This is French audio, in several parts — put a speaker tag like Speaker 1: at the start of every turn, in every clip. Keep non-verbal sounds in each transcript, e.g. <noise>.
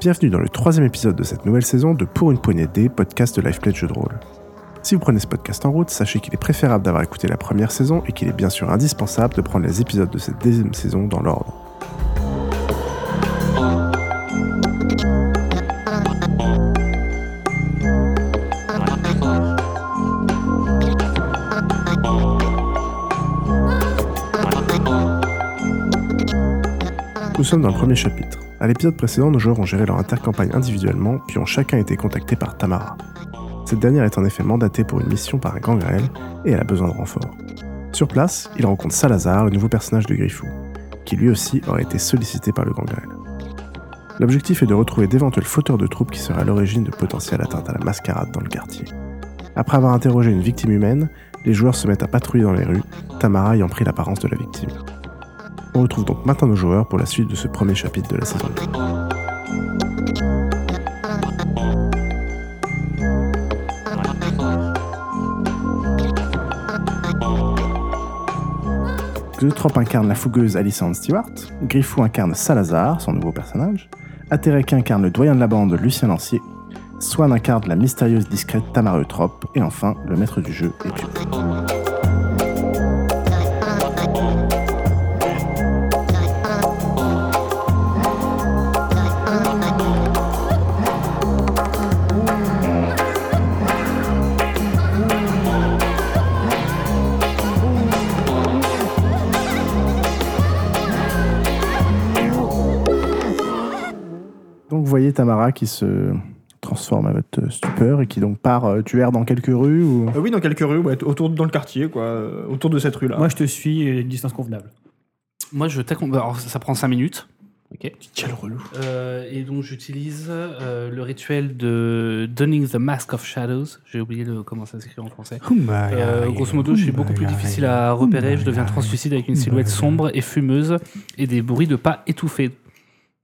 Speaker 1: bienvenue dans le troisième épisode de cette nouvelle saison de Pour une poignée des podcasts de Life Play de jeux de rôle. Si vous prenez ce podcast en route, sachez qu'il est préférable d'avoir écouté la première saison et qu'il est bien sûr indispensable de prendre les épisodes de cette deuxième saison dans l'ordre. Nous sommes dans le premier chapitre. À l'épisode précédent, nos joueurs ont géré leur intercampagne individuellement, puis ont chacun été contactés par Tamara. Cette dernière est en effet mandatée pour une mission par un grand Graal et elle a besoin de renfort. Sur place, ils rencontrent Salazar, le nouveau personnage de Griffou, qui lui aussi aurait été sollicité par le grand Graal. L'objectif est de retrouver d'éventuels fauteurs de troupes qui seraient à l'origine de potentielles atteintes à la mascarade dans le quartier. Après avoir interrogé une victime humaine, les joueurs se mettent à patrouiller dans les rues, Tamara ayant pris l'apparence de la victime. On retrouve donc maintenant nos joueurs pour la suite de ce premier chapitre de la saison. Trop incarne la fougueuse Alison Stewart, Griffou incarne Salazar, son nouveau personnage, Aterek incarne le doyen de la bande Lucien Lancier, Swan incarne la mystérieuse discrète Tamara Eutrope, et enfin le maître du jeu est Donc vous voyez Tamara qui se transforme à votre stupeur et qui donc part euh, tu erres dans quelques rues ou
Speaker 2: Euh, oui, dans quelques rues, ouais, autour dans le quartier, quoi, euh, autour de cette rue-là.
Speaker 3: Moi, je te suis à une distance convenable.
Speaker 4: Moi, je t'accom- bah, Alors, ça, ça prend 5 minutes. Ok.
Speaker 2: Quel relou.
Speaker 4: Euh, et donc, j'utilise euh, le rituel de Dunning the Mask of Shadows. J'ai oublié le, comment ça s'écrit en français.
Speaker 1: Oh
Speaker 4: Euh, grosso modo, je suis beaucoup plus difficile à repérer. Je deviens translucide avec une
Speaker 1: Oh
Speaker 4: silhouette sombre et fumeuse et des bruits de pas étouffés.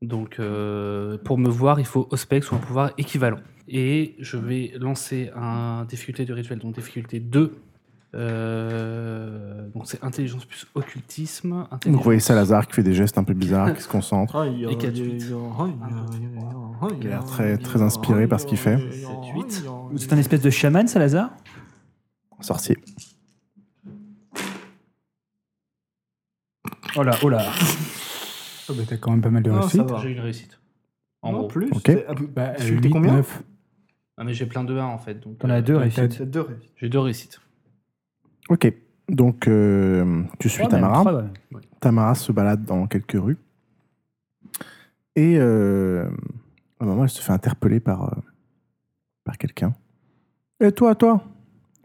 Speaker 4: Donc, euh, pour me voir, il faut Ospex ou un pouvoir équivalent. Et je vais lancer un difficulté de rituel, donc difficulté 2. Euh, donc, c'est intelligence plus occultisme.
Speaker 1: Donc vous voyez
Speaker 4: intelligence-
Speaker 1: Salazar qui fait des gestes un peu bizarres, qui se concentre.
Speaker 4: Et quatre, huit.
Speaker 1: Il a l'air très, très inspiré par ce qu'il fait.
Speaker 4: Sept, huit.
Speaker 3: C'est un espèce de chaman, Salazar
Speaker 1: Sorcier.
Speaker 3: Oh là, oh là.
Speaker 5: Oh, bah, T'as quand même pas mal de
Speaker 2: Ah, ça
Speaker 5: réussite.
Speaker 2: va.
Speaker 4: J'ai une réussite. En
Speaker 2: En
Speaker 4: gros.
Speaker 2: plus,
Speaker 1: Ok.
Speaker 2: c'est- ah,
Speaker 5: Bah,
Speaker 2: Tu t'es combien
Speaker 5: 9.
Speaker 4: Ah, mais j'ai plein de 1 en fait. Donc,
Speaker 3: On a
Speaker 4: euh,
Speaker 3: deux
Speaker 5: t'as-
Speaker 3: réussites.
Speaker 2: c'est deux rues.
Speaker 4: J'ai deux réussites.
Speaker 1: Ok. Donc euh, tu suis
Speaker 3: Trois même,
Speaker 1: Tamara.
Speaker 3: bah, trois, ouais.
Speaker 1: Tamara se balade dans quelques rues. Et euh, à un moment, elle se fait interpeller par, euh, par quelqu'un. Et toi, toi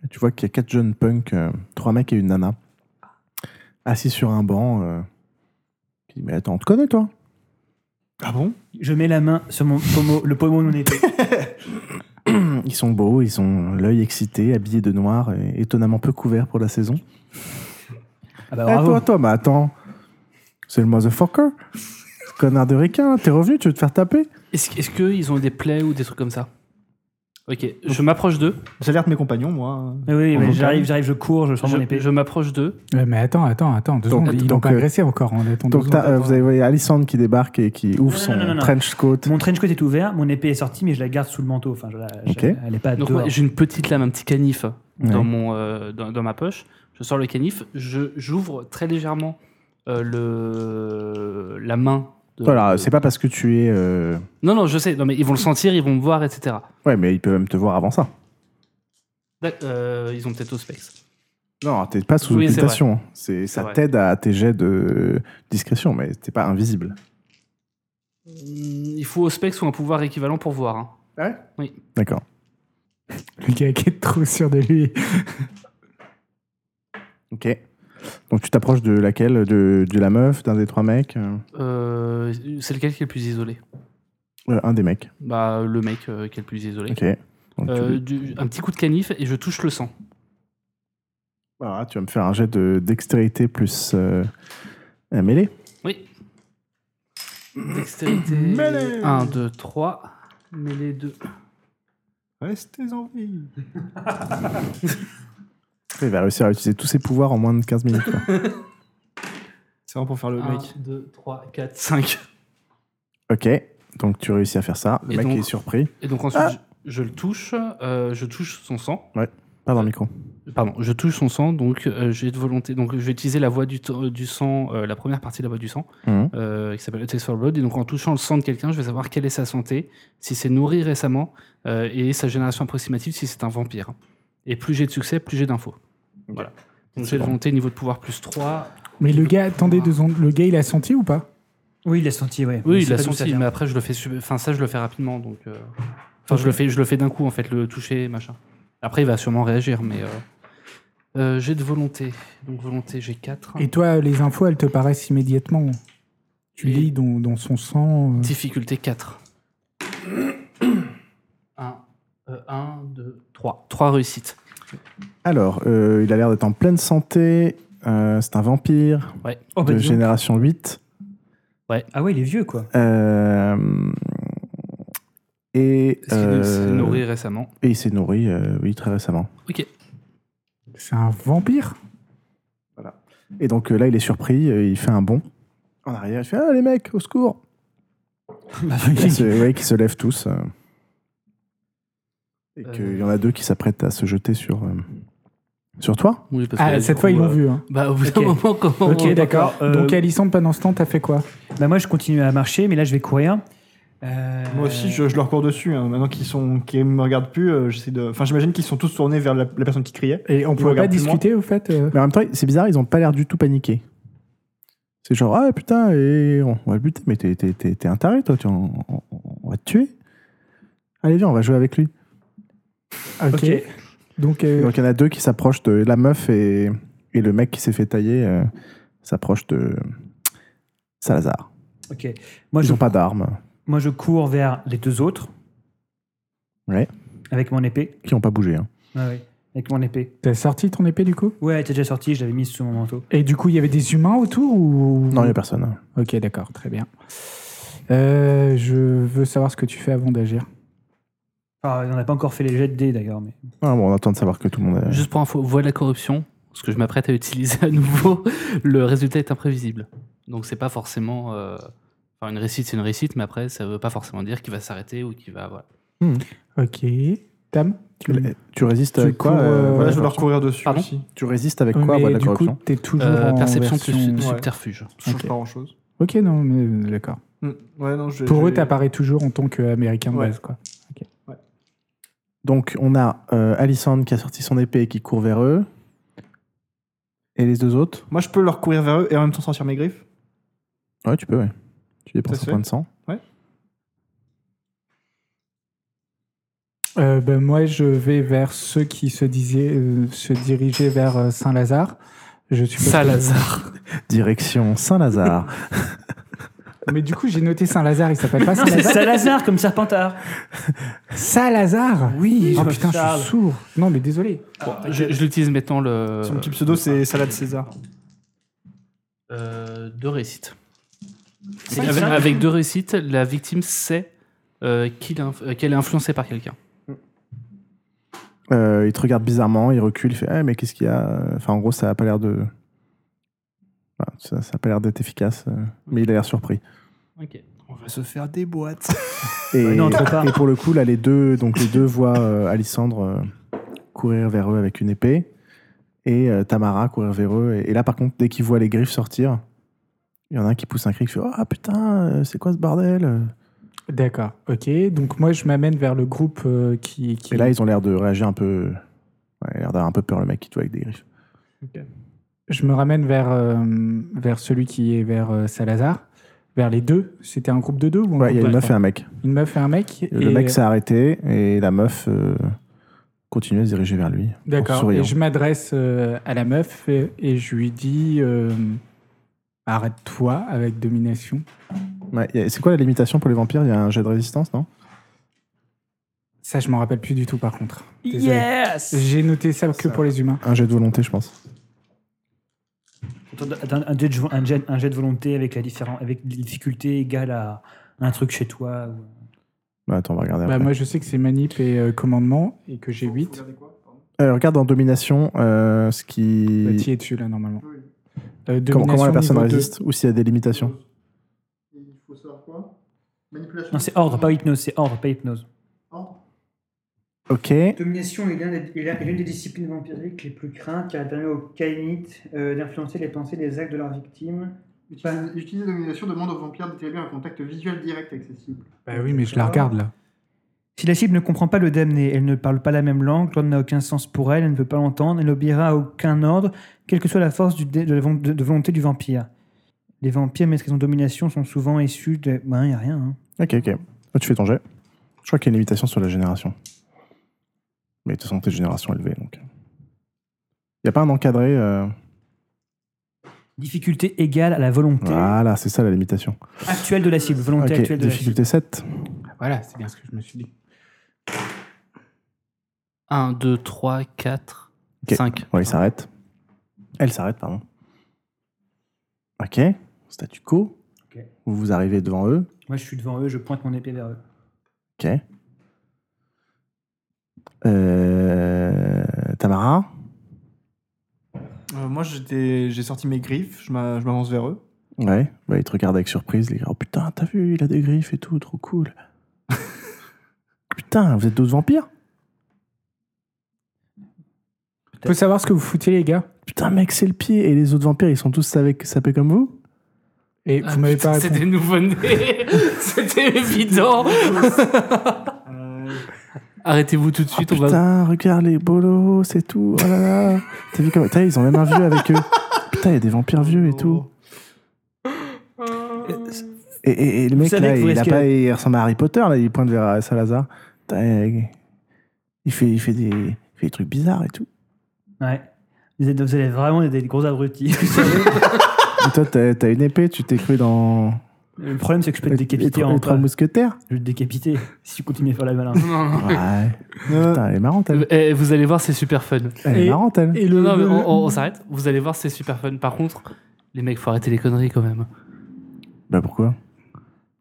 Speaker 1: Et Tu vois qu'il y a quatre jeunes punks, euh, trois mecs et une nana, assis sur un banc. euh, qui dit, mais attends, on te connaît, toi
Speaker 2: Ah bon
Speaker 3: Je mets la main sur mon pommeau, le pommeau de mon
Speaker 5: <laughs>
Speaker 3: épée.
Speaker 1: Ils sont beaux, ils ont l'œil excité, habillés de noir, et étonnamment peu couverts pour la saison.
Speaker 3: Ah bah
Speaker 1: Eh,
Speaker 3: bravo.
Speaker 1: toi, toi, mais attends, c'est le motherfucker Ce Connard de requin, là, t'es revenu, tu veux te faire taper
Speaker 4: Est-ce est-ce qu'ils ont des plaies ou des trucs comme ça Ok, je m'approche d'eux.
Speaker 2: J'alerte mes compagnons, moi.
Speaker 3: Mais Eh oui, mais
Speaker 1: On
Speaker 3: j'arrive, j'arrive, je cours, je sors mon
Speaker 4: Je,
Speaker 3: épée.
Speaker 4: je m'approche d'eux.
Speaker 5: Ouais, Euh, mais attends, attends, attends. Deux
Speaker 1: Donc,
Speaker 5: secondes, ils
Speaker 1: donc,
Speaker 5: n'ont pas
Speaker 1: euh,
Speaker 5: agressé encore. On attend deux
Speaker 1: Donc t'as-
Speaker 5: secondes.
Speaker 1: euh, vous avez voyez Alissandre qui débarque et qui ouvre
Speaker 3: Non, non,
Speaker 1: son
Speaker 3: non, non, non.
Speaker 1: trench coat.
Speaker 3: Mon trench coat est ouvert, mon épée est sortie, mais je la garde sous le manteau. Enfin, je la- je-
Speaker 1: Ok.
Speaker 3: elle n'est pas
Speaker 4: Donc
Speaker 3: dehors.
Speaker 4: moi, j'ai une petite lame, un petit canif dans,
Speaker 1: Ouais.
Speaker 4: mon, euh, dans, dans ma poche. Je sors le canif, je- j'ouvre très légèrement euh, le, la main. de-
Speaker 1: Voilà, c'est pas parce que tu es... euh,
Speaker 4: Non, non, je sais. Non, mais ils vont le sentir, ils vont me voir, etc.
Speaker 1: Ouais, mais il peut même te voir avant ça.
Speaker 4: D'ac- euh, ils ont peut-être au space.
Speaker 1: Non, t'es pas sous
Speaker 4: Oui, c'est
Speaker 1: occultation. hein. C'est, ça
Speaker 4: vrai.
Speaker 1: t'aide à tes jets de discrétion, mais t'es pas invisible.
Speaker 4: Il faut au specs ou un pouvoir équivalent pour voir. hein.
Speaker 1: D'accord.
Speaker 5: Le gars qui est trop sûr de lui.
Speaker 1: Ok. Donc tu t'approches de laquelle de, de la meuf, d'un des trois mecs euh,
Speaker 4: Euh, c'est lequel qui est le plus isolé
Speaker 1: euh, Un des mecs.
Speaker 4: Bah, le mec euh, qui est le plus isolé.
Speaker 1: Ok. Donc, tu-
Speaker 4: Euh, du- un petit coup de canif et je touche le sang.
Speaker 1: Voilà, tu vas me faire un jet de dextérité plus euh, un mêlée.
Speaker 4: Oui. Dextérité.
Speaker 2: Mêlée.
Speaker 4: 1, 2, 3. Mêlée 2.
Speaker 2: Restez en vie.
Speaker 1: <laughs> Il va réussir à utiliser tous ses pouvoirs en moins de 15 minutes.
Speaker 4: <laughs>
Speaker 1: quoi.
Speaker 4: Ah.
Speaker 2: C'est vraiment pour faire le
Speaker 4: 1,
Speaker 2: mec.
Speaker 4: 2, 3, 4, 5.
Speaker 1: ok. Donc tu réussis à faire ça. Le
Speaker 4: Et
Speaker 1: mec
Speaker 4: donc-
Speaker 1: est surpris.
Speaker 4: Et donc ensuite, je, je le touche, euh, je touche son sang.
Speaker 1: Pas dans le micro.
Speaker 4: Pardon, je touche son sang, donc euh, j'ai de volonté. Donc je vais utiliser la voie du, to- du sang, euh, la première partie de la voie du sang,
Speaker 1: Mhm.
Speaker 4: euh, qui s'appelle A Taste for Blood. Et donc en touchant le sang de quelqu'un, je vais savoir quelle est sa santé, si c'est nourri récemment, euh, et sa génération approximative, si c'est un vampire. Et plus j'ai de succès, plus j'ai d'infos. Voilà. Donc
Speaker 1: C'est
Speaker 4: j'ai de
Speaker 1: bon.
Speaker 4: volonté niveau de pouvoir plus 3.
Speaker 5: Mais le gars, attendez deux secondes, le gars il a senti ou pas
Speaker 3: Oui, il l'a senti, ouais. Mais
Speaker 4: Oui, il
Speaker 3: c'est
Speaker 4: l'a
Speaker 3: pas d'où ça
Speaker 4: senti,
Speaker 3: vient.
Speaker 4: mais après je le fais, sub- enfin ça je le fais rapidement, donc. euh, Enfin je le fais, je le fais d'un coup en fait, le toucher, machin. Après il va sûrement réagir, mais. euh, euh, j'ai de volonté, donc volonté j'ai 4.
Speaker 5: Et toi, les infos, elles te paraissent immédiatement. Tu
Speaker 4: Et-
Speaker 5: lis dans, dans son sang. euh,
Speaker 4: Difficulté 4. 1, euh, 2, 3. 3 réussites.
Speaker 1: Alors, euh, il a l'air d'être en pleine santé. euh, c'est un vampire
Speaker 4: Ouais.
Speaker 3: Oh, bah,
Speaker 1: de
Speaker 3: dis donc.
Speaker 1: génération 8.
Speaker 3: Ah ouais, il est vieux,
Speaker 5: <laughs>
Speaker 3: quoi.
Speaker 1: Euh, et,
Speaker 4: Est-ce qu'il s'est
Speaker 1: euh,
Speaker 4: nourri récemment
Speaker 1: et il s'est nourri, euh, oui, très récemment.
Speaker 5: C'est un vampire
Speaker 1: Et donc euh, là, il est surpris, euh, il fait un bond en arrière. Il fait Ah, les mecs, au
Speaker 3: <laughs>
Speaker 1: secours
Speaker 5: Bah,
Speaker 1: Ils se, ouais, qui se lèvent tous. euh. et
Speaker 4: Euh.
Speaker 1: qu'il y en a deux qui s'apprêtent à se jeter sur, euh, sur toi.
Speaker 4: Oui, parce que là,
Speaker 5: Ah,
Speaker 4: du
Speaker 5: cette
Speaker 4: coup,
Speaker 5: fois, ils l'ont
Speaker 4: euh,
Speaker 5: vu. hein.
Speaker 4: Bah, au bout
Speaker 3: Ok.
Speaker 4: d'un moment, comment.
Speaker 5: Ok, d'accord.
Speaker 3: euh,
Speaker 5: Donc, Alissandre, pendant ce temps, t'as fait quoi
Speaker 3: Bah, moi, je continue à marcher, mais là, je vais courir. Euh,
Speaker 2: Moi aussi, je, je leur cours dessus. hein. Maintenant qu'ils sont, qu'ils me regardent plus, euh, j'essaie de. Enfin, j'imagine qu'ils sont tous tournés vers la, la personne qui criait.
Speaker 5: Et on pouvait pas
Speaker 2: regarde plus loin.
Speaker 5: discuter, au fait euh
Speaker 1: Mais en même temps, c'est bizarre, ils ont pas l'air du tout paniqués. C'est genre, ah putain, et on, on va le buter, mais t'es, t'es- t'es- t'es un taré, toi, tu- on, on- on va te tuer. Allez, viens, on va jouer avec lui.
Speaker 5: Ok.
Speaker 3: Ok.
Speaker 5: Donc, euh,
Speaker 1: Et donc il y en a deux qui s'approchent de la meuf et, et le mec qui s'est fait tailler euh, s'approche de Salazar.
Speaker 3: Euh, Ok. Moi,
Speaker 1: Ils
Speaker 3: je,
Speaker 1: n'ont pas d'armes,
Speaker 3: moi, je cours vers les deux autres.
Speaker 1: Ouais.
Speaker 3: Avec mon épée.
Speaker 1: qui n'ont pas bougé. hein.
Speaker 3: Ouais, ouais. Avec mon épée.
Speaker 5: t'as sorti ton épée, du coup
Speaker 3: Ouais, elle était déjà sortie, je l'avais mise sous mon manteau.
Speaker 5: Et du coup, il y avait des humains autour ou...
Speaker 1: Non, il n'y a personne.
Speaker 5: Ok, d'accord, très bien. Euh, je veux savoir ce que tu fais avant d'agir.
Speaker 3: Enfin, on n'a pas encore fait les jets de dés, d'ailleurs. Mais...
Speaker 1: Ah, bon, on attend de savoir que tout le monde est...
Speaker 4: Juste pour info, voie de la corruption, ce que je m'apprête à utiliser à nouveau, le résultat est imprévisible. Donc c'est pas forcément. euh, Enfin, une réussite, c'est une réussite, mais après, ça veut pas forcément dire qu'il va s'arrêter ou qu'il va. Voilà.
Speaker 5: Ok. Tam
Speaker 1: Tu, tu résistes
Speaker 5: Tu
Speaker 1: avec quoi
Speaker 5: cours,
Speaker 1: euh,
Speaker 5: euh,
Speaker 2: Voilà, je
Speaker 1: voilà,
Speaker 2: vais leur courir dessus
Speaker 4: Pardon
Speaker 2: aussi.
Speaker 1: Tu résistes avec
Speaker 5: Oui,
Speaker 1: quoi à
Speaker 5: mais
Speaker 1: Voix de la
Speaker 5: du
Speaker 1: corruption
Speaker 5: coup, t'es toujours
Speaker 4: Euh,
Speaker 5: en
Speaker 4: perception de
Speaker 5: version-
Speaker 4: sub-
Speaker 2: Ouais.
Speaker 4: subterfuge.
Speaker 2: Je change
Speaker 5: Ok.
Speaker 2: pas grand chose.
Speaker 5: Ok, non, mais euh, d'accord.
Speaker 2: Ouais, non, je-
Speaker 5: Pour
Speaker 2: je-
Speaker 5: eux, t'apparais toujours en tant qu'américain de
Speaker 2: Ouais.
Speaker 5: base, quoi.
Speaker 1: Donc on a euh, Alicente qui a sorti son épée et qui court vers eux. Et les deux autres
Speaker 2: Moi, je peux leur courir vers eux et en même temps sortir mes griffes.
Speaker 1: Ouais, tu peux, ouais. Tu dépenses
Speaker 2: Ça
Speaker 1: un
Speaker 2: se
Speaker 1: point de sang.
Speaker 5: Euh, ben, moi, je vais vers ceux qui se, disaient, euh, se dirigeaient vers euh, Saint-Lazare. Je suppose que-
Speaker 4: Salazar.
Speaker 1: Direction Saint-Lazare.
Speaker 5: <laughs> Mais du coup, j'ai noté Saint-Lazare, il s'appelle pas
Speaker 3: Non, c'est
Speaker 5: Saint-Lazare.
Speaker 3: Salazar comme Serpentard.
Speaker 5: Saint-Lazare
Speaker 3: Oui,
Speaker 5: Oh putain, je suis sourd. Non, mais désolé.
Speaker 4: Bon, je je l'utilise maintenant le.
Speaker 2: Son petit pseudo, c'est Salade César.
Speaker 4: Euh, deux réussites.
Speaker 2: C'est
Speaker 4: Avec,
Speaker 2: ça
Speaker 4: avec deux réussites, la victime sait euh, qu'il inf- euh, qu'elle est influencée par quelqu'un.
Speaker 1: Euh, il te regarde bizarrement, il recule, il fait Eh, mais qu'est-ce qu'il y a Enfin, en gros, ça a pas l'air de. Enfin, ça, ça a pas l'air d'être efficace, euh, mais il a l'air surpris.
Speaker 2: On va se faire des boîtes.
Speaker 1: Et,
Speaker 3: Non, trop tard.
Speaker 1: et pour le coup, là, les deux, donc les deux voient euh, Alissandre euh, courir vers eux avec une épée et euh, Tamara courir vers eux. Et, et là, par contre, dès qu'ils voient les griffes sortir, il y en a un qui pousse un cri qui fait Ah putain, euh, c'est quoi ce bordel
Speaker 5: D'accord, ok. Donc moi, je m'amène vers le groupe euh, qui... qui-
Speaker 1: Et là, ils ont l'air de réagir un peu. Ouais, il a l'air d'avoir un peu peur, le mec qui te voit avec des griffes.
Speaker 5: Je me ramène vers, euh, vers celui qui est vers euh, Salazar. Vers les deux. C'était un groupe de deux ou un
Speaker 1: Ouais, il y a
Speaker 5: groupe
Speaker 1: une
Speaker 5: de
Speaker 1: meuf et
Speaker 5: trois
Speaker 1: un mec.
Speaker 5: Une meuf et un mec.
Speaker 1: Le
Speaker 5: et-
Speaker 1: mec s'est arrêté et la meuf euh, continue à se diriger vers lui. en
Speaker 5: D'accord.
Speaker 1: souriant.
Speaker 5: Et je m'adresse euh, à la meuf et, et je lui dis euh, arrête-toi avec domination.
Speaker 1: Ouais, y a- c'est quoi la limitation pour les vampires Il y a un jet de résistance, non
Speaker 5: Ça, je m'en rappelle plus du tout par contre. <laughs> Désolé.
Speaker 3: Yes
Speaker 5: J'ai noté ça que
Speaker 2: Ça.
Speaker 5: pour les humains.
Speaker 1: Un jet de volonté, je pense.
Speaker 3: Attends, un, jet de, un jet- un jet de volonté avec la différen- avec des difficultés égales à un truc chez toi. ou-
Speaker 1: Bah, attends, on va regarder.
Speaker 5: Bah,
Speaker 1: après.
Speaker 5: moi, je sais que c'est manip et euh, commandement et que j'ai 8.
Speaker 1: Euh, regarde en domination euh, ce
Speaker 5: Bah,
Speaker 1: qui.
Speaker 5: t'y es dessus là normalement. Euh,
Speaker 1: Comment, comment
Speaker 5: domination
Speaker 1: la personne
Speaker 5: niveau deux.
Speaker 1: résiste ou s'il y a des limitations.
Speaker 2: Il faut savoir quoi
Speaker 6: Manipulation.
Speaker 3: Non, c'est ordre, pas hypnose, c'est ordre, pas hypnose.
Speaker 1: Ok.
Speaker 7: Domination est l'un des- est l'un- est l'une des disciplines vampiriques les plus craintes car elle permet aux Kainites euh, d'influencer les pensées des actes de leurs victimes.
Speaker 6: Utiliser, utiliser domination demande aux vampires d'établir un contact visuel direct avec ses cibles.
Speaker 5: Bah oui, mais je la regarde là.
Speaker 7: Si la cible ne comprend pas le
Speaker 3: E,
Speaker 7: damné, elle ne parle pas la même langue, l'ordre n'a aucun sens pour elle, elle ne peut pas l'entendre, elle n'obéira à aucun ordre, quelle que soit la force du dé- de, la von- de- de volonté du vampire. Les vampires maîtrisant domination sont souvent issus de... Ben, il n'y a rien. hein.
Speaker 1: Ok, ok. Toi, tu fais ton jet. Je crois qu'il y a une limitation sur la génération. Mais de toute façon, t'es de génération élevée, donc. Il n'y a pas un encadré. euh,
Speaker 3: Difficulté égale à la volonté
Speaker 1: Voilà, c'est ça la limitation.
Speaker 3: actuelle de la cible. Volonté
Speaker 1: Ah. ok,
Speaker 3: actuelle de la cible.
Speaker 1: difficulté 7.
Speaker 5: Voilà, c'est bien ce que je me suis dit.
Speaker 4: 1, 2, 3, 4,
Speaker 1: Ok.
Speaker 4: 5.
Speaker 1: Ouais, il s'arrête. Elle s'arrête, pardon. Ok, statu quo.
Speaker 3: Ok.
Speaker 1: Vous arrivez devant eux.
Speaker 3: Moi, je suis devant eux, je pointe mon épée vers eux.
Speaker 1: Ok. Euh, Tamara
Speaker 2: Euh, moi, j'étais- j'ai sorti mes griffes, je m'a- je m'avance vers <laughs> eux.
Speaker 1: Ouais, bah, ils te regardent avec surprise, les gars. Oh putain, t'as vu, il a des griffes et tout, trop
Speaker 3: <laughs>
Speaker 1: cool. putain, vous êtes d'autres vampires
Speaker 5: Peut savoir ce que vous foutez, les gars
Speaker 1: Putain, mec, c'est le pied. Et les autres vampires, ils sont tous avec, sapés comme vous
Speaker 5: Et
Speaker 4: Ah,
Speaker 5: vous m'avez pas
Speaker 4: C'était
Speaker 5: répondu. <laughs>
Speaker 4: nouveau-né. C'était évident.
Speaker 5: Euh.
Speaker 4: Arrêtez-vous tout de
Speaker 1: Oh,
Speaker 4: suite. on va...
Speaker 1: Putain, regarde les bolos, c'est tout. Oh là
Speaker 3: <laughs>
Speaker 1: là. T'as vu comme. T'as, ils ont même un vieux avec eux. Putain, il y a des vampires vieux et tout.
Speaker 3: Oh.
Speaker 1: Et, et- et le mec,
Speaker 3: savez
Speaker 1: là,
Speaker 3: que vous
Speaker 1: il, a
Speaker 3: risquez
Speaker 1: pas, il ressemble à Harry Potter, là, il pointe vers euh, Salazar. Putain, Il fait, il, fait des, il fait des trucs bizarres et tout.
Speaker 3: Ouais. Vous êtes, vous êtes vraiment des gros abrutis. vous savez.
Speaker 1: Et toi, t'as, t'as une épée, tu t'es cru dans.
Speaker 3: le problème, c'est que je peux te
Speaker 1: les- les
Speaker 3: décapiter
Speaker 1: trois-
Speaker 3: en
Speaker 1: les trois
Speaker 3: pas. <laughs>
Speaker 1: mousquetaires
Speaker 3: Je vais te décapiter si tu continues à faire la malin.
Speaker 4: Non, non.
Speaker 1: Ouais.
Speaker 2: Ah,
Speaker 1: Putain, elle est marrante, elle.
Speaker 4: Eh, vous allez voir, c'est super fun.
Speaker 1: Elle est
Speaker 5: Et-
Speaker 1: marrante, elle.
Speaker 5: Et le-
Speaker 4: Non, non, mais
Speaker 5: le-
Speaker 4: on, on- on s'arrête. Vous allez voir, c'est super fun. Par contre, les mecs, faut arrêter les conneries quand même.
Speaker 1: Bah pourquoi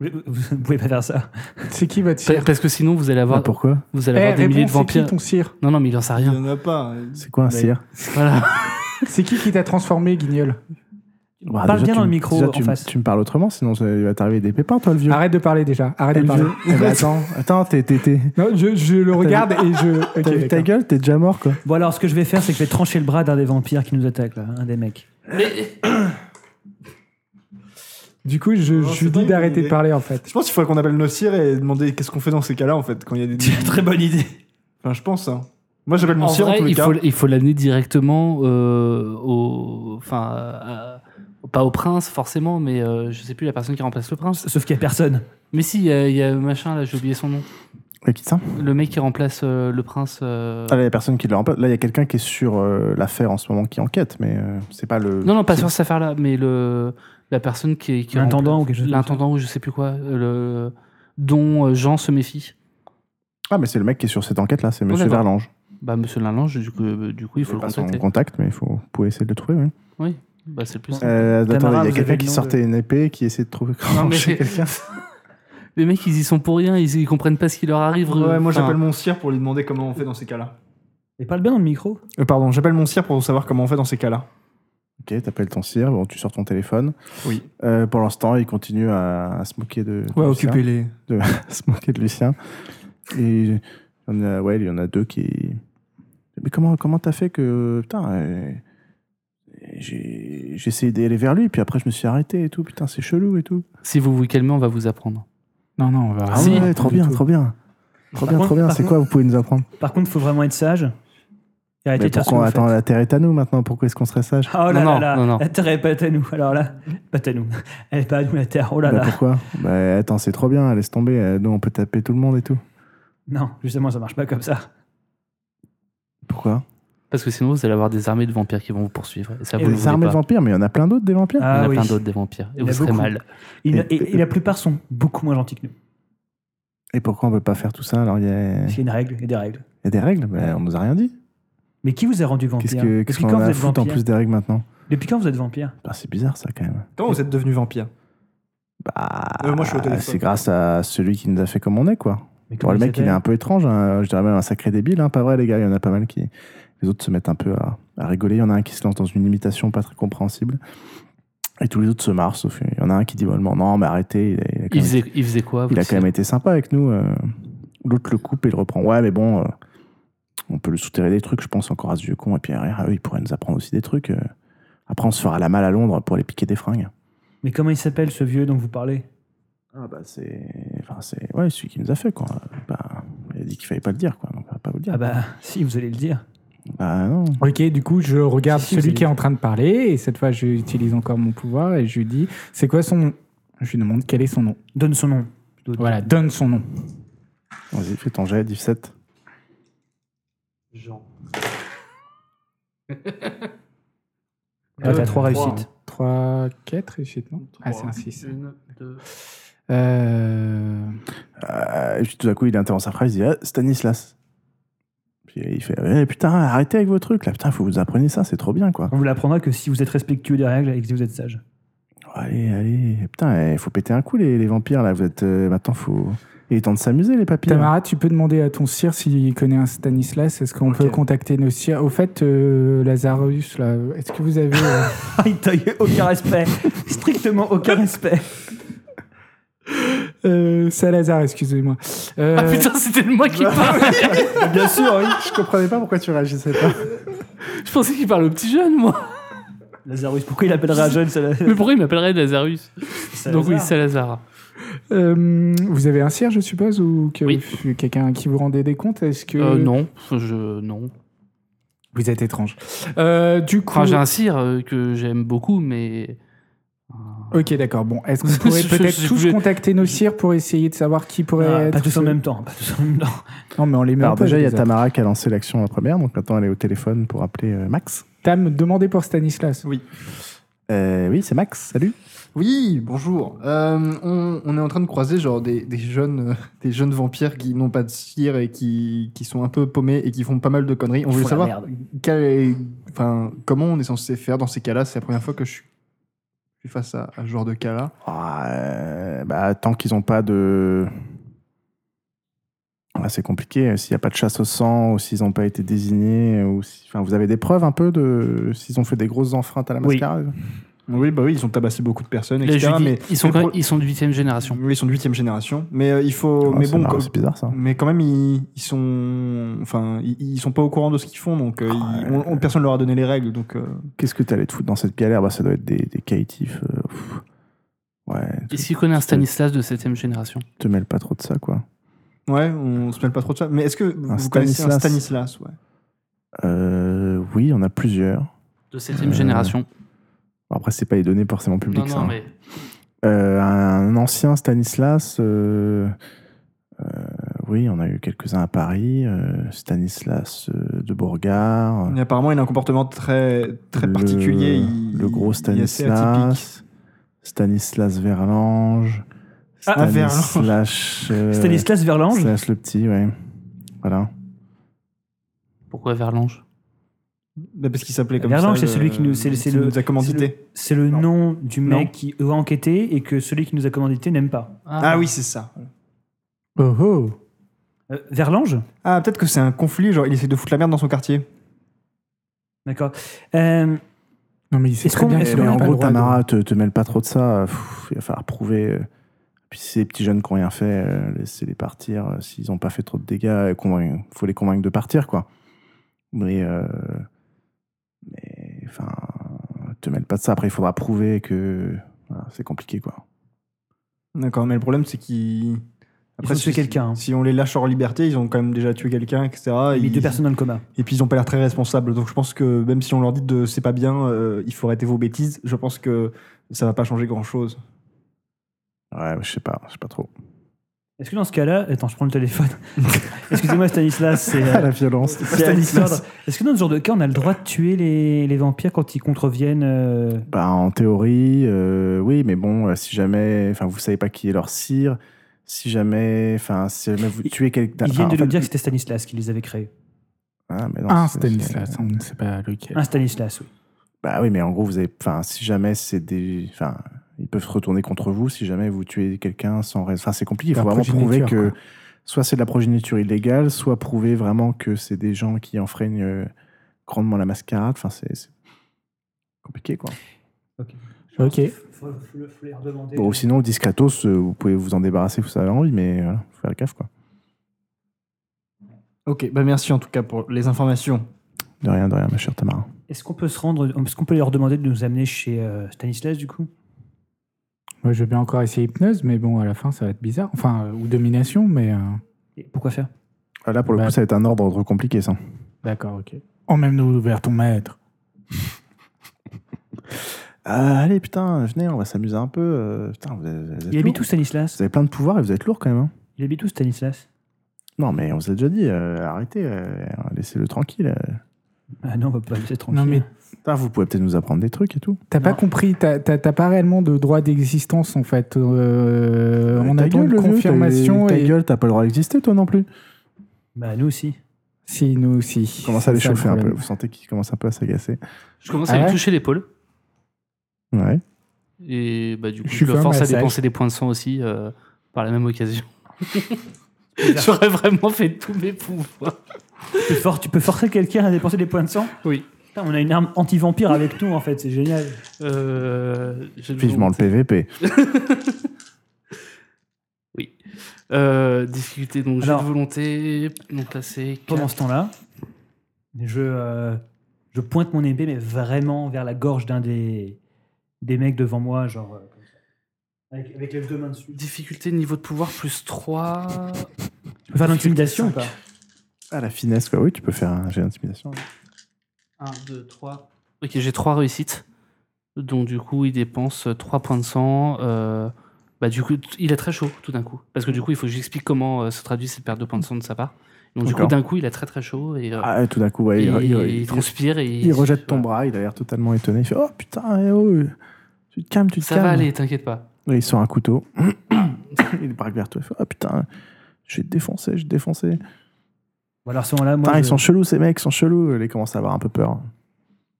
Speaker 3: Vous, vous pouvez pas faire ça.
Speaker 5: C'est qui votre
Speaker 4: Pa-
Speaker 5: cire
Speaker 4: Parce que sinon, vous allez
Speaker 1: Bah
Speaker 4: avoir,
Speaker 1: pourquoi
Speaker 4: vous allez avoir
Speaker 5: Eh,
Speaker 4: des milliers de
Speaker 5: réponds, C'est
Speaker 4: vampires.
Speaker 5: qui ton cire
Speaker 4: Non, non, mais il en sait
Speaker 2: Il n'y
Speaker 4: rien.
Speaker 2: en a pas.
Speaker 1: C'est quoi un
Speaker 3: Bah,
Speaker 1: cire
Speaker 4: Voilà.
Speaker 5: C'est qui qui t'a transformé, Guignol
Speaker 1: Bah,
Speaker 3: Parle
Speaker 1: déjà,
Speaker 3: bien
Speaker 1: tu
Speaker 3: dans le
Speaker 1: me-
Speaker 3: micro,
Speaker 1: déjà,
Speaker 3: en
Speaker 1: tu, me-
Speaker 3: face.
Speaker 1: tu me parles autrement, sinon ça- il va t'arriver des pépins, toi, le vieux.
Speaker 5: Arrête de parler déjà. Arrête
Speaker 1: Eh,
Speaker 5: de
Speaker 1: le
Speaker 5: parler.
Speaker 1: vieux. Eh ben, attends, attends, t'es, t'es, t'es-
Speaker 5: Non, je, je le regarde et je. Ok,
Speaker 1: <laughs> t'as vu ta
Speaker 5: d'accord.
Speaker 1: gueule, t'es déjà mort, quoi.
Speaker 3: Bon, alors, ce que je vais faire, c'est que je vais trancher le bras d'un des vampires qui nous attaque, là, un des mecs.
Speaker 5: Du coup, je,
Speaker 2: Non,
Speaker 5: je
Speaker 2: c'est
Speaker 5: lui
Speaker 2: pas
Speaker 5: dis
Speaker 2: une
Speaker 5: d'arrêter de
Speaker 2: idée.
Speaker 5: parler en fait.
Speaker 2: Je pense qu'il faudrait qu'on appelle nos cires et demander qu'est-ce qu'on fait dans ces cas-là, en fait, quand il y <laughs> a des.
Speaker 3: Très bonne idée.
Speaker 2: Enfin, je pense. hein. Moi, j'appelle mon
Speaker 4: En
Speaker 2: cire en
Speaker 4: vrai,
Speaker 2: tous les
Speaker 4: il
Speaker 2: cas.
Speaker 4: faut, il faut l'amener directement euh, au. Enfin, à- pas au prince, forcément, mais euh, je sais plus la personne qui remplace le prince.
Speaker 3: Sauf qu'il y a personne.
Speaker 4: Mais si, il y, a- il y a machin, là, j'ai oublié son nom.
Speaker 1: Et qui ça
Speaker 4: Le mec qui remplace euh, le prince. euh,
Speaker 1: Ah, là, il y a personne qui le remplace. Là, il y a quelqu'un qui est sur euh, l'affaire en ce moment qui enquête, mais euh, c'est pas le.
Speaker 4: Non, non, pas sur cette affaire-là, mais le, la personne qui est. qui
Speaker 3: L'intendant ou quelque chose.
Speaker 4: remplace-
Speaker 3: comme ça.
Speaker 4: L'intendant ou je sais plus quoi, euh, le, dont euh, Jean se méfie.
Speaker 1: Ah, mais c'est le mec qui est sur cette enquête-là, c'est Monsieur
Speaker 4: d'accord.
Speaker 1: Verlange.
Speaker 4: Bah, monsieur Lalange, du coup, euh, du coup il faut le
Speaker 1: Pas son
Speaker 4: contacter.
Speaker 1: contact, mais il faut, vous pouvez essayer de le trouver, oui.
Speaker 4: Bah, c'est le plus. simple.
Speaker 1: Euh, attendez,
Speaker 3: Tamara,
Speaker 1: il y a
Speaker 3: vous
Speaker 1: quelqu'un
Speaker 3: avez le
Speaker 1: qui
Speaker 3: nom
Speaker 1: sortait une épée qui essaie de trouver comment
Speaker 4: mais-
Speaker 1: chez quelqu'un.
Speaker 4: <laughs> Les mecs, ils y sont pour rien, ils, ils comprennent pas ce qui leur arrive.
Speaker 2: Ouais, moi,
Speaker 4: Enfin,
Speaker 2: j'appelle mon cire pour lui demander comment on fait dans ces cas-là.
Speaker 3: Et parle bien dans le micro.
Speaker 2: Euh, pardon, j'appelle mon cire pour savoir comment on fait dans ces cas-là.
Speaker 1: Ok, t'appelles ton cire, bon, tu sors ton téléphone.
Speaker 2: Oui.
Speaker 1: Euh, pour l'instant, il continue à, à se moquer de. de Lucien. <laughs>
Speaker 2: les.
Speaker 1: à se moquer de Lucien. Et il y en a, ouais, il y en a deux qui. Mais comment comment t'as fait que putain euh, j'ai j'ai essayé d'aller vers lui puis après je me suis arrêté et tout putain c'est chelou et tout.
Speaker 4: Si vous vous calmez, on va vous apprendre.
Speaker 5: Non, non, on va.
Speaker 1: Ah
Speaker 4: Si.
Speaker 1: ouais, trop bien, trop bien. Trop
Speaker 3: Par
Speaker 1: bien,
Speaker 3: contre-
Speaker 1: trop bien.
Speaker 3: par
Speaker 1: C'est
Speaker 3: contre-
Speaker 1: quoi vous pouvez nous apprendre
Speaker 3: Par contre, faut vraiment être sage. Et arrêtez
Speaker 1: Mais
Speaker 3: de faire ce
Speaker 1: pourquoi
Speaker 3: que vous
Speaker 1: attends la terre est à nous maintenant pourquoi est-ce qu'on serait sage
Speaker 3: faites. Oh là là
Speaker 4: Non, non,
Speaker 3: là,
Speaker 4: non, non.
Speaker 3: la terre est pas à nous. Alors là, pas à nous. <laughs> Elle est pas à nous, la terre. Oh là
Speaker 1: Bah,
Speaker 3: là.
Speaker 1: pourquoi Bah attends, c'est trop bien, laisse tomber, euh, nous on peut taper tout le monde et tout.
Speaker 3: Non, justement, ça marche pas comme ça.
Speaker 1: Pourquoi
Speaker 4: Parce que sinon, vous allez avoir des armées de vampires qui vont vous poursuivre. Et ça, vous ne
Speaker 1: Les
Speaker 4: voulez
Speaker 1: armées
Speaker 4: pas.
Speaker 1: de vampires, mais il y en a plein d'autres des vampires.
Speaker 4: Il y en
Speaker 3: Ah
Speaker 4: a
Speaker 3: oui.
Speaker 4: plein d'autres des vampires.
Speaker 3: Il
Speaker 4: Et
Speaker 3: y en
Speaker 4: vous
Speaker 3: a
Speaker 4: serez
Speaker 3: beaucoup.
Speaker 4: mal.
Speaker 3: Et,
Speaker 1: Et-
Speaker 3: et- et la plupart sont beaucoup moins gentils que nous.
Speaker 1: Et pourquoi on peut pas faire tout ça Alors il y, a... il
Speaker 3: Parce qu'il y a une règle et des règles.
Speaker 1: y a des règles, mais on nous a rien dit.
Speaker 3: Mais qui vous a rendu vampire
Speaker 1: Qu'est-ce que- qu'est-ce
Speaker 3: Depuis
Speaker 1: qu'on
Speaker 3: quand
Speaker 1: en
Speaker 3: vous
Speaker 1: a à
Speaker 3: êtes
Speaker 1: foutre en
Speaker 3: vampire
Speaker 1: plus des règles maintenant
Speaker 3: Depuis quand vous êtes vampire
Speaker 1: Bah, C'est bizarre ça quand même.
Speaker 2: Comment vous êtes devenu vampire
Speaker 1: Bah,
Speaker 2: Euh, moi, je suis au téléphone.
Speaker 1: c'est grâce à celui qui nous a fait comme on est quoi.
Speaker 3: Mais
Speaker 1: Bon,
Speaker 3: comment
Speaker 1: le mec il est
Speaker 3: s'appelle
Speaker 1: un peu étrange, hein, je dirais même un sacré débile, hein, pas vrai les gars, il y en a pas mal qui... Les autres se mettent un peu à, à rigoler, il y en a un qui se lance dans une imitation pas très compréhensible. Et tous les autres se marrent, sauf qu'il y en a un qui dit mollement Non, mais arrêtez, il a, il a quand,
Speaker 4: Il
Speaker 1: même,
Speaker 4: faisait, il faisait quoi vous
Speaker 1: il a quand même été sympa avec nous. euh. L'autre le coupe et le reprend Ouais, mais bon, euh, on peut le souterrer des trucs, je pense encore à ce vieux con. Et puis derrière, eux, il pourrait nous apprendre aussi des trucs. euh. Après, on se fera la malle à Londres pour les piquer des fringues.
Speaker 3: Mais comment il s'appelle ce vieux dont vous parlez
Speaker 1: Ah, bah, c'est. Enfin, c'est. Ouais, celui qui nous a fait, quoi. Bah, il a dit qu'il fallait pas le dire, quoi. Donc, on va pas vous le dire.
Speaker 3: Ah bah si, vous allez le dire.
Speaker 1: Bah, non.
Speaker 5: Ok, du coup, je regarde
Speaker 3: Si, si,
Speaker 5: celui
Speaker 3: vous
Speaker 5: qui est
Speaker 3: avez-
Speaker 5: en train de parler, et cette fois, j'utilise encore mon pouvoir, et je lui dis, c'est quoi son nom Je lui demande quel est son nom.
Speaker 3: Donne son nom. plutôt.
Speaker 5: Voilà, donne son nom.
Speaker 1: Vas-y, fais ton jet, 17.
Speaker 4: Jean.
Speaker 3: Ah, T'as trois
Speaker 8: trois,
Speaker 3: réussites.
Speaker 5: 3, 4 réussites, non Ah, c'est un 6.
Speaker 4: Une, deux.
Speaker 5: Euh...
Speaker 1: Euh, et puis tout à coup, il interrompt sa phrase, il dit ah, Stanislas. Puis il fait Eh, Putain, arrêtez avec vos trucs là, putain, faut que vous appreniez ça, c'est trop bien quoi.
Speaker 3: On vous l'apprendra que si vous êtes respectueux des règles et que si vous êtes sage. <laughs>
Speaker 1: Allez, allez, putain, il faut péter un coup les, les vampires là, vous êtes. euh, maintenant, faut. Il est temps de s'amuser les papilles.
Speaker 5: Tamara, tu peux demander à ton sire s'il connaît un Stanislas. Est-ce qu'on peut contacter nos sires Au fait, euh, Lazarus, là, est-ce que vous
Speaker 1: <laughs>
Speaker 5: avez. euh,
Speaker 3: Ah, il t'a eu aucun <laughs> respect. Strictement aucun respect.
Speaker 5: euh, Salazar, excusez-moi. Euh,
Speaker 4: Ah
Speaker 5: <laughs>
Speaker 4: putain, c'était de moi qui parle
Speaker 1: Bien sûr, oui, je comprenais pas pourquoi tu réagissais pas.
Speaker 4: Je pensais qu'il parle au petit jeune, moi.
Speaker 3: Lazarus, pourquoi il appellerait un jeune ça,
Speaker 4: Mais pourquoi il m'appellerait Lazarus
Speaker 3: ça-
Speaker 4: Donc oui,
Speaker 3: ça-
Speaker 4: Salazar.
Speaker 5: euh, vous avez un sire, je suppose, ou que-
Speaker 4: Oui.
Speaker 5: quelqu'un qui vous rendait des comptes Est-ce que.
Speaker 4: Euh, non, je... Non.
Speaker 5: Vous êtes étrange. Euh, du coup.
Speaker 4: Enfin, j'ai un cire euh, que j'aime beaucoup, mais...
Speaker 5: Ok, d'accord. Bon, est-ce qu'on
Speaker 4: <laughs>
Speaker 5: pourrait
Speaker 4: Je-
Speaker 5: peut-être
Speaker 4: je-
Speaker 5: tous
Speaker 4: je-
Speaker 5: contacter nos sires pour essayer de savoir qui pourrait
Speaker 3: Ah,
Speaker 5: être.
Speaker 3: pas tous en même temps. Pas tous en même temps.
Speaker 5: Non, mais on les met en
Speaker 1: Alors
Speaker 5: poche,
Speaker 1: déjà, il y a
Speaker 5: déjà.
Speaker 1: Tamara qui a lancé l'action la première, donc maintenant elle est au téléphone pour appeler euh, Max.
Speaker 5: Tam, demandez pour Stanislas.
Speaker 1: Euh, oui, c'est Max, salut.
Speaker 2: Oui, bonjour. Euh, on, on est en train de croiser genre des, des jeunes, euh, des jeunes vampires qui n'ont pas de cire et qui, qui sont un peu paumés et qui font pas mal de conneries. On
Speaker 3: Ils
Speaker 2: voulait
Speaker 3: font la
Speaker 2: savoir quel est- enfin, comment on est censé faire dans ces cas-là. C'est la première fois que je suis je suis face à, à ce genre de cas-là.
Speaker 1: Ah, euh, bah, tant qu'ils n'ont pas de. Ah, c'est compliqué. S'il n'y a pas de chasse au sang, ou s'ils n'ont pas été désignés, ou si... enfin, vous avez des preuves un peu de s'ils ont fait des grosses enfreintes à la
Speaker 3: Oui.
Speaker 1: mascarade
Speaker 8: Oui, bah oui, ils ont tabassé beaucoup de personnes,
Speaker 4: Là, je
Speaker 8: etc.
Speaker 4: lui dis,
Speaker 8: mais
Speaker 4: ils, sont
Speaker 8: le
Speaker 4: quand même-
Speaker 8: pro-
Speaker 4: ils sont de 8ème génération.
Speaker 2: Oui, ils sont de huitième génération, mais euh, il faut.
Speaker 1: Ah,
Speaker 2: mais
Speaker 1: c'est
Speaker 2: bon,
Speaker 1: marrant,
Speaker 2: co-
Speaker 1: c'est bizarre ça.
Speaker 2: mais quand même, ils, ils sont, enfin, ils, ils sont pas au courant de ce qu'ils font, donc euh, ils- on- on- personne leur a donné les règles, donc. euh,
Speaker 1: Qu'est-ce que tu allais te foutre dans cette galère bah, Ça doit être des, des caïtifs. euh, pff. Ouais,
Speaker 4: Est-ce qu'il connaît un Stanislas de 7ème génération
Speaker 1: te mêle pas trop de ça, quoi.
Speaker 2: Ouais, on se mêle pas trop de ça. Mais est-ce que vous
Speaker 1: Un
Speaker 2: connaissez un
Speaker 1: Stanislas.
Speaker 2: Stanislas ouais.
Speaker 1: Euh, oui, on a plusieurs.
Speaker 4: De 7ème
Speaker 1: Euh,
Speaker 4: génération.
Speaker 1: Bon, Après, c'est pas les données forcément publiques.
Speaker 4: Non,
Speaker 1: ça, hein.
Speaker 4: non, mais...
Speaker 1: Euh, un ancien Stanislas. euh, euh, oui, on a eu quelques-uns à Paris. euh, Stanislas euh, de Bourgard.
Speaker 2: Mais apparemment, il a un comportement très, très
Speaker 1: le-
Speaker 2: particulier. il-
Speaker 1: le gros
Speaker 2: il est assez atypique.
Speaker 1: Stanislas. Stanislas Verlange.
Speaker 2: Ah, Verlange.
Speaker 1: Stanislas. euh,
Speaker 3: Stanislas Verlange
Speaker 1: Stanislas le petit, ouais. Voilà.
Speaker 4: Pourquoi Verlange
Speaker 2: Bah, parce qu'il s'appelait comme ça.
Speaker 3: Verlange, c'est
Speaker 2: le-
Speaker 3: celui qui nous- c'est- c'est
Speaker 2: qui
Speaker 3: le-
Speaker 2: nous a commandité.
Speaker 3: C'est le
Speaker 2: Non.
Speaker 3: nom du
Speaker 2: Non.
Speaker 3: mec qui a enquêté et que celui qui nous a commandité n'aime pas.
Speaker 2: Ah oui, c'est ça.
Speaker 5: Oh oh.
Speaker 3: Euh, Verlange
Speaker 2: Ah, peut-être que c'est un conflit, genre il essaie de foutre la merde dans son quartier.
Speaker 3: D'accord. Euh,
Speaker 5: Non, mais il sait
Speaker 3: Est-ce
Speaker 5: très
Speaker 3: qu'on-
Speaker 5: bien
Speaker 3: est-ce
Speaker 5: qu'il
Speaker 3: qu'on
Speaker 5: a
Speaker 1: Mais
Speaker 3: a
Speaker 5: pas
Speaker 1: en
Speaker 5: le
Speaker 1: gros,
Speaker 5: droit de-
Speaker 1: Tamara, te, te mêle pas trop de ça. euh, Pff, il va falloir prouver. euh, Puis si ces petits jeunes qui ont rien fait, euh, laissez-les partir. euh, S'ils n'ont pas fait trop de dégâts, il faut les convaincre de partir, quoi. Mais, euh, mais enfin, te mêle pas de ça. Après, il faudra prouver que voilà, c'est compliqué, quoi.
Speaker 2: D'accord, mais le problème, c'est qu'il.
Speaker 3: Après, tuer quelqu'un. hein.
Speaker 2: Si on les lâche hors liberté, ils ont quand même déjà tué quelqu'un, etc.
Speaker 3: Il y a
Speaker 2: ils-
Speaker 3: deux personnes dans le coma.
Speaker 2: Et puis ils ont pas l'air très responsables. Donc je pense que même si on leur dit de c'est pas bien, euh, il faut arrêter vos bêtises, je pense que ça va pas changer grand chose.
Speaker 1: Ouais, je sais pas, je sais pas trop.
Speaker 3: Est-ce que dans ce cas-là. Attends, je prends le téléphone. Excusez-moi, Stanislas, c'est. euh,
Speaker 1: la violence.
Speaker 3: c'est Alexandre. Est-ce que dans ce genre de cas, on a le droit de tuer les, les vampires quand ils contreviennent euh,
Speaker 1: Bah, en théorie, euh, oui, mais bon, euh, si jamais, enfin, vous savez pas qui est leur cire, si jamais, enfin, si jamais vous
Speaker 3: Ils-
Speaker 1: tuez quelqu'un,
Speaker 3: Ils viennent
Speaker 1: enfin,
Speaker 3: de
Speaker 1: Ah, en fait-
Speaker 3: nous dire que c'était Stanislas qui les avait créés.
Speaker 1: Ah, mais non,
Speaker 5: Un
Speaker 1: c'est-
Speaker 5: Stanislas,
Speaker 1: c'est-
Speaker 5: on ne sait pas lequel.
Speaker 3: Un Stanislas, oui.
Speaker 1: Bah oui, mais en gros, vous avez, enfin, si jamais c'est des, enfin, ils peuvent se retourner contre vous si jamais vous tuez quelqu'un sans raison. Enfin, c'est compliqué. Il
Speaker 5: La
Speaker 1: faut vraiment prouver
Speaker 5: progéniture,
Speaker 1: que
Speaker 5: quoi.
Speaker 1: soit c'est de la progéniture illégale, soit prouver vraiment que c'est des gens qui enfreignent euh, grandement la mascarade. Enfin, c'est c'est compliqué, quoi.
Speaker 5: Ok.
Speaker 3: Faut, faut le- faut les redemander.
Speaker 1: Bon, sinon, le discretos, euh, vous pouvez vous en débarrasser si vous avez envie, mais euh, faut faire gaffe, quoi.
Speaker 6: Ok, bah merci en tout cas pour les informations.
Speaker 1: De rien, de rien, ma chère Tamara.
Speaker 3: Est-ce qu'on peut se rendre, est-ce qu'on peut leur demander de nous amener chez euh, Stanislas du coup
Speaker 5: Moi, je vais bien encore essayer hypnose, mais bon, à la fin, ça va être bizarre. Enfin, euh, ou domination, mais. euh,
Speaker 3: Et Pourquoi faire
Speaker 1: Ah, Là, pour le
Speaker 5: Bah.
Speaker 1: coup, ça va être un ordre trop compliqué, ça.
Speaker 5: D'accord, ok.
Speaker 1: Oh,
Speaker 5: Emmène-nous vers ton maître.
Speaker 1: Ah, allez, putain, venez, on va s'amuser un peu. euh, putain, vous êtes, vous êtes
Speaker 3: Il habite
Speaker 1: lourds.
Speaker 3: où Stanislas
Speaker 1: Vous avez plein de pouvoirs et vous êtes lourd quand même. hein.
Speaker 3: Il habite où Stanislas
Speaker 1: Non, mais on vous a déjà dit, euh, arrêtez, euh, laissez-le tranquille. euh.
Speaker 3: Ah non, on va pas le laisser tranquille.
Speaker 5: Non, mais
Speaker 1: Putain, vous pouvez peut-être nous apprendre des trucs et tout.
Speaker 5: t'as pas compris, t'as t'as- t'as pas réellement de droit d'existence en fait. Euh, on
Speaker 1: Ta
Speaker 5: attend
Speaker 1: gueule,
Speaker 5: une
Speaker 1: le vieux,
Speaker 5: confirmation
Speaker 1: t'as- Ta
Speaker 5: et
Speaker 1: gueule, t'as pas le droit d'exister, toi non plus.
Speaker 3: Bah nous aussi.
Speaker 5: si nous aussi.
Speaker 1: Commence à
Speaker 5: C'est ça, le
Speaker 1: l'échauffer un peu.
Speaker 5: problème.
Speaker 1: Vous sentez qu'il commence un peu à s'agacer.
Speaker 4: Je commence
Speaker 5: Ah
Speaker 4: à
Speaker 5: ouais
Speaker 4: lui toucher l'épaule.
Speaker 1: Ouais.
Speaker 4: Et bah, du coup,
Speaker 5: Je
Speaker 4: je,
Speaker 5: suis
Speaker 4: le
Speaker 5: pas un
Speaker 4: force à
Speaker 5: massage.
Speaker 4: dépenser des points de sang aussi euh, par la même occasion. <laughs> J'aurais vraiment fait tous mes pouvoirs.
Speaker 3: Tu peux, for- tu peux forcer quelqu'un à dépenser des points de sang
Speaker 4: Oui.
Speaker 3: Putain, on a une arme anti-vampire avec nous en fait, c'est génial.
Speaker 4: Euh, je-
Speaker 1: Vivement le PVP.
Speaker 4: Euh, difficulté, donc j'ai de
Speaker 3: Alors-
Speaker 4: volonté. Donc là, c'est.
Speaker 3: Pendant ce temps-là, je, euh, je pointe mon épée, mais vraiment vers la gorge d'un des, des mecs devant moi, genre. euh, comme ça. Avec, avec les deux mains dessus.
Speaker 4: Difficulté niveau de pouvoir plus 3.
Speaker 3: Tu peux faire l'intimidation ou pas
Speaker 1: Ah, la finesse, quoi. Oui, tu peux faire un jet d'intimidation.
Speaker 4: 1, 2, 3. Ok, j'ai 3 réussites. Donc du coup, il dépense 3 points de sang. euh, bah, du coup, t- il est très chaud tout d'un coup. Parce que du coup, il faut que j'explique comment euh, se traduit cette perte de points de sang de sa part. Donc du coup,
Speaker 1: D'accord.
Speaker 4: d'un coup, il est très très chaud et, euh,
Speaker 1: Ah, et tout d'un coup, ouais,
Speaker 4: et
Speaker 1: il,
Speaker 4: il,
Speaker 1: il- il-
Speaker 4: transpire. Et,
Speaker 1: il rejette ton
Speaker 4: voilà.
Speaker 1: bras. Il a l'air totalement étonné. Il fait Oh putain, eh oh, tu te calmes, tu te
Speaker 4: Ça
Speaker 1: calmes.
Speaker 4: va aller, t'inquiète pas.
Speaker 1: Ouais, il sort un couteau. <coughs> il braque vers toi. Il fait Oh putain, je vais te défoncer, je vais te défoncer.
Speaker 3: Bon, alors à ce moment-là, moi.
Speaker 1: Putain,
Speaker 3: je-
Speaker 1: ils sont chelous, ces mecs, ils sont chelous. Il commence à avoir un peu peur.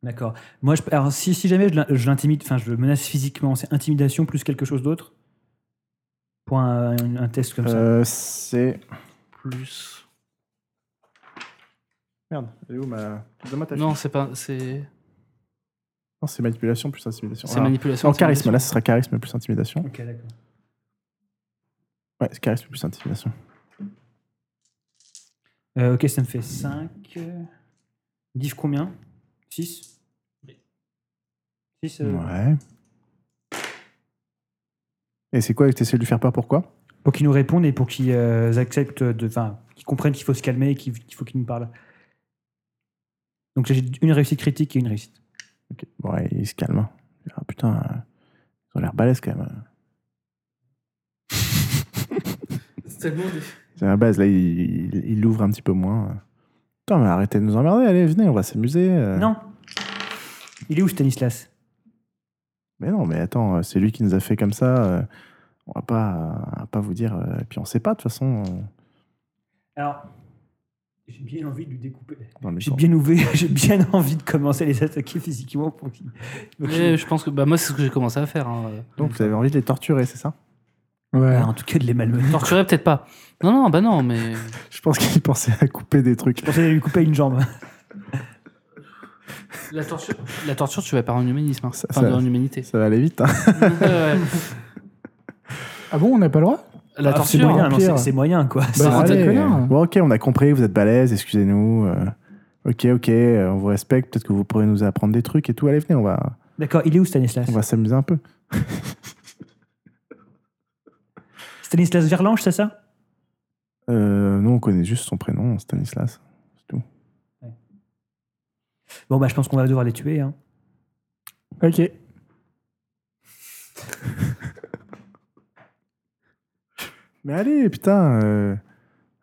Speaker 3: D'accord. Moi, je... alors si, si jamais je l'in- je l'intimide, enfin, je le menace physiquement, c'est intimidation plus quelque chose d'autre Pour un, un- un test comme ça.
Speaker 1: Euh, c'est.
Speaker 4: Plus.
Speaker 1: Merde, elle est où ma. Donne-moi ta
Speaker 4: Non,
Speaker 1: fiche.
Speaker 4: c'est pas. C'est
Speaker 1: Non, c'est manipulation plus intimidation.
Speaker 4: c'est
Speaker 1: Ah.
Speaker 4: manipulation.
Speaker 1: Non, charisme, là, ce sera charisme plus intimidation.
Speaker 3: Ok, d'accord.
Speaker 1: Ouais, c'est charisme plus intimidation.
Speaker 3: Euh, ok, ça me fait 5. Div combien 6 6
Speaker 1: Ouais. Et c'est quoi Tu essaies de lui faire peur pourquoi
Speaker 3: Pour qu'ils nous répondent et pour qu'ils euh, acceptent, de- enfin, qu'ils comprennent qu'il faut se calmer et qu'il qu'il faut qu'ils nous parlent. Donc j'ai une réussite critique et une réussite.
Speaker 1: Ok, bon, ouais, il se calme. Ah putain, euh, ils ont l'air balèzes quand même.
Speaker 4: C'est tellement
Speaker 1: C'est la base, là, il, il- il ouvre un petit peu moins. Putain, mais arrêtez de nous emmerder, allez, venez, on va s'amuser. euh.
Speaker 3: Non Il est où Stanislas
Speaker 1: Mais non, mais attends, euh, c'est lui qui nous a fait comme ça. euh, On va pas, euh, on va pas vous dire. euh, Et puis on sait pas, de toute façon. euh,
Speaker 3: Alors, j'ai bien envie de lui découper.
Speaker 1: dans le
Speaker 3: J'ai
Speaker 1: sens.
Speaker 3: bien, ouvé- <laughs> j'ai bien envie de commencer à les attaquer physiquement pour qu'ils. pour qu'ils-
Speaker 4: Mais je pense que bah, moi, c'est ce que j'ai commencé à faire. hein.
Speaker 1: Donc vous avez envie de les torturer, c'est ça
Speaker 5: Ouais.
Speaker 3: Ah, en tout cas, de les malmener.
Speaker 4: Torturer, peut-être pas. Non, non, bah non, mais.
Speaker 1: Je pense qu'il <laughs> pensait à couper des trucs.
Speaker 3: Je pensais à lui couper une jambe.
Speaker 4: <laughs> La torture, la torture tu vas par en humanisme. Hein.
Speaker 1: Ça-
Speaker 4: Enfin,
Speaker 1: ça-
Speaker 4: en
Speaker 1: <laughs>
Speaker 4: humanité.
Speaker 1: Ça va aller vite. hein.
Speaker 4: Ouais.
Speaker 5: Ah bon, on n'a pas le droit
Speaker 4: La
Speaker 5: Ah, c'est
Speaker 4: torture. hein.
Speaker 5: moyen.
Speaker 3: Moyen, non,
Speaker 5: pire.
Speaker 3: c'est- c'est moyen, quoi.
Speaker 5: Bah,
Speaker 1: Ah,
Speaker 5: c'est
Speaker 1: allez.
Speaker 5: un connard.
Speaker 1: Bon, ok, on a compris, vous êtes balèze, excusez-nous. euh, ok, ok, euh, on vous respecte, peut-être que vous pourrez nous apprendre des trucs et tout. Allez, venez, on va,
Speaker 3: D'accord, il est où Stanislas
Speaker 1: on va s'amuser un peu.
Speaker 3: Stanislas Verlange, c'est ça
Speaker 1: Euh, nous, on connaît juste son prénom, Stanislas. C'est tout.
Speaker 3: Bon, bah, je pense qu'on va devoir les tuer. Hein.
Speaker 5: Ok.
Speaker 1: Mais allez, putain. euh,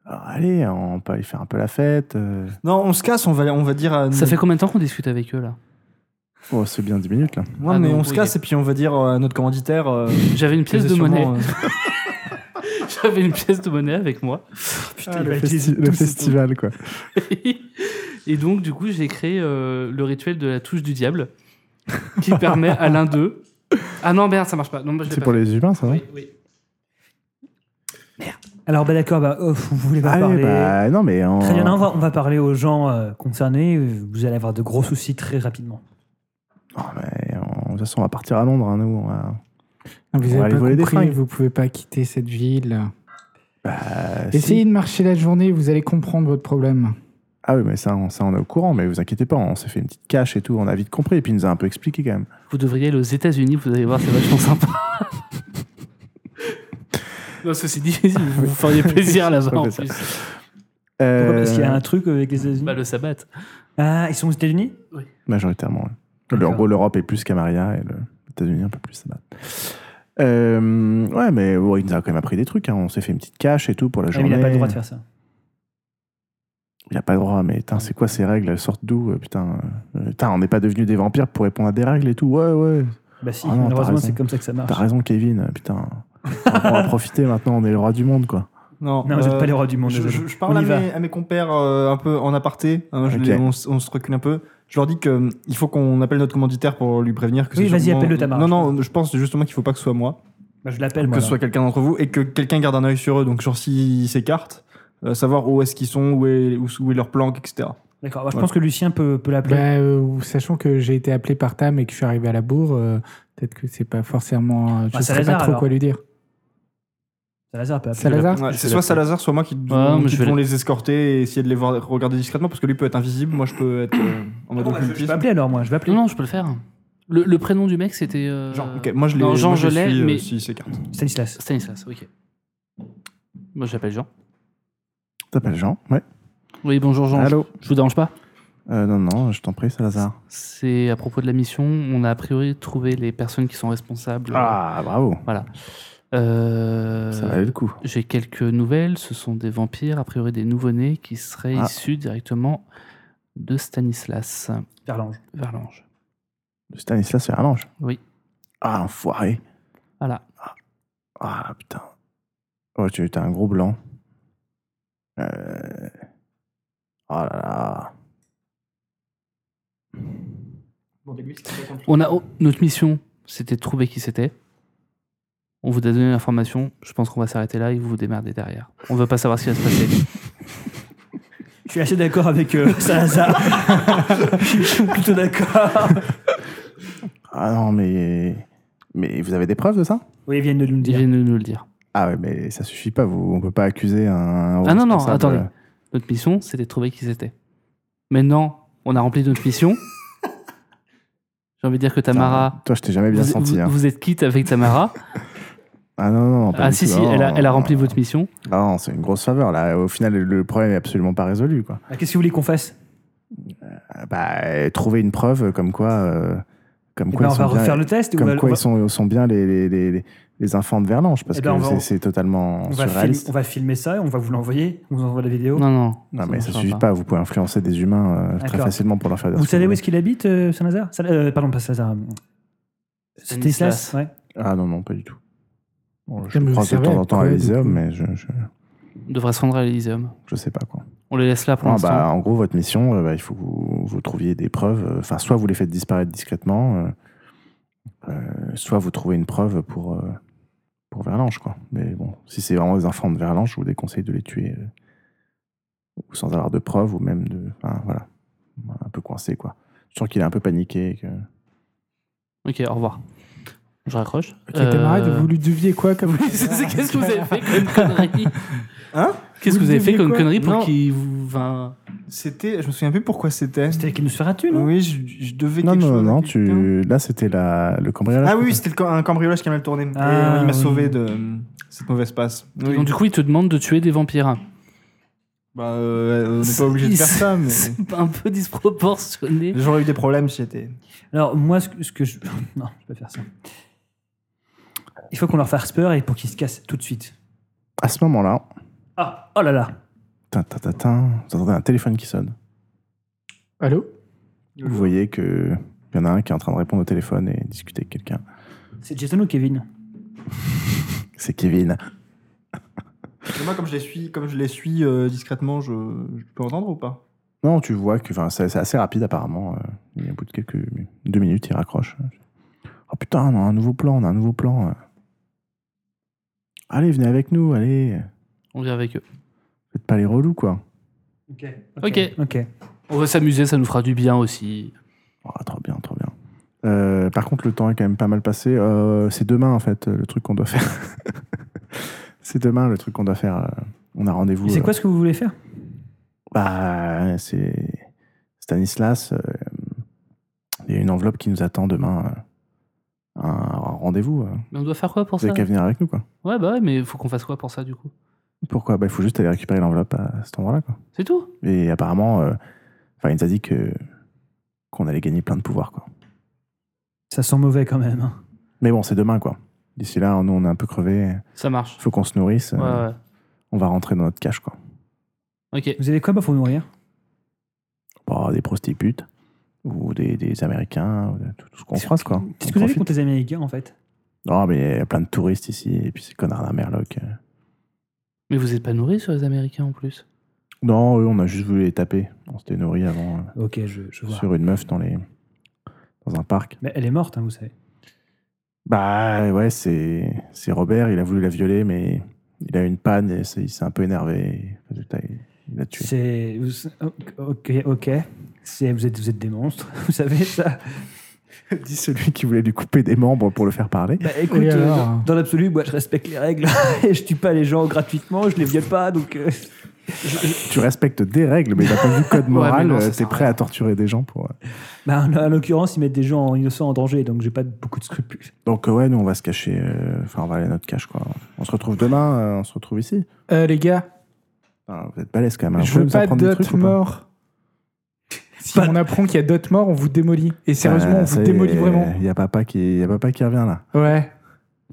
Speaker 1: alors, allez, on peut aller faire un peu la fête. euh.
Speaker 6: Non, on se casse, on va, on va dire à.
Speaker 4: Ça
Speaker 6: notre-
Speaker 4: fait combien de temps qu'on discute avec eux là
Speaker 1: Oh, c'est bien 10 minutes, là.
Speaker 6: Ouais,
Speaker 4: Ah
Speaker 6: mais
Speaker 4: non,
Speaker 6: on se
Speaker 4: oui.
Speaker 6: casse et puis on va dire à notre commanditaire. euh,
Speaker 4: J'avais une
Speaker 6: que
Speaker 4: pièce
Speaker 6: c'est
Speaker 4: de
Speaker 6: sûrement,
Speaker 4: monnaie.
Speaker 6: euh,
Speaker 1: euh,
Speaker 4: <laughs> J'avais une pièce de monnaie avec moi.
Speaker 1: Ah, le, festi- le festival, quoi.
Speaker 4: Et donc, du coup, j'ai créé euh, le rituel de la touche du diable qui permet à l'un d'eux. Ah non, merde, ça marche pas. Non, bah, je l'ai
Speaker 1: C'est
Speaker 4: pas
Speaker 1: pour
Speaker 4: fait.
Speaker 1: les humains, ça, non
Speaker 4: Oui, oui.
Speaker 3: Alors, bah, d'accord, bah, euh, vous voulez pas
Speaker 1: Allez,
Speaker 3: parler.
Speaker 1: bah, non, mais on.
Speaker 3: Très bien, non, on, va, on va parler aux gens euh, concernés. Vous allez avoir de gros soucis très rapidement.
Speaker 1: Oh, mais on- de toute façon, on va partir à Londres, hein, nous. on va- On
Speaker 5: Non, vous
Speaker 1: va
Speaker 5: avez
Speaker 1: aller
Speaker 5: pas
Speaker 1: voler des
Speaker 5: compris,
Speaker 1: fringues.
Speaker 5: vous pouvez pas quitter cette ville.
Speaker 1: Bah, si.
Speaker 5: Essayez de marcher la journée, vous allez comprendre votre problème.
Speaker 1: Ah oui, mais ça, on, ça, on est au courant, mais vous inquiétez pas, on s'est fait une petite cache et tout, on a vite compris, et puis il nous a un peu expliqué quand même.
Speaker 4: Vous devriez aller aux États-Unis, vous allez voir, c'est
Speaker 2: <laughs>
Speaker 4: vachement sympa. non, ceci dit, vous vous feriez plaisir là-bas en
Speaker 1: Ouais, c'est
Speaker 4: plus.
Speaker 1: Euh,
Speaker 3: Pourquoi Parce qu'il y a un truc avec les États-Unis.
Speaker 4: Bah, le sabbat.
Speaker 3: Ah, ils sont aux États-Unis
Speaker 1: Majoritairement, ouais. Mais
Speaker 3: D'accord.
Speaker 1: En gros, l'Europe est plus Camaria et le- les États-Unis un peu plus sabbat. Euh, ouais, mais bon, il nous a quand même appris des trucs, hein, on s'est fait une petite cache et tout pour la
Speaker 3: Ah, mais
Speaker 1: journée.
Speaker 3: Il n'a pas le droit de faire Ah. ça.
Speaker 1: Il a pas le droit, mais putain, c'est quoi ces règles Elles sortent d'où euh, Putain, euh, putain, on n'est pas devenus des vampires pour répondre à des règles et tout. Ouais, ouais,
Speaker 3: Bah si,
Speaker 1: Ah non, t'as
Speaker 3: malheureusement,
Speaker 1: raison.
Speaker 3: c'est comme ça que ça marche.
Speaker 4: Ah.
Speaker 1: t'as raison, Kevin, euh, putain. on
Speaker 4: <laughs>
Speaker 1: va profiter maintenant, on est le roi du monde, quoi.
Speaker 2: Non,
Speaker 3: Non, vous
Speaker 2: euh,
Speaker 3: n'êtes pas les rois du monde.
Speaker 2: Je,
Speaker 3: désolé.
Speaker 2: je- je parle
Speaker 3: On
Speaker 2: à
Speaker 3: y va.
Speaker 2: mes, à mes compères euh, un peu en aparté. hein, je
Speaker 1: Ok.
Speaker 2: les- on, s- on se recule un peu. Je leur dis qu'il faut qu'on appelle notre commanditaire pour lui prévenir que
Speaker 3: Oui,
Speaker 2: c'est
Speaker 3: vas-y,
Speaker 2: sûrement-
Speaker 3: appelle-le, Tamara.
Speaker 2: Non, non, je pense justement qu'il faut pas que ce soit moi,
Speaker 3: Bah, je l'appelle, moi.
Speaker 2: que
Speaker 3: là.
Speaker 2: ce soit quelqu'un d'entre vous et que quelqu'un garde un œil sur eux. Donc, genre, s'ils s'écartent, euh, savoir où est-ce qu'ils sont, où est, où, où est leur planque, etc.
Speaker 3: D'accord, bah, je pense que Lucien peut, peut l'appeler.
Speaker 5: Bah, euh, sachant que j'ai été appelé par Tam et que je suis arrivé à la bourre, euh, peut-être que c'est pas forcément. euh, je
Speaker 3: Bah,
Speaker 5: sais pas
Speaker 3: Salazar,
Speaker 5: trop quoi
Speaker 3: alors.
Speaker 5: lui dire.
Speaker 3: Salazar peut appeler.
Speaker 5: Salazar
Speaker 2: Ouais,
Speaker 1: Je
Speaker 2: Ah, c'est
Speaker 1: vais
Speaker 2: soit
Speaker 1: l'appeler.
Speaker 2: Salazar, soit moi qui,
Speaker 4: Ouais, mais
Speaker 2: qui
Speaker 4: je vais
Speaker 2: vont les escorter et essayer de les voir regarder discrètement parce que lui peut être invisible. Moi, je peux être euh, en mode
Speaker 3: Bon, bah, je, je
Speaker 2: occultiste.
Speaker 3: peux appeler alors, moi. Je vais appeler.
Speaker 4: Non, non, je peux le faire. Le, le prénom du mec, c'était. euh,
Speaker 2: Jean, ok, moi je les
Speaker 4: Non, Jean,
Speaker 2: moi, je
Speaker 4: je
Speaker 2: les
Speaker 4: l'ai,
Speaker 2: suis, euh,
Speaker 4: mais-
Speaker 2: s'ils s'écartent.
Speaker 3: Stanislas.
Speaker 4: Stanislas, ok. Moi, j'appelle Jean.
Speaker 1: T'appelles Jean Ouais.
Speaker 4: Oui, bonjour Jean.
Speaker 1: Allô
Speaker 4: Je vous dérange pas
Speaker 1: Euh, Non, non, je t'en prie, Salazar.
Speaker 4: C'est à propos de la mission. On a a priori trouvé les personnes qui sont responsables.
Speaker 1: Ah, bravo,
Speaker 4: Euh,
Speaker 1: ça valait le coup.
Speaker 4: J'ai quelques nouvelles. Ce sont des vampires, a priori des nouveau-nés, qui seraient
Speaker 1: Ah.
Speaker 4: issus directement de Stanislas
Speaker 3: Verlange.
Speaker 4: Verlange.
Speaker 1: Stanislas Verlange
Speaker 4: Oui.
Speaker 1: Ah, l'enfoiré.
Speaker 4: Voilà.
Speaker 1: Ah, putain. Oh, tu as un gros blanc. Euh... Oh là là.
Speaker 4: On a, oh, notre mission, c'était de trouver qui c'était. On vous a donné l'information. Je pense qu'on va s'arrêter là et vous vous démerdez derrière. On veut pas savoir ce qui va se
Speaker 1: <laughs>
Speaker 4: passer.
Speaker 3: Je suis assez d'accord avec euh, Salazar. je suis plutôt d'accord.
Speaker 1: Ah non, mais. Mais vous avez des preuves de ça
Speaker 3: Oui, ils viennent de nous le
Speaker 4: Ils
Speaker 3: dire.
Speaker 4: viennent de nous le dire.
Speaker 1: Ah ouais, mais ça suffit pas, vous. On peut pas accuser un.
Speaker 4: Ah non, non,
Speaker 1: responsable. euh,
Speaker 4: attendez. Notre mission, c'était de trouver qui c'était. Maintenant, on a rempli
Speaker 1: <laughs>
Speaker 4: notre mission. J'ai envie de dire que Tamara.
Speaker 1: Toi, je t'ai jamais bien
Speaker 4: vous,
Speaker 1: senti.
Speaker 4: vous-
Speaker 1: hein.
Speaker 4: vous êtes quitte avec Tamara.
Speaker 1: <laughs> Ah non, non, non. pas
Speaker 4: ah
Speaker 1: du
Speaker 4: si,
Speaker 1: tout.
Speaker 4: si,
Speaker 1: Ah non,
Speaker 4: elle a, elle a
Speaker 1: non,
Speaker 4: rempli
Speaker 1: non.
Speaker 4: votre mission.
Speaker 1: Ah non, c'est une grosse faveur, là. Au final, le problème est absolument pas résolu, quoi.
Speaker 3: Ah, Qu'est-ce que vous voulez qu'on fasse
Speaker 1: Ah Bah, trouver une preuve comme quoi. euh, Comme
Speaker 3: Eh
Speaker 1: quoi, ils
Speaker 3: ben, On
Speaker 1: sont
Speaker 3: va
Speaker 1: bien-
Speaker 3: refaire le test. et on
Speaker 1: Comme
Speaker 3: va-
Speaker 1: quoi
Speaker 3: on va-
Speaker 1: ils sont, sont bien les, les, les- les- les enfants de Verlange, parce
Speaker 3: Eh ben, on
Speaker 1: que
Speaker 3: va-
Speaker 1: c'est- c'est totalement
Speaker 3: on va film-
Speaker 1: surréaliste.
Speaker 3: on va filmer ça et on va vous l'envoyer. On vous envoie la vidéo.
Speaker 4: Non, non.
Speaker 1: Non, mais ça
Speaker 4: marchera
Speaker 1: suffit pas. vous pouvez influencer des humains euh, très
Speaker 3: D'accord.
Speaker 1: facilement pour leur faire des
Speaker 3: Vous savez où est-ce qu'il habite, euh, Salazar Sal- euh, Pardon, pas Salazar. euh,
Speaker 4: Stanislas.
Speaker 3: Stanislas, ouais.
Speaker 1: Ah non, non, pas du tout. Bon, je
Speaker 5: mais
Speaker 1: le
Speaker 5: vous
Speaker 1: croise de
Speaker 5: savez
Speaker 1: temps
Speaker 5: à
Speaker 1: en temps
Speaker 5: quoi,
Speaker 1: à
Speaker 5: du
Speaker 1: Elysium,
Speaker 5: coup
Speaker 1: mais je, je,
Speaker 4: On devrait se rendre à l'Elysium.
Speaker 1: je sais pas quoi.
Speaker 4: On les laisse là pour
Speaker 1: Non,
Speaker 4: l'instant.
Speaker 1: bah, en gros, votre mission, euh, bah, il faut que vous, vous trouviez des preuves. euh, Enfin, soit vous les faites disparaître discrètement, euh, euh, soit vous trouvez une preuve pour, euh, pour Verlange, quoi. Mais bon, si c'est vraiment des enfants de Verlange, je vous déconseille de les tuer euh, ou sans avoir de preuves ou même de. Enfin, voilà. Un peu coincé, quoi. Je sens qu'il est un peu paniqué. et que-
Speaker 4: Ok, au revoir. Je raccroche.
Speaker 5: Ok, Tamara,
Speaker 4: Euh,
Speaker 5: vous lui deviez quoi comme.
Speaker 4: <laughs> C'est- c'est- Qu'est-ce que vous avez fait comme connerie
Speaker 2: Hein
Speaker 4: Qu'est-ce que
Speaker 5: Vous
Speaker 4: vous avez fait
Speaker 5: deviez
Speaker 4: comme
Speaker 5: quoi
Speaker 4: connerie
Speaker 2: Non.
Speaker 4: pour qu'il vous. Enfin,
Speaker 2: C'était, je me souviens plus pourquoi c'était.
Speaker 3: C'était avec une hein. Nosferatu, non
Speaker 2: Oui, je, je devais
Speaker 1: Non,
Speaker 2: quelque
Speaker 1: non,
Speaker 2: chose.
Speaker 1: non,
Speaker 2: à quelqu'un.
Speaker 1: tu... là, c'était la... le cambriolage.
Speaker 2: Ah oui, oui, c'était le cam- un cambriolage qui a mal tourné.
Speaker 3: Ah,
Speaker 2: et il m'a
Speaker 3: oui.
Speaker 2: sauvé de euh, cette mauvaise passe. Oui.
Speaker 4: Donc, du coup, il te demande de tuer des vampires.
Speaker 2: Bah, euh, on n'est pas obligé de faire ça, mais
Speaker 4: C'est <laughs> un peu disproportionné.
Speaker 2: j'aurais eu des problèmes si j'étais.
Speaker 3: Alors, moi, ce que, ce que je. <laughs> Non, je peux faire ça. Il faut qu'on leur fasse peur et pour qu'ils se cassent tout de suite.
Speaker 1: À ce moment-là,
Speaker 3: Ah, oh là là
Speaker 1: tin, tin, tin, tin, vous entendez un téléphone qui sonne.
Speaker 5: Allô
Speaker 1: Vous voyez que il y en a un qui est en train de répondre au téléphone et discuter avec quelqu'un.
Speaker 3: C'est Jason ou Kevin
Speaker 1: C'est Kevin.
Speaker 2: Parce que moi, comme je les suis, comme je les suis euh, discrètement, je, je peux entendre ou pas
Speaker 1: Non, tu vois que enfin, c'est c'est assez rapide apparemment. Euh, et au bout de quelques mi- deux minutes, il raccroche. Oh putain, on a un nouveau plan, on a un nouveau plan. euh. Allez, venez avec nous, allez.
Speaker 4: On vient avec eux.
Speaker 1: Faites pas les relous, quoi.
Speaker 3: Ok.
Speaker 4: Ok.
Speaker 3: Ok.
Speaker 4: On va s'amuser, ça nous fera du bien aussi.
Speaker 1: Oh, trop Ah, bien, trop bien. Euh, par contre, le temps est quand même pas mal passé. Euh, c'est demain, en fait, euh, le truc qu'on doit faire. <laughs> c'est demain, le truc qu'on doit faire. euh, On a rendez-vous.
Speaker 3: Et C'est
Speaker 1: euh,
Speaker 3: quoi ce que vous voulez faire
Speaker 1: bah, c'est Stanislas. euh, Il y a une enveloppe qui nous attend demain. euh, un un rendez-vous. euh.
Speaker 4: Mais on doit faire quoi pour
Speaker 1: Vous
Speaker 4: ça
Speaker 1: avez qu'à venir avec nous, quoi.
Speaker 4: Ouais, bah ouais, mais il faut qu'on fasse quoi pour ça, du coup
Speaker 1: Pourquoi Bah, il faut juste aller récupérer l'enveloppe à cet endroit-là, quoi.
Speaker 4: C'est tout
Speaker 1: Et apparemment, euh, enfin, il nous a dit que qu'on allait gagner plein de pouvoir, quoi.
Speaker 3: Ça sent mauvais quand même. hein.
Speaker 1: Mais bon, c'est demain, quoi. D'ici là, nous, on est un peu crevés.
Speaker 4: Ça marche.
Speaker 1: Faut qu'on se nourrisse. euh,
Speaker 4: Ouais, ouais.
Speaker 1: On va rentrer dans notre cache, quoi.
Speaker 4: Ok.
Speaker 3: Vous avez quoi bah, pour nourrir
Speaker 1: Bah, des prostitutes ou des, des Américains, ou de- tout, tout ce qu'on
Speaker 3: Est-ce
Speaker 1: croise, quoi.
Speaker 3: Qu'est-ce
Speaker 1: On
Speaker 3: que vous avez
Speaker 1: profite.
Speaker 3: contre les Américains en fait
Speaker 1: Non, mais il y a plein de touristes ici, et puis ces connards d'un Merloc. euh.
Speaker 4: Mais vous êtes pas nourris sur les Américains en plus
Speaker 1: Non, eux, on a juste voulu les taper. On s'était nourris avant euh,
Speaker 3: Ok, je, je vois.
Speaker 1: sur une meuf dans les dans un parc.
Speaker 3: Mais elle est morte, hein, vous savez.
Speaker 1: Bah ouais, c'est c'est Robert, il a voulu la violer, mais il a eu une panne et c'est- il s'est un peu énervé. et Résultat, il il l'a tué.
Speaker 3: C'est. vous- Ok, ok. C'est- Vous êtes, vous êtes des monstres, <laughs> vous savez ça.
Speaker 1: <laughs> Dit celui qui voulait lui couper des membres pour le faire parler.
Speaker 3: Bah écoute,
Speaker 5: Oui, alors.
Speaker 3: euh, dans- dans l'absolu, moi je respecte les règles <laughs> et je tue pas les gens gratuitement, je les viole pas donc. euh,
Speaker 1: Tu respectes des règles, mais d'un point de <laughs> vue code
Speaker 4: mais
Speaker 1: moral,
Speaker 4: non, ça
Speaker 1: euh,
Speaker 4: sert
Speaker 1: t'es
Speaker 4: à
Speaker 1: prêt
Speaker 4: rien.
Speaker 1: à torturer des gens pour. euh.
Speaker 3: Bah, en, en l'occurrence, ils mettent des gens innocents en danger donc j'ai pas beaucoup de scrupules.
Speaker 1: Donc euh, ouais, nous on va se cacher. euh, Enfin, on va aller à notre cache quoi. On se retrouve demain. euh, on se retrouve ici.
Speaker 5: Euh, les gars,
Speaker 1: Enfin, vous êtes balèze quand même. hein.
Speaker 5: je
Speaker 1: Vous
Speaker 5: veux
Speaker 1: nous
Speaker 5: pas
Speaker 1: apprendre des trucs
Speaker 5: d'autres
Speaker 1: ou pas
Speaker 5: morts. Si on apprend qu'il y a d'autres morts, on vous démolit. Et sérieusement,
Speaker 1: Euh,
Speaker 5: on
Speaker 1: ça
Speaker 5: vous
Speaker 1: y est,
Speaker 5: démolit vraiment.
Speaker 1: Il y a papa qui, il y a papa qui revient là.
Speaker 5: Ouais.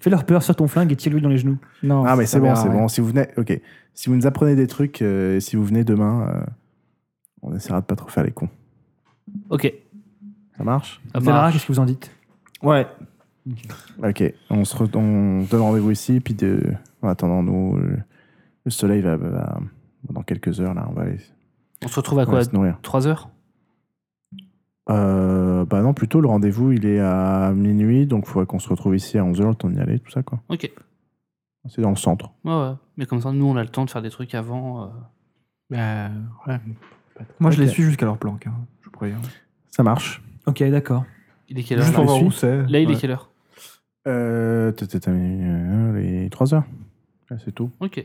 Speaker 3: Fais leur peur sur ton flingue et tire-lui dans les genoux.
Speaker 5: Non,
Speaker 1: Ah, mais
Speaker 5: ça
Speaker 1: c'est bon,
Speaker 5: verra,
Speaker 1: c'est
Speaker 5: ouais.
Speaker 1: bon. Si vous venez, ok. Si vous nous apprenez des trucs, euh, et si vous venez demain, euh, on essaiera de pas trop faire les cons.
Speaker 4: Ok.
Speaker 1: Ça marche
Speaker 9: Bah.
Speaker 4: Ça
Speaker 3: Zénara,
Speaker 4: marche.
Speaker 3: qu'est-ce que vous en dites
Speaker 9: Ouais.
Speaker 1: Ok. On se re- on donne rendez-vous ici, puis de... en attendant, nous, le le soleil va, va- dans quelques heures là, on va aller,
Speaker 4: On se retrouve à
Speaker 1: on va
Speaker 4: quoi
Speaker 1: se nourrir.
Speaker 4: 3 heures
Speaker 1: Euh, bah non, plutôt le rendez-vous, il est à minuit, donc il faudrait qu'on se retrouve ici à 11h, le temps d'y aller, tout ça quoi.
Speaker 4: Ok.
Speaker 1: C'est dans le centre.
Speaker 4: Ouais, ouais. Mais comme ça, nous, on a le temps de faire des trucs avant. euh.
Speaker 5: Bah, ouais.
Speaker 9: Moi, je les
Speaker 1: Ok.
Speaker 9: suis jusqu'à leur planque. hein, Je vous préviens.
Speaker 1: Ça marche.
Speaker 3: Ok, d'accord.
Speaker 4: Il est quelle heure
Speaker 9: Juste
Speaker 4: là,
Speaker 9: pour voir
Speaker 1: les suis.
Speaker 9: où c'est.
Speaker 4: Là, il
Speaker 9: Ouais.
Speaker 4: est quelle heure
Speaker 1: Euh, t'es- t'es- t'es- euh, les 3h. C'est tout.
Speaker 4: Ok.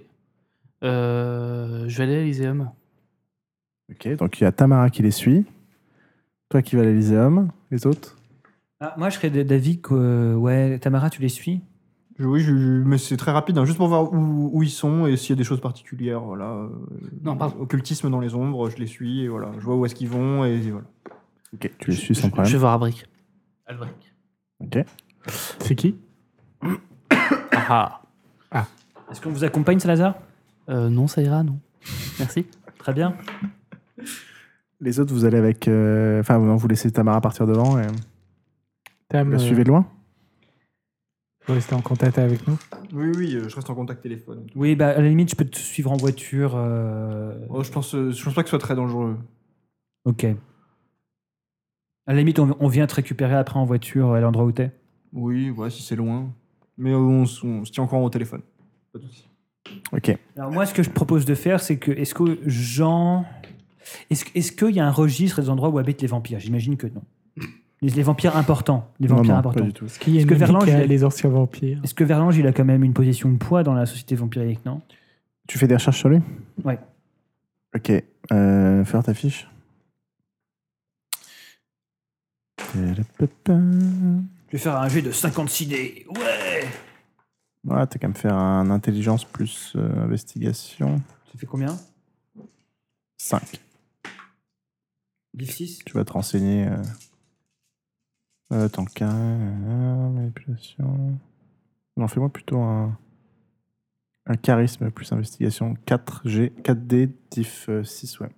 Speaker 4: Euh, je vais aller à l'Elyséum.
Speaker 1: Ok, donc il y a Tamara qui les suit, toi qui vas à l'Elyséum, les autres
Speaker 3: Ah, moi je serais d- d'avis que. euh, ouais, Tamara, tu les suis
Speaker 2: Je- Oui, je- je- mais c'est très rapide, hein, juste pour voir où, où ils sont et s'il y a des choses particulières. Voilà. euh,
Speaker 4: Non, pardon.
Speaker 2: Occultisme dans les ombres, je les suis et voilà. Je vois où est-ce qu'ils vont et voilà.
Speaker 1: Ok. Tu les suis sans
Speaker 4: Je vais
Speaker 1: problème.
Speaker 4: voir Abric. Albric.
Speaker 1: Ok.
Speaker 5: C'est qui
Speaker 4: Ah
Speaker 3: Est-ce qu'on vous accompagne, Salazar
Speaker 4: euh, Non, ça ira, non. Merci.
Speaker 3: Très bien.
Speaker 1: Les autres, vous allez avec. euh, Enfin, non, vous laissez Tamara partir devant et vous
Speaker 5: Tam,
Speaker 1: la
Speaker 5: euh,
Speaker 1: suivez de loin
Speaker 5: vous restez en contact avec nous.
Speaker 2: Oui, oui, euh, je reste en contact téléphone.
Speaker 3: Oui, bah à la limite, je peux te suivre en voiture. euh,
Speaker 2: Oh, je, pense, euh, je pense pas que ce soit très dangereux.
Speaker 3: Ok. À la limite, on, on vient te récupérer après en voiture euh, à l'endroit où t'es.
Speaker 2: Oui, voilà, si c'est loin. Mais on, s- on se tient encore au téléphone. Pas de souci.
Speaker 1: Ok.
Speaker 3: Alors moi, ce que je propose de faire, c'est que est-ce que Jean, est-ce que- est-ce qu'il y a un registre des endroits où habitent les vampires J'imagine que non. Les, les vampires importants, les
Speaker 1: Non,
Speaker 3: vampires
Speaker 1: non, pas
Speaker 3: importants.
Speaker 1: du tout.
Speaker 5: Est-ce qu'il y a
Speaker 3: Est-ce
Speaker 5: une
Speaker 3: que Verlange,
Speaker 5: Mika,
Speaker 3: il a-
Speaker 5: les anciens vampires
Speaker 3: Est-ce que Verlange, il a quand même une position de poids dans la société vampirique, non
Speaker 1: Tu fais des recherches sur lui
Speaker 3: Ouais.
Speaker 1: Ok. Euh, faire ta fiche. Ouais,
Speaker 3: Je vais faire un jeu de 56 dés. Ouais.
Speaker 1: Ah, t'as qu'à me faire un intelligence plus euh, investigation.
Speaker 3: Ça fait combien
Speaker 1: 5.
Speaker 3: 6
Speaker 1: Tu vas te renseigner. Euh... Euh, tant qu'un. euh, manipulation. Non, fais-moi plutôt un. Un charisme plus investigation. 4G, 4D, diff euh, 6, ouais.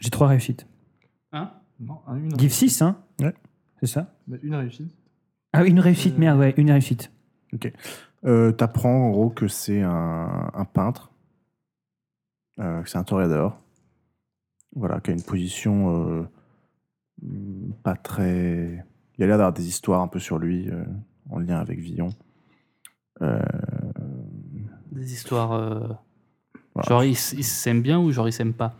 Speaker 3: J'ai trois réussites.
Speaker 2: Non, un- une, bah,
Speaker 3: Give 6, hein
Speaker 1: Ouais.
Speaker 3: C'est ça
Speaker 2: une réussite.
Speaker 3: Ah oui, une réussite, merde, ouais, une réussite.
Speaker 1: Euh, T'apprends en gros que c'est un, un peintre. euh, que c'est un toréador. Voilà, qui a une position euh, hmm, pas très. Il a l'air d'avoir des histoires un peu sur lui, euh, en lien avec Villon. Euh,
Speaker 4: Des histoires. euh,
Speaker 1: Voilà.
Speaker 4: Genre, ils s- ils s'aiment bien ou genre, ils s'aiment pas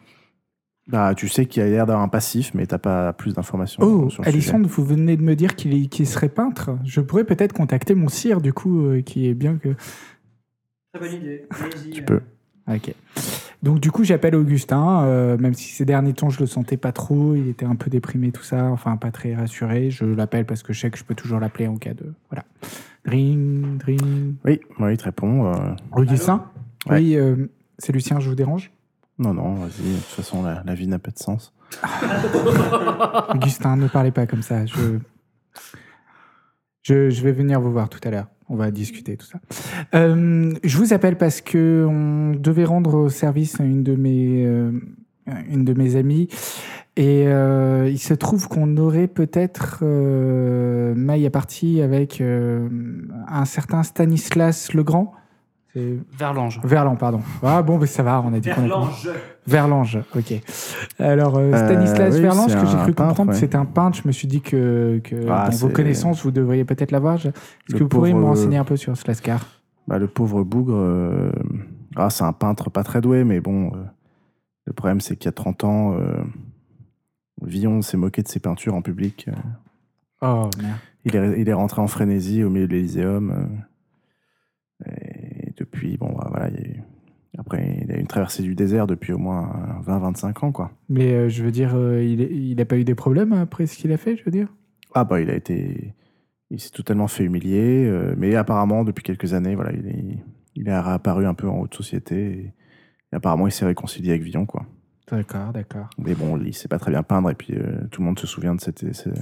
Speaker 1: Bah, tu sais qu'il y a l'air d'avoir un passif, mais t'as pas plus d'informations.
Speaker 5: Oh,
Speaker 1: sur le sujet.
Speaker 5: Alissandre, vous venez de me dire qu'il est- qu'il serait peintre. Je pourrais peut-être contacter mon sire, du coup, euh, qui est bien que.
Speaker 7: Très bonne idée.
Speaker 1: Tu peux.
Speaker 5: Ok. Donc du coup, j'appelle Augustin, euh, même si ces derniers temps, je le sentais pas trop, il était un peu déprimé, tout ça, enfin pas très rassuré. Je l'appelle parce que je sais que je peux toujours l'appeler en cas de... Voilà. Ring, ring.
Speaker 1: Oui, moi, il te répond. euh,
Speaker 5: Augustin
Speaker 1: Allô
Speaker 5: Oui, euh, c'est Lucien, je vous dérange
Speaker 1: Non, non, vas-y. De toute façon, la, la vie n'a pas de sens.
Speaker 5: <laughs> Augustin, ne parlez pas comme ça. Je... Je, je vais venir vous voir tout à l'heure. On va discuter tout ça. Euh, je vous appelle parce que on devait rendre service à une de mes, euh, une de mes amies. Et euh, il se trouve qu'on aurait peut-être euh, maille à partie avec euh, un certain Stanislas Legrand. C'est-
Speaker 4: Verlange.
Speaker 5: Verlan, pardon. Ah bon, mais ça va, on a dit qu'on a compris. Verlange, ok. Alors, euh,
Speaker 1: Euh,
Speaker 5: Stanislas
Speaker 1: oui,
Speaker 5: Verlange,
Speaker 1: c'est
Speaker 5: que j'ai
Speaker 1: un
Speaker 5: cru
Speaker 1: peintre,
Speaker 5: comprendre,
Speaker 1: ouais.
Speaker 5: c'est un peintre. Je me suis dit que, que
Speaker 1: Ah,
Speaker 5: dans vos
Speaker 1: c'est-
Speaker 5: connaissances, vous devriez peut-être l'avoir. Je- Est-ce
Speaker 1: Le
Speaker 5: que vous pourriez me
Speaker 1: pauvre- euh,
Speaker 5: renseigner un peu sur Slascar
Speaker 1: Bah, le pauvre bougre. euh, Ah, c'est un peintre pas très doué, mais bon. euh, Le problème, c'est qu'il y a 30 ans, euh... Villon s'est moqué de ses peintures en public. euh,
Speaker 5: Oh, merde.
Speaker 1: Il est, il est rentré en frénésie au milieu de l'Elyséum. euh, et depuis, bon, bah, voilà, il y a eu- Après, il a eu une traversée du désert depuis au moins 20-25 ans, quoi.
Speaker 5: Mais euh, je veux dire, euh, il est- il n'a pas eu des problèmes après ce qu'il a fait, je veux dire
Speaker 1: Ah, bah, il a été. Il s'est totalement fait humilier, euh, mais apparemment, depuis quelques années, voilà, il est, il est réapparu un peu en haute société. Et, et apparemment, il s'est réconcilié avec Villon, quoi.
Speaker 5: D'accord, d'accord.
Speaker 1: Mais bon, il sait pas très bien peindre, et puis euh, tout le monde se souvient de cette, cette,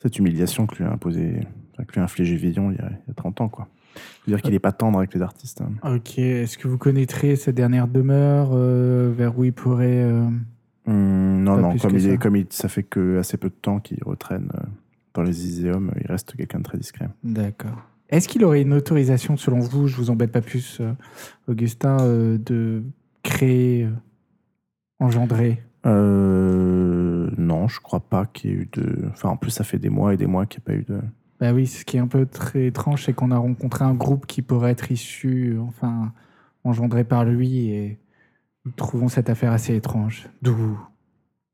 Speaker 1: cette humiliation que lui a imposé, enfin, que lui a infligé Villon il y a, il y a 30 ans, quoi. C'est-à-dire qu'il est pas tendre avec les artistes. hein.
Speaker 5: Ok, est-ce que vous connaîtrez cette dernière demeure euh, vers où il pourrait. euh,
Speaker 1: Hum, non,
Speaker 5: Pas
Speaker 1: non,
Speaker 5: plus
Speaker 1: comme,
Speaker 5: que
Speaker 1: il est,
Speaker 5: ça.
Speaker 1: comme il, ça fait que assez peu de temps qu'il retraîne euh, dans les iséums, il reste quelqu'un de très discret.
Speaker 5: D'accord. Est-ce qu'il aurait une autorisation, selon vous, je vous embête pas plus, euh, Augustin, euh, de créer, euh, engendrer
Speaker 1: Euh, non, je crois pas qu'il y ait eu de. Enfin, en plus, ça fait des mois et des mois qu'il n'y a pas eu de.
Speaker 5: Bah oui, ce qui est un peu très étrange, c'est qu'on a rencontré un groupe qui pourrait être issu, euh, enfin, engendré par lui, et nous trouvons cette affaire assez étrange. D'où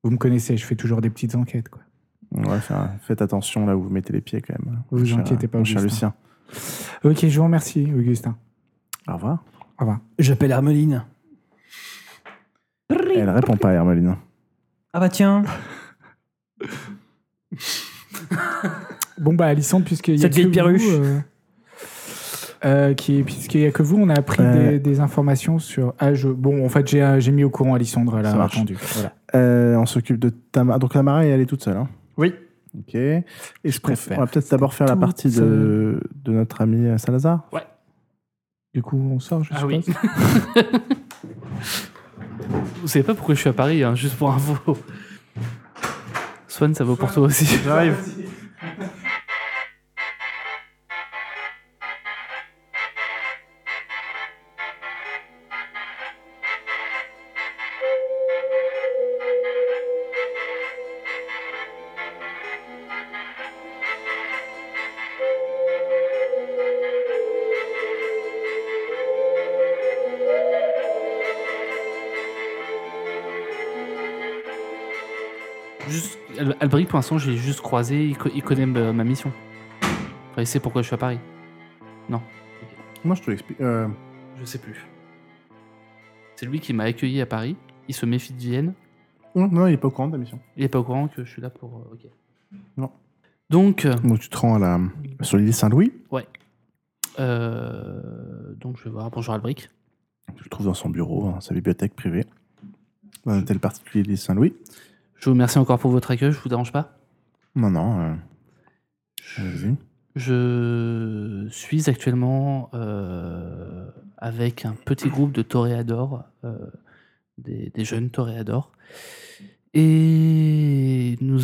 Speaker 5: vous me connaissez, je fais toujours des petites enquêtes, quoi.
Speaker 1: Ouais, enfin, faites attention là où vous mettez les pieds quand même.
Speaker 5: Vous
Speaker 1: mon cher-
Speaker 5: inquiétez pas,
Speaker 1: mon cher
Speaker 5: Augustin.
Speaker 1: Lucien.
Speaker 5: Ok, je vous remercie, Augustin.
Speaker 1: Au revoir.
Speaker 7: J'appelle Hermeline.
Speaker 1: Elle répond pas, Hermeline.
Speaker 7: Ah bah tiens,
Speaker 5: Bon bah Alissandre, puisqu'il y a
Speaker 7: Cette
Speaker 5: que
Speaker 7: vieille
Speaker 5: vous,
Speaker 7: perruche.
Speaker 5: euh, euh, qui, puisqu'il y a que vous, on a appris
Speaker 1: Euh.
Speaker 5: des, des informations sur. Ah, je, bon, en fait, j'ai, euh, j'ai mis au courant Alissandre. Elle
Speaker 1: Ça
Speaker 5: a
Speaker 1: marche.
Speaker 5: attendu. Voilà.
Speaker 1: Euh, on s'occupe de Tamara. Donc, Tamara, elle est toute seule. Hein
Speaker 5: Oui.
Speaker 1: Ok. Et je préfère.
Speaker 5: préfère
Speaker 1: On va peut-être d'abord faire la
Speaker 5: toute
Speaker 1: partie de, de notre ami euh, Salazar.
Speaker 5: Du coup, on sort. Je
Speaker 4: Ah oui.
Speaker 5: suppose.
Speaker 4: <laughs> Vous savez pas pourquoi je suis à Paris, hein, juste pour info. Swan, ça vaut pour toi aussi.
Speaker 2: J'arrive.
Speaker 4: Juste, Al- Alberic, pour l'instant, j'ai juste croisé, il, co- il connaît ma ma mission. Enfin, il sait pourquoi je suis à Paris.
Speaker 1: Moi, je te l'explique. Euh,
Speaker 4: Je sais plus. C'est lui qui m'a accueilli à Paris. Il se méfie de Vienne.
Speaker 1: Non, non, il est pas au courant de la mission.
Speaker 4: Il est pas au courant que je suis là pour. euh, ok.
Speaker 1: Non.
Speaker 4: Donc,
Speaker 1: Donc tu te rends à la... sur l'île Saint-Louis,
Speaker 4: euh, donc je vais voir. Bonjour Albric.
Speaker 1: tu le trouves dans son bureau, dans sa bibliothèque privée, dans un hôtel particulier de l'île Saint-Louis.
Speaker 4: Je vous remercie encore pour votre accueil. Je vous dérange pas.
Speaker 1: Non, non, euh, vas-y.
Speaker 4: Je suis actuellement euh, avec un petit groupe de toréadors, euh, des, des jeunes toréadors. Et nous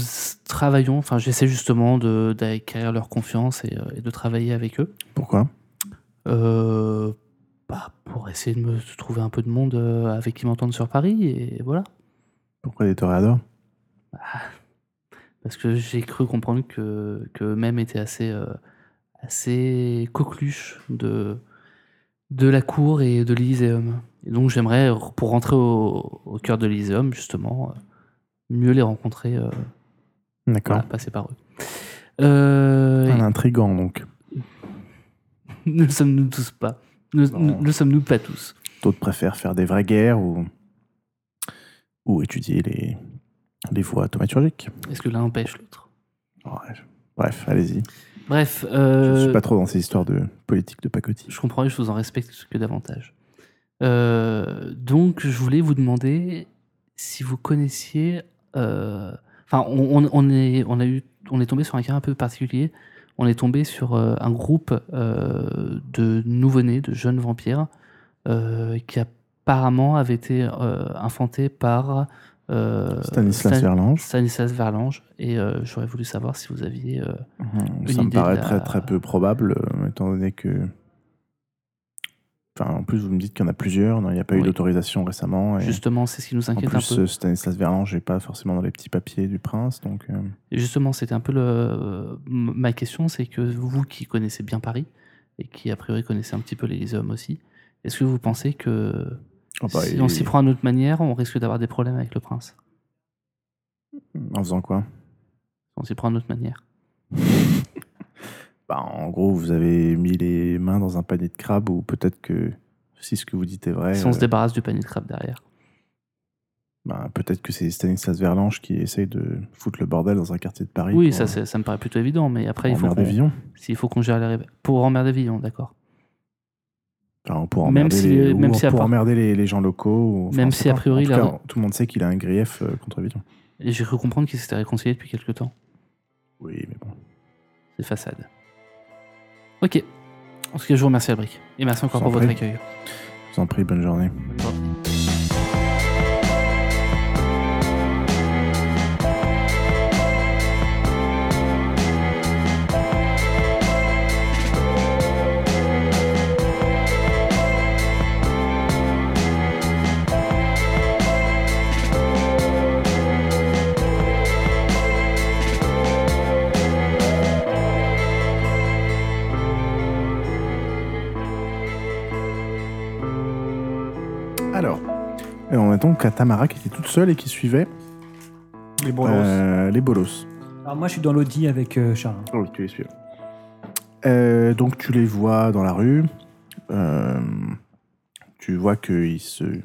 Speaker 4: travaillons, enfin j'essaie justement de- d'acquérir leur confiance et, euh, et de travailler avec eux.
Speaker 1: Pourquoi
Speaker 4: Euh, bah, pour essayer de me trouver un peu de monde euh, avec qui m'entendre sur Paris, et voilà.
Speaker 1: Pourquoi des toréadors
Speaker 4: Parce que j'ai cru comprendre que, que même était assez, euh, assez coqueluche de, de la cour et de l'Élysée Et donc j'aimerais, pour rentrer au, au cœur de l'Elysium, justement, euh, mieux les rencontrer, euh,
Speaker 1: D'accord.
Speaker 4: voilà, passer par eux. Euh,
Speaker 1: Un intrigant, donc.
Speaker 4: Ne le sommes-nous tous pas Ne
Speaker 1: Non.
Speaker 4: ne- ne le sommes-nous pas tous
Speaker 1: D'autres préfèrent faire des vraies guerres ou, ou étudier les, les voies thaumaturgiques.
Speaker 4: Est-ce que l'un empêche l'autre
Speaker 1: Bref, Bref, allez-y.
Speaker 4: Bref,
Speaker 1: Je
Speaker 4: euh,
Speaker 1: suis pas trop dans ces histoires de politique de pacotille.
Speaker 4: je comprends et je vous en respecte que davantage. Euh, donc, je voulais vous demander si vous connaissiez. euh, Enfin, on, on- on est, on, a eu, on est tombé sur un cas un peu particulier. On est tombé sur euh, un groupe euh, de nouveau-nés, de jeunes vampires, euh, qui apparemment avait été euh, infanté par. euh,
Speaker 1: Stanislas
Speaker 4: Stan-
Speaker 1: Verlange,
Speaker 4: Stanislas Verlange. Et euh, j'aurais voulu savoir si vous aviez. euh, une
Speaker 1: ça me
Speaker 4: idée
Speaker 1: paraît
Speaker 4: de la-
Speaker 1: très, très peu probable, euh, étant donné que. Enfin, en plus, vous me dites qu'il y en a plusieurs, non, il n'y a pas eu
Speaker 4: Oui.
Speaker 1: d'autorisation récemment. Et
Speaker 4: Justement, c'est ce qui nous
Speaker 1: en
Speaker 4: inquiète un peu.
Speaker 1: plus, euh, Stanislas Verlange n'est pas forcément dans les petits papiers du prince, donc. euh,
Speaker 4: Et Justement, c'était un peu le- m- ma question, c'est que vous qui connaissez bien Paris et qui a priori connaissez un petit peu les hommes aussi, est-ce que vous pensez que
Speaker 1: oh, bah,
Speaker 4: si
Speaker 1: il-
Speaker 4: on s'y prend à notre manière, on risque d'avoir des problèmes avec le prince
Speaker 1: En faisant quoi <laughs>
Speaker 4: On s'y prend à notre manière.
Speaker 1: Bah, en gros, vous avez mis les mains dans un panier de crabes, ou peut-être que si ce que vous dites est vrai,
Speaker 4: si on se
Speaker 1: euh,
Speaker 4: débarrasse du panier de crabe derrière.
Speaker 1: bah, peut-être que c'est Stanislas Verlange qui essaye de foutre le bordel dans un quartier de Paris.
Speaker 4: Oui,
Speaker 1: pour,
Speaker 4: ça,
Speaker 1: euh,
Speaker 4: c'est- ça me paraît plutôt évident, mais après, il
Speaker 1: pour
Speaker 4: faut
Speaker 1: emmerder
Speaker 4: qu'on
Speaker 1: Villon.
Speaker 4: s'il faut qu'on gère les rébellions. Pour emmerder Villon, d'accord.
Speaker 1: Enfin, pour
Speaker 4: Même
Speaker 1: emmerder,
Speaker 4: si- euh,
Speaker 1: les, ou
Speaker 4: même si à
Speaker 1: pour
Speaker 4: part-
Speaker 1: emmerder les, les gens locaux. ou- enfin,
Speaker 4: Même
Speaker 1: on sait
Speaker 4: si a
Speaker 1: pas.
Speaker 4: priori,
Speaker 1: En tout,
Speaker 4: la-
Speaker 1: cas, tout le monde sait qu'il a un grief euh, contre Villon.
Speaker 4: Et j'ai cru comprendre qu'ils s'étaient réconciliés depuis quelque temps.
Speaker 1: Oui, mais bon.
Speaker 4: C'est façade. Ok. En tout cas, je vous remercie, Albric. Et merci encore
Speaker 1: Je
Speaker 4: pour
Speaker 1: vous en
Speaker 4: votre
Speaker 1: prie.
Speaker 4: accueil.
Speaker 1: Je vous en prie, bonne journée. Alors, et on est donc à Tamara qui était toute seule et qui suivait
Speaker 2: Les bolos.
Speaker 1: euh, les bolos.
Speaker 3: Alors moi, je suis dans l'Audi avec euh, Charles.
Speaker 1: Oui, tu les suivais. Euh, donc, tu les vois dans la rue. Euh, tu vois qu'ils se... ils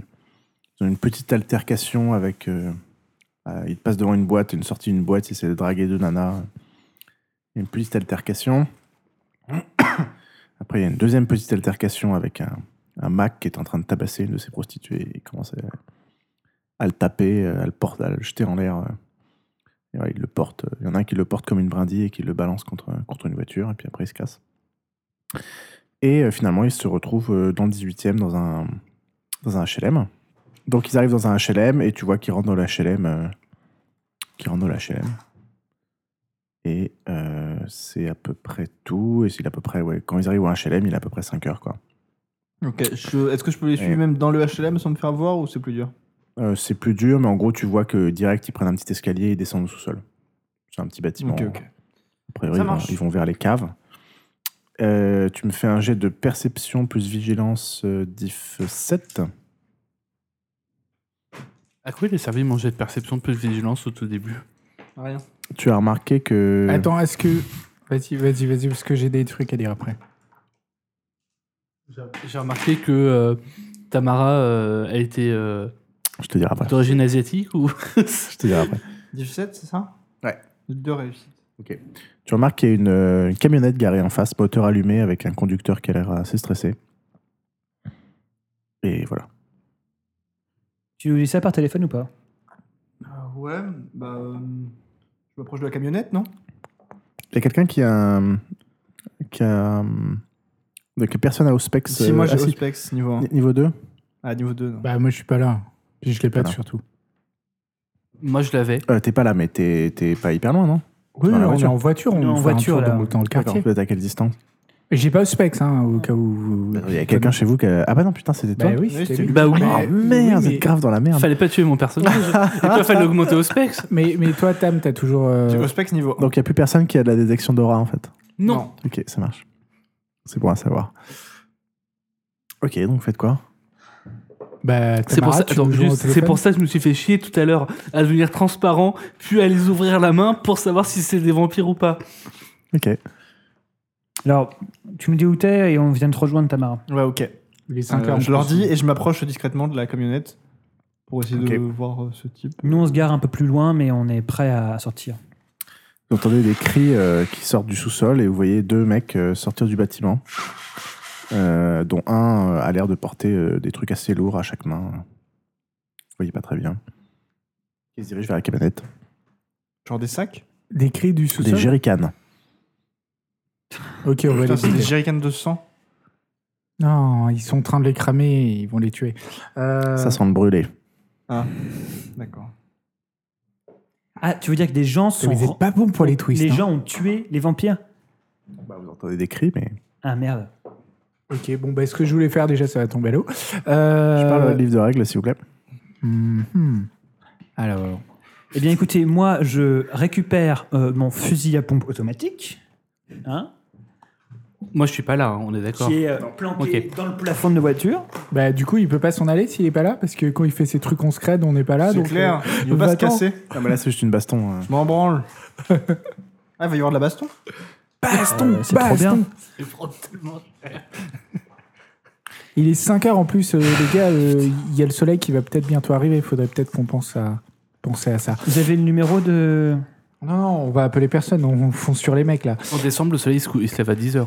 Speaker 1: ont une petite altercation avec. euh, euh, ils passent devant une boîte, une sortie d'une boîte, ils essaient de draguer deux nanas. Une petite altercation. Après, il y a une deuxième petite altercation avec un, un Mac qui est en train de tabasser une de ses prostituées. Il commence à, à le taper, euh, à le, porter, à le jeter en l'air. euh, Et ouais, il le porte. euh, Il y en a un qui le porte comme une brindille et qui le balance contre, euh, contre une voiture, et puis après il se casse. Et euh, finalement, ils se retrouvent euh, dans le 18e, dans un, dans un HLM. Donc ils arrivent dans un HLM, et tu vois qu'ils rentrent dans le HLM. euh, qu'ils rentrent dans le HLM. Et euh, c'est à peu près tout. Et c'est à peu près, ouais, quand ils arrivent au HLM, il est à peu près 5 heures, quoi.
Speaker 2: Ok, je- est-ce que je peux les suivre
Speaker 1: Et-
Speaker 2: même dans le HLM sans me faire voir ou c'est plus dur
Speaker 1: Euh, c'est plus dur, mais en gros, tu vois que direct, ils prennent un petit escalier et descendent au sous-sol. C'est un petit bâtiment. hein.
Speaker 2: Ok, ok.
Speaker 1: A priori,
Speaker 2: Ça
Speaker 1: ils vont,
Speaker 2: marche.
Speaker 1: ils vont vers les caves. Euh, tu me fais un jet de perception plus vigilance euh, diff 7.
Speaker 4: À quoi il est servi mon jet de perception plus vigilance au tout début
Speaker 2: Rien.
Speaker 1: Tu as remarqué que.
Speaker 5: Attends, est-ce que. Vas-y, vas-y, vas-y, parce que j'ai des trucs à dire après.
Speaker 4: J'ai remarqué que euh, Tamara, euh, elle était euh,
Speaker 1: Je te dirai après.
Speaker 4: d'origine asiatique ou <laughs>
Speaker 1: Je te dirai après.
Speaker 2: 17, c'est ça
Speaker 1: Ouais.
Speaker 2: Deux réussites.
Speaker 1: Tu remarques qu'il y a une, euh, une camionnette garée en face, moteur allumé, avec un conducteur qui a l'air assez stressé. Et voilà.
Speaker 3: Tu nous dis ça par téléphone ou pas
Speaker 2: ouais, bah. euh, je m'approche de la camionnette, non
Speaker 1: Il y a quelqu'un qui a. un- Qui a. un- Donc, personne à Auspex.
Speaker 2: Si,
Speaker 1: euh,
Speaker 2: moi j'ai hein.
Speaker 1: ah, si.
Speaker 2: Auspex niveau 1.
Speaker 1: Ni- Niveau 2
Speaker 2: Ah, niveau 2, non.
Speaker 5: Bah, moi, je suis pas là. Puis je l'ai pas
Speaker 1: Voilà.
Speaker 5: surtout.
Speaker 4: Moi, je l'avais.
Speaker 1: Euh, T'es pas là, mais t'es t'es pas hyper loin, non
Speaker 5: Oui,
Speaker 1: Dans la
Speaker 5: on est
Speaker 1: voiture.
Speaker 5: en voiture,
Speaker 3: On est
Speaker 5: on
Speaker 3: en
Speaker 5: fait un
Speaker 3: voiture,
Speaker 5: tour
Speaker 3: là.
Speaker 5: dans, dans le quartier.
Speaker 1: Vous êtes à quelle distance
Speaker 5: J'ai pas au specs, hein, au cas où.
Speaker 1: Bah, Il y a quelqu'un chez vous qui a. Ah bah non, putain, c'était toi.
Speaker 5: Bah oui,
Speaker 2: Oui, c'était
Speaker 5: c'était lui.
Speaker 4: Bah oui.
Speaker 5: Mais-
Speaker 1: Oh merde,
Speaker 5: oui,
Speaker 1: vous
Speaker 5: mais-
Speaker 1: êtes grave dans la merde.
Speaker 4: Fallait pas tuer mon personnage. Et toi, fallait l'augmenter au specs.
Speaker 5: Mais, mais toi, Tam, t'as toujours. euh,
Speaker 2: J'ai Auspex niveau 1.
Speaker 1: Donc il n'y a plus personne qui a de la détection d'aura en fait.
Speaker 4: Non.
Speaker 1: Ok, ça marche. C'est bon à savoir. Ok, donc faites quoi
Speaker 5: Bah,
Speaker 4: C'est pour,
Speaker 5: Tamara,
Speaker 4: ça,
Speaker 5: tu
Speaker 4: attends,
Speaker 5: nous joues
Speaker 4: juste,
Speaker 5: au
Speaker 4: c'est pour
Speaker 5: téléphone
Speaker 4: ça que je me suis fait chier tout à l'heure à devenir transparent, puis à les ouvrir la main pour savoir si c'est des vampires ou pas.
Speaker 1: Ok.
Speaker 3: Alors, tu nous dis où t'es et on vient de te rejoindre, Tamara.
Speaker 2: Ouais, ok.
Speaker 5: Les cinq
Speaker 2: Euh,
Speaker 5: larmes
Speaker 2: je leur
Speaker 5: qui
Speaker 2: dis
Speaker 5: sont-
Speaker 2: et je m'approche discrètement de la camionnette pour essayer de
Speaker 1: Ok.
Speaker 2: voir euh, ce type.
Speaker 3: Nous, on se gare un peu plus loin, mais on est prêt à sortir.
Speaker 1: Vous entendez des cris euh, qui sortent du sous-sol et vous voyez deux mecs euh, sortir du bâtiment, euh, dont un euh, a l'air de porter euh, des trucs assez lourds à chaque main. Vous voyez pas très bien. Ils se dirigent vers la camionnette.
Speaker 2: Genre des sacs
Speaker 5: Des cris du
Speaker 1: Des
Speaker 5: sous-sol.
Speaker 1: jerrycans.
Speaker 5: Ok, on va
Speaker 2: Putain,
Speaker 5: les
Speaker 2: c'est des
Speaker 5: buter.
Speaker 2: jerrycans de sang.
Speaker 5: Non, ils sont en train de les cramer, ils vont les tuer. Euh,
Speaker 1: Ça sent le brûler.
Speaker 2: D'accord.
Speaker 3: Ah, tu veux dire que des gens sont.
Speaker 5: Vous n'êtes pas bon pour les twists.
Speaker 3: les
Speaker 5: hein.
Speaker 3: gens ont tué les vampires
Speaker 1: Bah, vous entendez des cris, mais.
Speaker 3: Ah merde.
Speaker 5: Ok, bon, bah, ce que je voulais faire déjà, ça va tomber à l'eau. Euh,
Speaker 1: Je parle euh, livre de règles, s'il vous plaît.
Speaker 5: mhm. Alors,
Speaker 3: Eh bien, écoutez, moi, je récupère euh, mon fusil à pompe automatique, hein,
Speaker 4: Moi, je suis pas là, hein, on est d'accord.
Speaker 3: qui est euh, planqué
Speaker 4: Ok.
Speaker 3: dans le plafond de voiture.
Speaker 5: bah, du coup, il peut pas s'en aller s'il est pas là, parce que quand il fait ses trucs en scred, on n'est pas là.
Speaker 2: c'est
Speaker 5: donc,
Speaker 2: clair,
Speaker 5: euh,
Speaker 2: il peut pas se
Speaker 5: va-t'en.
Speaker 2: casser.
Speaker 1: Ah, mais là, c'est juste une baston. euh.
Speaker 2: Je m'en branle. <laughs> ah, il va y avoir de la baston
Speaker 5: Baston,
Speaker 3: Euh, c'est trop
Speaker 5: baston.
Speaker 3: bien.
Speaker 5: Il est 5 heures en plus, euh, les gars, euh, il y a le soleil qui va peut-être bientôt arriver, il faudrait peut-être qu'on pense à penser à ça.
Speaker 3: Vous avez le numéro de.
Speaker 5: Non, non, on va appeler personne, on on fonce sur les mecs là.
Speaker 4: En décembre, le soleil il se, cou- il se lève à hein. 10h.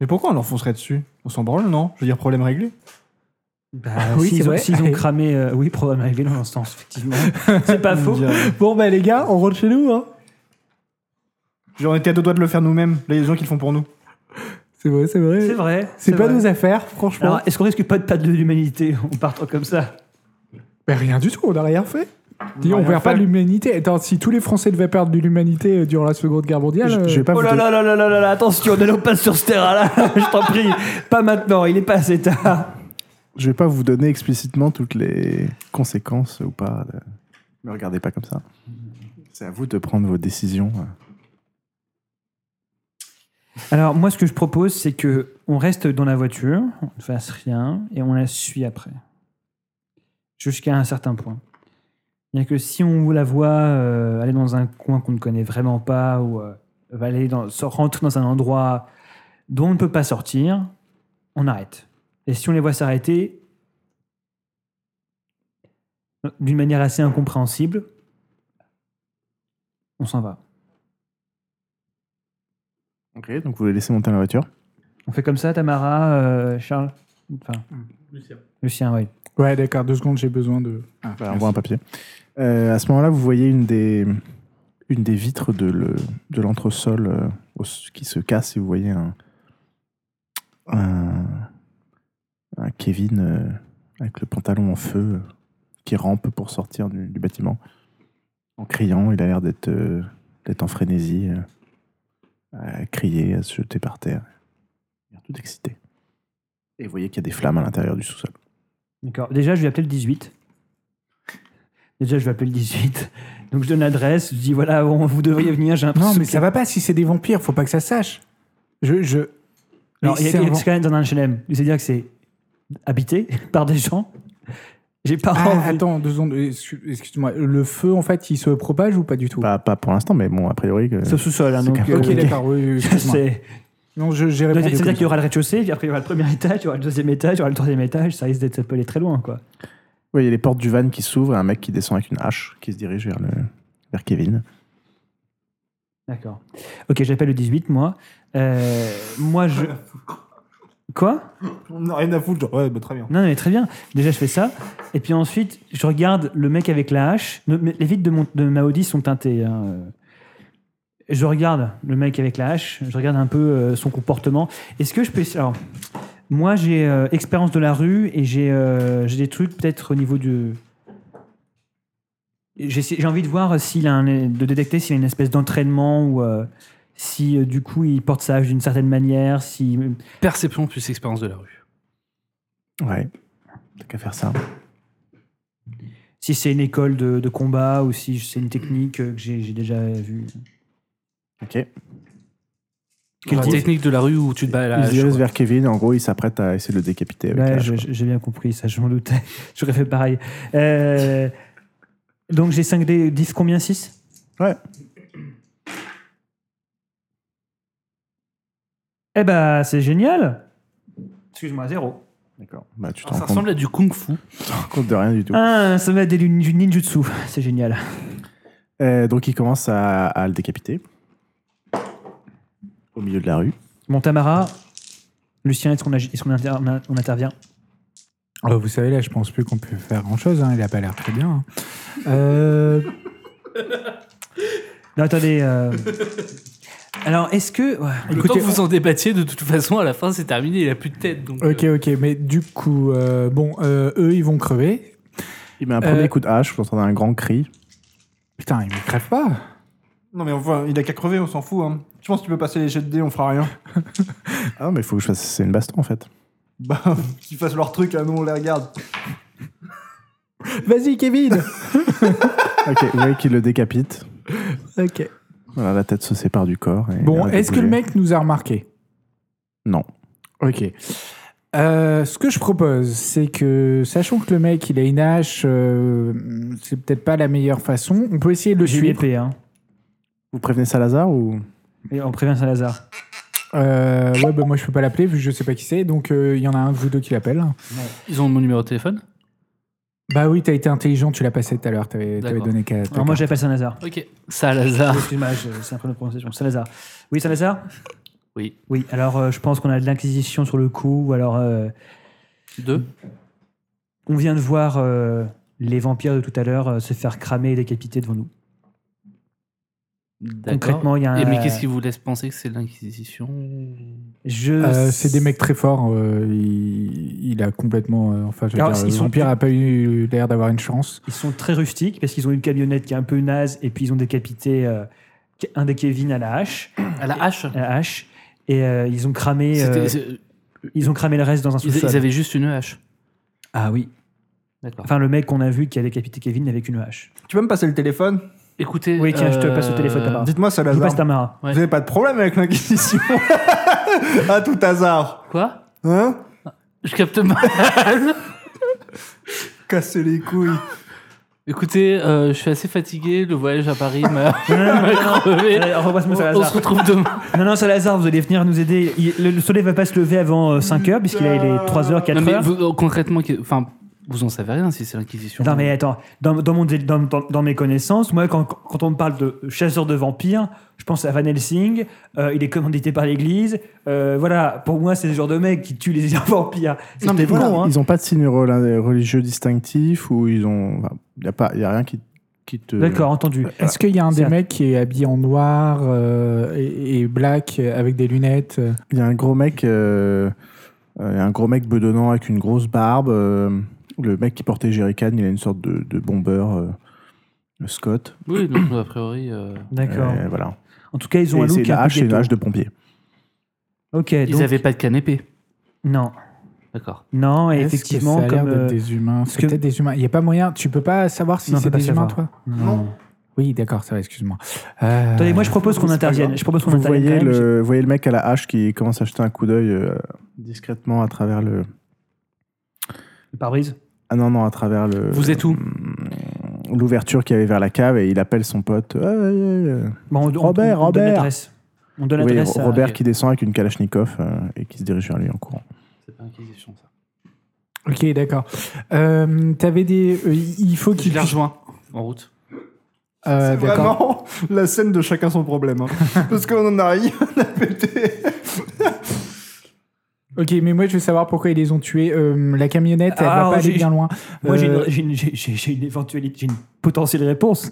Speaker 2: Mais pourquoi on leur foncerait dessus On s'en branle, non Je veux dire, problème <laughs> réglé.
Speaker 3: Bah,
Speaker 5: Ah oui, c'est
Speaker 3: s'ils ont,
Speaker 5: vrai.
Speaker 3: s'ils ont cramé. euh, oui, programme réglé dans l'instant, <laughs> effectivement. C'est pas faux.
Speaker 5: Bon, bah, les gars, on rentre chez nous, hein.
Speaker 2: Genre, on était à deux doigts de le faire nous-mêmes. Là, il y a des gens qui le font pour nous.
Speaker 5: C'est vrai, c'est
Speaker 3: C'est
Speaker 5: vrai. Ah
Speaker 3: vrai.
Speaker 5: C'est pas
Speaker 3: vrai.
Speaker 5: nos affaires, franchement.
Speaker 3: Alors, est-ce qu'on risque pas de perdre de l'humanité en partant comme ça
Speaker 5: Ben, rien du tout, on n'a rien fait. Dis,
Speaker 2: n'a
Speaker 5: on
Speaker 2: rien
Speaker 5: perd pas
Speaker 2: fait.
Speaker 5: de l'humanité. Attends, si tous les Français devaient perdre de l'humanité euh, durant la Seconde Guerre mondiale.
Speaker 1: Je-
Speaker 5: euh,
Speaker 1: je vais pas
Speaker 3: Oh
Speaker 1: vous
Speaker 3: là
Speaker 1: don-
Speaker 3: là là là là là là, attention, ne pas sur ce terrain-là, <laughs> je t'en prie. Pas maintenant, il est pas assez tard.
Speaker 1: je vais pas vous donner explicitement toutes les conséquences ou pas. de- Me regardez pas comme ça. C'est à vous de prendre vos décisions. euh.
Speaker 3: Alors, moi, ce que je propose, c'est que on reste dans la voiture, on ne fasse rien, et on la suit après. Jusqu'à un certain point. Bien que si on la voit euh, aller dans un coin qu'on ne connaît vraiment pas, ou euh, aller dans, se- rentrer dans un endroit dont on ne peut pas sortir, on arrête. Et si on les voit s'arrêter d'une manière assez incompréhensible, on s'en va.
Speaker 1: Ok, donc vous les laissez monter dans la voiture.
Speaker 3: On fait comme ça, Tamara, euh, Charles Enfin, Lucien, oui.
Speaker 5: Ouais, d'accord, deux secondes, j'ai besoin de. Ah,
Speaker 1: Voilà, on voit un papier. Euh, à ce moment-là, vous voyez une des, une des vitres de, le, de l'entresol euh, au- qui se casse et vous voyez un, un, un Kevin euh, avec le pantalon en feu euh, qui rampe pour sortir du, du bâtiment en criant. Il a l'air d'être, euh, d'être en frénésie, euh, à crier, à se jeter par terre. Il a l'air tout excité. Et vous voyez qu'il y a des flammes à l'intérieur du sous-sol.
Speaker 3: D'accord. Déjà, je vais appeler le 18. Déjà, je vais appeler le 18. Donc, je donne l'adresse. Je dis, voilà, on- vous devriez venir. J'ai
Speaker 5: Non,
Speaker 3: l'impression
Speaker 5: mais
Speaker 3: que-
Speaker 5: ça va pas si c'est des vampires, faut pas que ça sache. Je. je...
Speaker 3: Alors, il
Speaker 5: Mais
Speaker 3: y a
Speaker 5: c'est un
Speaker 3: quelqu'un
Speaker 5: vent-
Speaker 3: qui est dans un HLM. C'est-à-dire que c'est habité <laughs> par des gens. J'ai pas
Speaker 5: Ah,
Speaker 3: envie.
Speaker 5: attends, deux secondes, excu- excuse-moi. Le feu, en fait, il se propage ou pas du tout
Speaker 1: Pas, pas pour l'instant, mais bon, a priori. que-
Speaker 3: C'est au sous-sol. hein,
Speaker 1: C'est
Speaker 3: donc,
Speaker 1: quand même
Speaker 3: euh,
Speaker 5: Bah, Ok, d'accord, <laughs> oui, oui,
Speaker 3: <laughs>
Speaker 5: excuse-moi.
Speaker 3: c'est-
Speaker 5: Non, je- j'ai répondu.
Speaker 3: C'est-à-dire
Speaker 5: comme
Speaker 3: qu'il y aura le rez-de-chaussée, puis après, il y aura le premier <laughs> étage, il y aura le deuxième étage, il y aura le troisième étage. Ça risque d'être ça peut aller très loin, quoi.
Speaker 1: Oui, il y a les portes du van qui s'ouvrent et un mec qui descend avec une hache qui se dirige vers, le, vers Kevin.
Speaker 3: D'accord. Ok, j'appelle le 18, moi. Euh, moi, je. Quoi
Speaker 2: On a rien à foutre. Genre, ouais, bah, très bien.
Speaker 3: Non, non, mais très bien. Déjà, je fais ça. Et puis ensuite, je regarde le mec avec la hache. Ne- mais Les vitres de, mon, de ma Audi sont teintées. hein, euh. Je regarde le mec avec la hache. Je regarde un peu euh, son comportement. Est-ce que je peux. Alors, moi, j'ai euh, expérience de la rue et j'ai euh, j'ai des trucs peut-être au niveau du. J'ai j'ai envie de voir s'il a un, de détecter s'il a une espèce d'entraînement ou euh, si euh, du coup il porte sa hache d'une certaine manière, si
Speaker 4: Perception plus expérience de la rue.
Speaker 1: Ouais. T'as qu'à faire ça.
Speaker 3: si c'est une école de, de combat ou si c'est une technique euh, que j'ai j'ai déjà vue.
Speaker 1: Ok.
Speaker 4: Quelle
Speaker 1: Ouais.
Speaker 4: technique de la rue où tu te bats à la
Speaker 1: Il se dirige
Speaker 4: hache, quoi.
Speaker 1: vers Kevin, en gros, il s'apprête à essayer de le décapiter avec la
Speaker 3: Ouais,
Speaker 1: hache,
Speaker 3: je-
Speaker 1: quoi.
Speaker 3: je- j'ai bien compris ça, je m'en doutais. <laughs> J'aurais fait pareil. Euh, donc j'ai 5D, 10 combien 6
Speaker 1: Ouais.
Speaker 3: Eh bah, c'est génial Excuse-moi, zéro.
Speaker 1: D'accord. Bah, tu te
Speaker 4: Ah, Ça
Speaker 1: rends compte,
Speaker 4: ressemble à du kung-fu.
Speaker 1: tu te rends compte de rien du tout.
Speaker 3: Ah, ça va être des lun- du ninjutsu, <laughs> c'est génial.
Speaker 1: Euh, donc, il commence à, à le décapiter. Au milieu de la rue.
Speaker 3: Bon, Tamara, Lucien, est-ce qu'on agi- est-ce qu'on inter- on a- on intervient
Speaker 5: Oh, vous savez, là, je pense plus qu'on peut faire grand-chose. hein. Il a pas l'air très bien. hein. Euh,
Speaker 3: Non, attendez.
Speaker 1: <laughs>
Speaker 3: euh, Alors, est-ce que. ouais,
Speaker 4: Écoutez,
Speaker 5: écoutez,
Speaker 4: vous en débattiez, de toute façon, à la fin, c'est terminé, il a plus de tête. Donc,
Speaker 5: ok, ok. Mais du coup, euh, bon, euh, eux, ils vont crever.
Speaker 1: Il met un premier
Speaker 5: Euh,
Speaker 1: coup de hache, vous entendez un grand cri.
Speaker 5: Putain, ils ne crèvent pas.
Speaker 2: Non, mais enfin, il a qu'à crever, on s'en fout. Hein. Je pense que tu peux passer les jets de dés, on fera rien. <laughs>
Speaker 1: Ah, mais il faut que je fasse. C'est une baston, en fait.
Speaker 2: Bah, qu'ils fassent leur truc, hein, nous on les regarde.
Speaker 5: Vas-y, Kevin.
Speaker 1: Ok, vous voyez qu'il le décapite.
Speaker 5: <laughs> ok.
Speaker 1: Voilà, la tête se sépare du corps. et il
Speaker 5: Bon,
Speaker 1: arrête de
Speaker 5: est-ce que le
Speaker 1: bouger.
Speaker 5: mec nous a remarqué
Speaker 1: Non.
Speaker 5: Ok. Euh, ce que je propose, c'est que, sachant que le mec, il a une hache, euh, c'est peut-être pas la meilleure façon. On peut essayer de le
Speaker 3: J'ai une
Speaker 5: suivre.
Speaker 3: épée, hein.
Speaker 1: Vous prévenez Salazar ou.
Speaker 3: Et on prévient Saint-Lazare.
Speaker 5: Euh, ouais, bah moi, je peux pas l'appeler vu que je sais pas qui c'est. Donc, euh, il y en a un de vous deux qui l'appelle.
Speaker 4: Ils ont mon numéro de téléphone
Speaker 5: Bah oui, t'as été intelligent, tu l'as passé tout à l'heure. T'avais t'avais
Speaker 4: D'accord.
Speaker 5: donné qu'à.
Speaker 3: Alors, moi, j'appelle Saint-Lazare.
Speaker 4: Ok. Salazar.
Speaker 3: Excuse-moi, je- c'est un problème de prononciation. Saint-Lazare. Oui, Saint-Lazare
Speaker 4: Oui.
Speaker 3: Oui, alors euh, je pense qu'on a de l'inquisition sur le coup. Ou alors, euh,
Speaker 4: Deux.
Speaker 3: on vient de voir euh, les vampires de tout à l'heure euh, se faire cramer et décapiter devant nous.
Speaker 4: D'accord.
Speaker 3: Concrètement,
Speaker 5: Euh,
Speaker 3: il y a un.
Speaker 4: Et mais qu'est-ce qui vous laisse penser que c'est de l'Inquisition
Speaker 3: Je-
Speaker 5: Euh, c'est des mecs très forts. euh, il, il a complètement. euh, enfin, je veux
Speaker 3: Alors,
Speaker 5: dire,
Speaker 3: ils
Speaker 5: le
Speaker 3: sont-
Speaker 5: vampire a pas eu l'air d'avoir une chance.
Speaker 3: Ils sont très rustiques parce qu'ils ont une camionnette qui est un peu naze et puis ils ont décapité euh, un des Kevin à la hache.
Speaker 4: À la
Speaker 5: euh,
Speaker 4: hache
Speaker 3: à la hache et euh, ils ont cramé.
Speaker 4: C'était-
Speaker 3: euh,
Speaker 4: c'est-
Speaker 3: ils ont cramé le reste dans un
Speaker 4: ils,
Speaker 3: sous-sol.
Speaker 4: ils avaient juste une hache.
Speaker 3: Ah oui.
Speaker 4: D'accord.
Speaker 3: Enfin, le mec qu'on a vu qui a décapité Kevin avec une hache.
Speaker 2: Tu peux me passer le téléphone
Speaker 4: Écoutez. euh,
Speaker 3: Oui, tiens, je te passe le téléphone, Tamara.
Speaker 2: Dites-moi,
Speaker 3: Je vous
Speaker 2: Salazar.
Speaker 3: passe Tamara.
Speaker 4: Ouais.
Speaker 2: Ah. Vous avez pas de problème avec l'inquisition <laughs> À tout hasard
Speaker 4: Quoi
Speaker 2: Hein
Speaker 4: Je capte mal. <laughs>
Speaker 2: Casser les couilles
Speaker 4: Écoutez, euh, je suis assez fatigué. Le voyage à Paris m'a <laughs>
Speaker 3: Non, non, non, non,
Speaker 4: m'a crevé.
Speaker 3: Euh,
Speaker 4: On,
Speaker 3: Repasse-moi
Speaker 4: on se
Speaker 3: Salazar.
Speaker 4: retrouve demain.
Speaker 3: Non, non, Salazar, vous allez venir nous aider. Il- le, le soleil va pas se lever avant 5h, puisqu'il a les 3h,
Speaker 4: Non,
Speaker 3: 4h.
Speaker 4: mais vous- euh, concrètement, que- enfin, vous en savez rien si c'est l'Inquisition.
Speaker 3: Non, mais attends, dans, dans mon, dé- dans, dans, dans mes connaissances, moi, quand, quand on me parle de chasseur de vampires, je pense à Van Helsing, euh, il est commandité par l'église. euh, voilà, pour moi, c'est le genre de mec qui tue les <laughs> vampires. C'est
Speaker 1: Non, mais
Speaker 3: peut-être
Speaker 1: voilà,
Speaker 3: con, hein.
Speaker 1: Ils n'ont pas de signe rela- religieux distinctif ou ils ont. enfin, Il n'y a, pas- il y a rien qui, qui te.
Speaker 3: D'accord, entendu.
Speaker 1: Euh,
Speaker 5: Est-ce qu'il y a un
Speaker 3: Ah, C'est
Speaker 5: des
Speaker 3: un-
Speaker 5: mecs qui est habillé en noir euh, et, et black euh, avec des lunettes euh,
Speaker 1: Il y a un gros mec. euh, euh, il y a un gros mec bedonnant avec une grosse barbe. euh, le mec qui portait Jerrycan, il a une sorte de, de bombeur. euh, le Scott.
Speaker 4: Oui, donc a priori. euh,
Speaker 3: D'accord.
Speaker 1: Euh, voilà.
Speaker 3: En tout cas, ils ont un
Speaker 1: Et c'est
Speaker 3: look
Speaker 1: une
Speaker 3: un peu
Speaker 1: hache, c'est une
Speaker 3: ghetto.
Speaker 1: hache de pompier.
Speaker 3: Ok,
Speaker 4: ils
Speaker 3: donc,
Speaker 4: n'avaient pas de canapé.
Speaker 3: non,
Speaker 4: D'accord.
Speaker 3: non, et
Speaker 5: est-ce que
Speaker 3: effectivement,
Speaker 5: ça a l'air
Speaker 3: comme...
Speaker 5: d'être
Speaker 3: euh,
Speaker 5: des humains. C'est
Speaker 3: que-
Speaker 5: peut-être des humains. Il n'y a pas moyen. Tu peux pas savoir si
Speaker 3: Non, on
Speaker 5: c'est
Speaker 3: peut pas
Speaker 5: des humains, toi
Speaker 3: savoir. non.
Speaker 5: Oui, d'accord, ça va, excuse-moi. Euh,
Speaker 3: Attendez, moi, je propose qu'on
Speaker 5: c'est pas
Speaker 3: intervienne.
Speaker 5: grave.
Speaker 3: Je propose qu'on
Speaker 1: Vous
Speaker 3: intervienne
Speaker 1: voyez
Speaker 3: quand même.
Speaker 1: le, vous voyez le mec à la hache qui commence à jeter un coup d'œil euh, discrètement à travers le.
Speaker 3: Le pare-brise
Speaker 1: Ah non, non, à travers le. euh,
Speaker 4: Vous êtes où
Speaker 1: L'ouverture qu'il y avait vers la cave et il appelle son pote. Ah, Ouais, ouais, ouais.
Speaker 3: Bon, on- on-
Speaker 1: Robert,
Speaker 3: on donne
Speaker 1: Robert.
Speaker 3: l'adresse. On donne
Speaker 1: Oui,
Speaker 3: l'adresse à-
Speaker 1: Robert
Speaker 4: ok.
Speaker 1: qui descend avec une Kalachnikov euh, et qui se dirige vers lui en courant.
Speaker 4: C'est pas l'Inquisition, ça.
Speaker 5: Ok, d'accord. Euh, T'avais des. euh, il faut
Speaker 4: Je
Speaker 5: qu'il.
Speaker 4: les rejoins en route.
Speaker 5: Euh,
Speaker 10: C'est
Speaker 5: d'accord.
Speaker 10: vraiment la scène de chacun son problème.
Speaker 2: <laughs>
Speaker 10: hein. Parce qu'on en a rien à péter.
Speaker 5: Ok, mais moi, je veux savoir pourquoi ils les ont tués. Euh, la camionnette, elle
Speaker 3: Ah,
Speaker 5: va pas
Speaker 3: j'ai-
Speaker 5: aller bien loin.
Speaker 3: Moi, j'ai une-
Speaker 5: Euh,
Speaker 3: j'ai une, j'ai- j'ai- j'ai une éventualité, j'ai une potentielle réponse.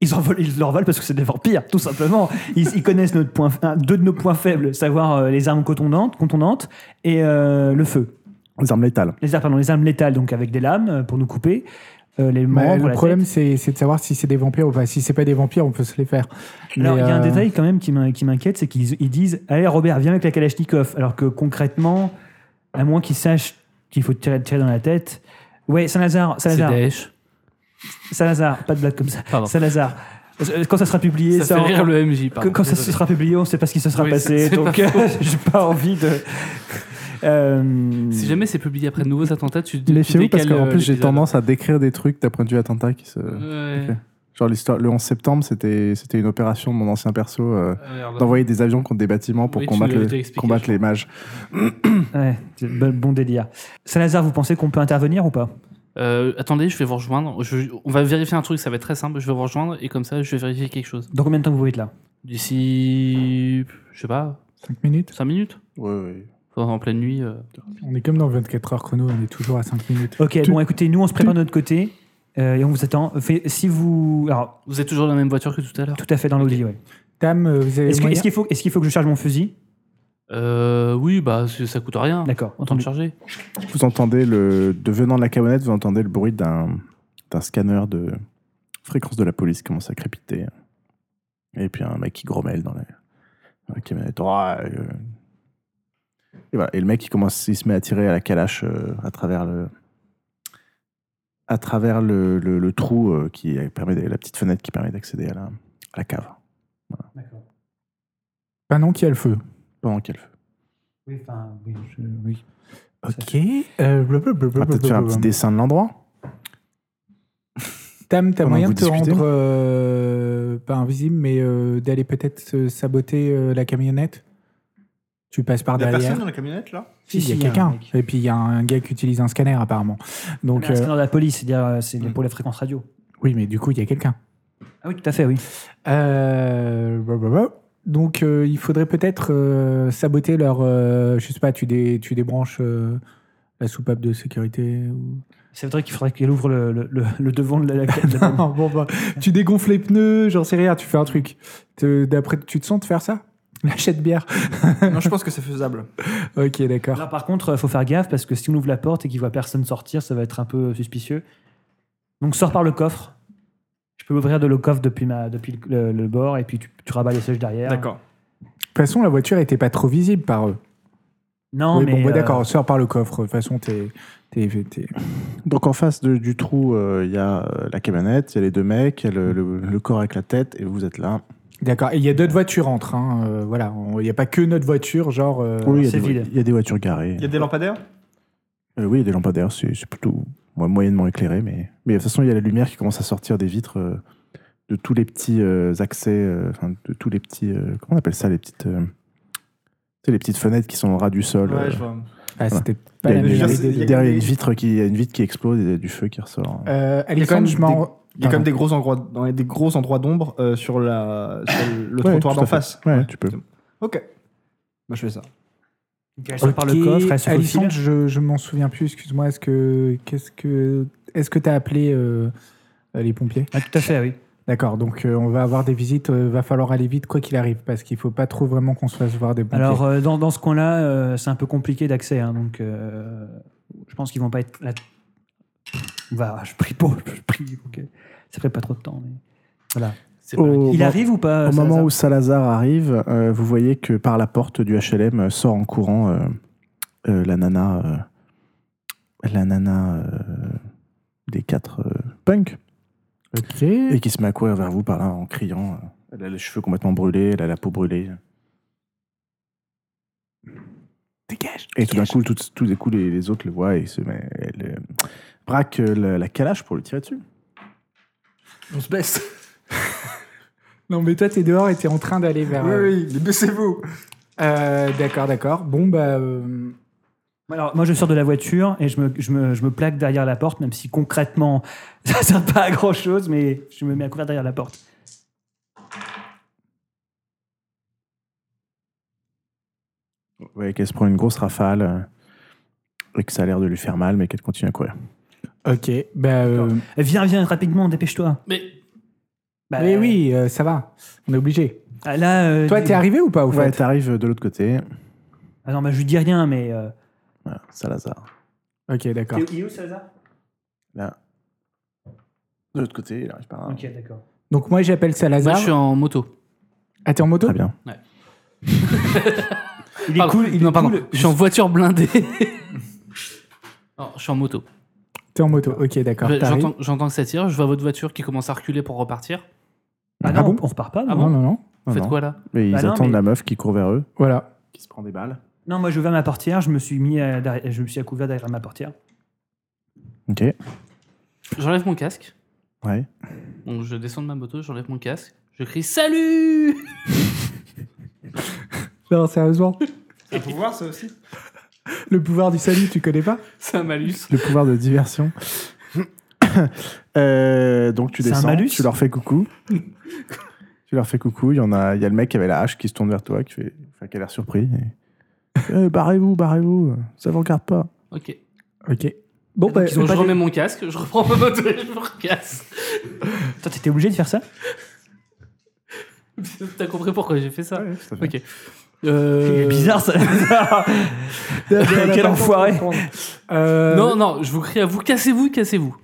Speaker 3: Ils, en volent- ils leur volent parce que c'est des vampires, tout simplement. Ils, ils connaissent notre point, un- deux de nos points faibles, savoir euh, les armes contondantes, contondantes et euh, le feu.
Speaker 1: Les armes létales.
Speaker 3: Les armes, pardon, les armes létales, donc avec des lames euh, pour nous couper. euh, les
Speaker 5: bah,
Speaker 3: membres,
Speaker 5: le
Speaker 3: la
Speaker 5: problème,
Speaker 3: tête.
Speaker 5: c'est c'est de savoir si c'est des vampires ou pas. Si c'est pas des vampires, on peut se les faire.
Speaker 3: Alors, il
Speaker 5: Mais,
Speaker 3: y a un
Speaker 5: euh,
Speaker 3: détail quand même qui m'in- qui m'inquiète, c'est qu'ils ils disent Allez, Robert, viens avec la Kalachnikov. Alors que concrètement, à moins qu'ils sachent qu'il faut tirer, tirer dans la tête. Ouais, Saint-Lazare,
Speaker 4: C'est
Speaker 3: Saint-Lazare,
Speaker 4: Daesh.
Speaker 3: Saint-Lazare, pas de blague comme ça.
Speaker 4: Pardon.
Speaker 3: Salazar. Euh, Quand ça sera publié,
Speaker 4: Ça,
Speaker 3: ça,
Speaker 4: fait
Speaker 3: on-
Speaker 4: rire le MJ.
Speaker 3: que-
Speaker 4: pardon,
Speaker 3: quand ça
Speaker 4: désolé.
Speaker 3: sera publié, on ne sait pas ce qui se sera
Speaker 4: Oui, c'est-
Speaker 3: passé.
Speaker 4: c'est
Speaker 3: Donc,
Speaker 4: pas faux.
Speaker 3: euh, <laughs> j'ai pas envie de. Euh,
Speaker 4: Si jamais c'est publié après de nouveaux attentats, tu tu
Speaker 1: Méfiez-vous parce
Speaker 4: décales,
Speaker 1: qu'en
Speaker 4: euh,
Speaker 1: plus j'ai
Speaker 4: l'épisode. Mm.
Speaker 1: tendance à décrire des trucs d'un point de vue attentat qui se.
Speaker 4: Ouais.
Speaker 1: Ok. Genre l'histoire, le 11 septembre, c'était c'était une opération de mon ancien perso euh,
Speaker 4: Ah, merde.
Speaker 1: d'envoyer des avions contre des bâtiments pour
Speaker 4: Oui, tu
Speaker 1: combattre,
Speaker 4: l'avais
Speaker 1: les,
Speaker 4: expliqué,
Speaker 1: combattre les mages.
Speaker 3: Euh, ouais, c'est bon bon délire. Salazar, vous pensez qu'on peut intervenir ou pas
Speaker 4: Euh, attendez, je vais vous rejoindre. Je- on va vérifier un truc, ça va être très simple. Je vais vous rejoindre et comme ça, je vais vérifier quelque chose.
Speaker 3: Dans combien de temps vous êtes là
Speaker 4: D'ici, je sais pas,
Speaker 5: 5 minutes
Speaker 4: 5 minutes
Speaker 1: Ouais, ouais.
Speaker 4: Enfin, En pleine nuit. euh.
Speaker 5: On est comme dans 24 heures chrono, on est toujours à 5 minutes.
Speaker 3: Ok,
Speaker 5: Tout-
Speaker 3: bon, écoutez, nous, on se prépare de notre côté euh, et on vous attend. Fait- si vous. Alors,
Speaker 4: Vous êtes toujours dans la même voiture que tout à l'heure
Speaker 3: tout à fait dans l'audi, ouais.
Speaker 5: Tam, euh, vous avez
Speaker 3: Est-ce que-
Speaker 5: moyen-
Speaker 3: est-ce qu'il faut, est-ce qu'il faut que je charge mon fusil
Speaker 4: euh, Oui, bah c'est- ça coûte rien.
Speaker 3: D'accord,
Speaker 4: Autant de
Speaker 3: entendu.
Speaker 4: charger.
Speaker 1: Vous entendez le. De venant de la camionnette, vous entendez le bruit d'un d'un scanner de fréquence de la police qui commence à crépiter. Et puis un mec qui grommelle dans la, dans la camionnette. Ouais, euh. Et voilà. Et le mec, il, commence, il se met à tirer à la calache euh, à travers le. à travers le, le- le trou euh, qui permet. la petite fenêtre qui permet d'accéder à la, à la cave.
Speaker 5: Ben non, qui a le feu.
Speaker 1: Pendant qu'elle feu.
Speaker 3: Oui, enfin, oui. Ah,
Speaker 5: Ok. Euh,
Speaker 1: On va peut-être faire un petit dessin de l'endroit.
Speaker 5: Euh, Tam, t'as
Speaker 1: Pendant
Speaker 5: moyen
Speaker 1: que
Speaker 5: de
Speaker 1: vous
Speaker 5: te
Speaker 1: discutez.
Speaker 5: rendre, euh, pas invisible, mais euh, d'aller peut-être se saboter euh, la camionnette Tu passes par
Speaker 11: Il y a
Speaker 5: derrière.
Speaker 11: personne dans la camionnette là
Speaker 5: Si, il y
Speaker 3: Si,
Speaker 5: a
Speaker 3: si, un
Speaker 5: quelqu'un.
Speaker 3: mec.
Speaker 5: Et puis il y a un gars qui utilise un scanner apparemment. Donc,
Speaker 3: C'est
Speaker 5: euh,
Speaker 3: dans la police, c'est-à-dire euh, c'est pour les fréquences radio.
Speaker 5: oui, mais du coup, il y a quelqu'un.
Speaker 3: Ah oui, tout à fait, oui.
Speaker 5: Euh, blablabla. donc, euh, il faudrait peut-être euh, saboter leur. euh, je sais pas, tu, dé- tu débranches euh, la soupape de sécurité ou-
Speaker 3: C'est vrai qu'il faudrait qu'elle ouvre le, le- le- le devant de <laughs> la, de la-
Speaker 5: Non, bon, bah, tu dégonfles les pneus, j'en sais rien, tu fais un truc. Te- D'après, tu te sens de faire ça <laughs> L'achète bière.
Speaker 2: non, je pense que c'est <laughs> faisable.
Speaker 5: Ok, d'accord.
Speaker 3: Là, par contre, euh, faut faire gaffe parce que si on ouvre la porte et qu'il voit personne sortir, ça va être un peu suspicieux. Donc, sors par le coffre. Je peux ouvrir de le coffre depuis, ma, depuis le, le bord et puis tu, tu rabats les sièges derrière.
Speaker 11: D'accord.
Speaker 5: De toute façon, la voiture était pas trop visible par eux.
Speaker 3: Non,
Speaker 5: oui,
Speaker 3: mais.
Speaker 5: bon, bah,
Speaker 3: euh,
Speaker 5: d'accord, sors par le coffre. De toute façon, t'es. t'es- t'es-
Speaker 1: Donc en face de- du trou, euh, il y a euh, la camionnette, il y a les deux mecs, il y a le, le- le corps avec la tête, et vous êtes là.
Speaker 5: D'accord. Et il y a d'autres voitures entre. hein, euh, voilà. On- Il n'y a pas que notre voiture, genre. euh,
Speaker 1: il y, a
Speaker 3: c'est
Speaker 1: des,
Speaker 3: vide.
Speaker 1: il y a des voitures garées.
Speaker 11: Il y a des lampadaires
Speaker 1: Euh, oui, il y a des lampadaires, c'est c'est plutôt moi, moyennement éclairé, mais... mais de toute façon, il y a la lumière qui commence à sortir des vitres euh, de tous les petits euh, accès, euh, enfin, de tous les petits... euh, comment on appelle ça, les petites... euh, tu sais, les petites fenêtres qui sont au ras du sol. euh,
Speaker 11: vois.
Speaker 5: Ah, c'était
Speaker 1: Il y
Speaker 5: pas
Speaker 1: a
Speaker 5: la
Speaker 1: une-
Speaker 5: meilleure
Speaker 11: il y a-
Speaker 5: idée.
Speaker 11: il y a-
Speaker 1: derrière, il y a une vitre qui, il y a une vitre qui explose et il y a du feu qui ressort.
Speaker 5: Euh,
Speaker 2: y a quand
Speaker 5: Alexandre,
Speaker 2: même
Speaker 5: je m'en.
Speaker 2: Il y a quand
Speaker 5: Pardon.
Speaker 2: même des gros endroits, dans les- des gros endroits d'ombre euh, sur, la, sur le
Speaker 1: Ouais,
Speaker 2: trottoir
Speaker 1: tout à
Speaker 2: d'en
Speaker 1: fait.
Speaker 2: face.
Speaker 1: Ouais, tu peux.
Speaker 2: Ok. Moi, je fais ça.
Speaker 3: donc elle sort euh, par le
Speaker 5: Ok,
Speaker 3: coffre, elle se faufile.
Speaker 5: Alexandre, je, je m'en souviens plus, excuse-moi, est-ce que qu'est-ce que est-ce que t'as appelé euh, les pompiers
Speaker 3: Ah, tout à fait, oui.
Speaker 5: D'accord, donc euh, on va avoir des visites, euh, va falloir aller vite quoi qu'il arrive, parce qu'il faut pas trop vraiment qu'on se fasse voir des pompiers.
Speaker 3: Alors, euh, dans, dans ce coin-là, euh, c'est un peu compliqué d'accès. hein, donc, euh, je pense qu'ils vont pas être là. On va- je prie pour. Je prie. ok. Ça ferait pas trop de temps. mais-
Speaker 4: C'est pas
Speaker 1: Oh.
Speaker 4: vrai.
Speaker 1: Au
Speaker 3: Il
Speaker 1: mo-
Speaker 3: arrive ou pas
Speaker 1: Au
Speaker 3: Salazar
Speaker 1: moment où Salazar arrive, euh, vous voyez que par la porte du HLM euh, sort en courant euh, euh, la nana, euh, la nana euh, des quatre euh, punks,
Speaker 5: ok,
Speaker 1: et qui se met à courir vers vous par là en criant. euh. Elle a les cheveux complètement brûlés, elle a la peau brûlée.
Speaker 5: dégage.
Speaker 1: Et tout d'un coup, tout, tout d'un coup, les, les autres le voient et se met, elle, euh, braque euh, la, la calache pour le tirer dessus.
Speaker 2: On se baisse.
Speaker 5: <laughs> Non mais toi t'es dehors et t'es en train d'aller vers. euh,
Speaker 2: Oui, oui, baissez-vous.
Speaker 5: euh, d'accord, d'accord. Bon bah euh,
Speaker 3: Alors, moi, je sors de la voiture et je me, je me, je me plaque derrière la porte, même si concrètement, <laughs> ça sert pas à grand chose, mais je me mets à couvert derrière la porte.
Speaker 1: Vous voyez qu'elle se prend une grosse rafale euh, et que ça a l'air de lui faire mal, mais qu'elle continue à courir.
Speaker 5: ok, bah euh,
Speaker 3: Eh, Viens, viens, rapidement, dépêche-toi.
Speaker 4: Mais
Speaker 3: Bah,
Speaker 5: mais oui, euh, ça va, on est obligé.
Speaker 3: ah, Là, euh,
Speaker 5: Toi
Speaker 3: dis-
Speaker 5: t'es arrivé ou pas au
Speaker 1: Ouais,
Speaker 5: fait
Speaker 1: t'arrives de l'autre côté.
Speaker 3: Ah non, bah, je lui dis rien, mais. euh,
Speaker 1: Voilà, Salazar.
Speaker 5: Ok, d'accord.
Speaker 3: Il est où, Salazar
Speaker 1: Là. De l'autre côté, il arrive par là.
Speaker 3: Ok, d'accord.
Speaker 5: Donc moi j'appelle
Speaker 4: moi,
Speaker 5: Salazar.
Speaker 4: je suis en moto.
Speaker 5: Ah t'es en moto
Speaker 1: Très bien.
Speaker 3: Il est
Speaker 4: Pardon.
Speaker 3: cool, il
Speaker 4: non,
Speaker 3: est
Speaker 4: pardon.
Speaker 3: cool.
Speaker 4: Je suis en voiture blindée. non, je suis en moto.
Speaker 5: T'es en moto, ok, d'accord.
Speaker 4: Je-
Speaker 5: t'arrives.
Speaker 4: J'entends j'entends que ça tire. Je vois votre voiture qui commence à reculer pour repartir.
Speaker 3: Ah,
Speaker 5: Ah
Speaker 3: non,
Speaker 5: bon
Speaker 3: on repart pas.
Speaker 4: Ah
Speaker 3: non.
Speaker 5: non, non, non.
Speaker 1: Non,
Speaker 4: Faites
Speaker 1: non.
Speaker 4: quoi là
Speaker 1: Mais ils
Speaker 3: Bah non,
Speaker 1: attendent
Speaker 3: mais-
Speaker 1: la meuf qui court vers eux,
Speaker 5: Voilà.
Speaker 1: qui se prend des balles.
Speaker 3: Non, moi, je vais à ma portière. Je me suis mis à, derrière- je me suis à couvert derrière ma portière.
Speaker 1: Ok.
Speaker 4: J'enlève mon casque.
Speaker 1: Ouais.
Speaker 4: Donc je descends de ma moto, j'enlève mon casque. Je crie salut <laughs>
Speaker 5: Non, sérieusement.
Speaker 2: Un pouvoir, ça aussi
Speaker 5: Le pouvoir du salut, tu connais pas
Speaker 4: C'est un malus.
Speaker 1: Le pouvoir de diversion. <coughs> Euh, donc tu
Speaker 3: C'est un
Speaker 1: descends,
Speaker 3: malus
Speaker 1: tu leur fais coucou. tu leur fais coucou. Il y en a, il y a le mec qui avait la hache qui se tourne vers toi, qui fait, enfin, qui a l'air surpris. et- Eh, barrez-vous, barrez-vous, ça vous regarde pas.
Speaker 4: Ok.
Speaker 5: Ok. Bon,
Speaker 4: Donc,
Speaker 5: bah,
Speaker 4: ils ont- je
Speaker 5: pas
Speaker 4: remets mon casque, je reprends ma moto et <laughs> je me recasse.
Speaker 3: Toi, t'étais obligé de faire ça
Speaker 4: T'as compris pourquoi j'ai fait ça
Speaker 1: tout à fait.
Speaker 4: Ok. Euh,
Speaker 3: C'est bizarre, ça.
Speaker 5: des-
Speaker 3: Quel enfoiré.
Speaker 5: Euh,
Speaker 4: Non, non, je vous crie à vous, cassez-vous, cassez-vous.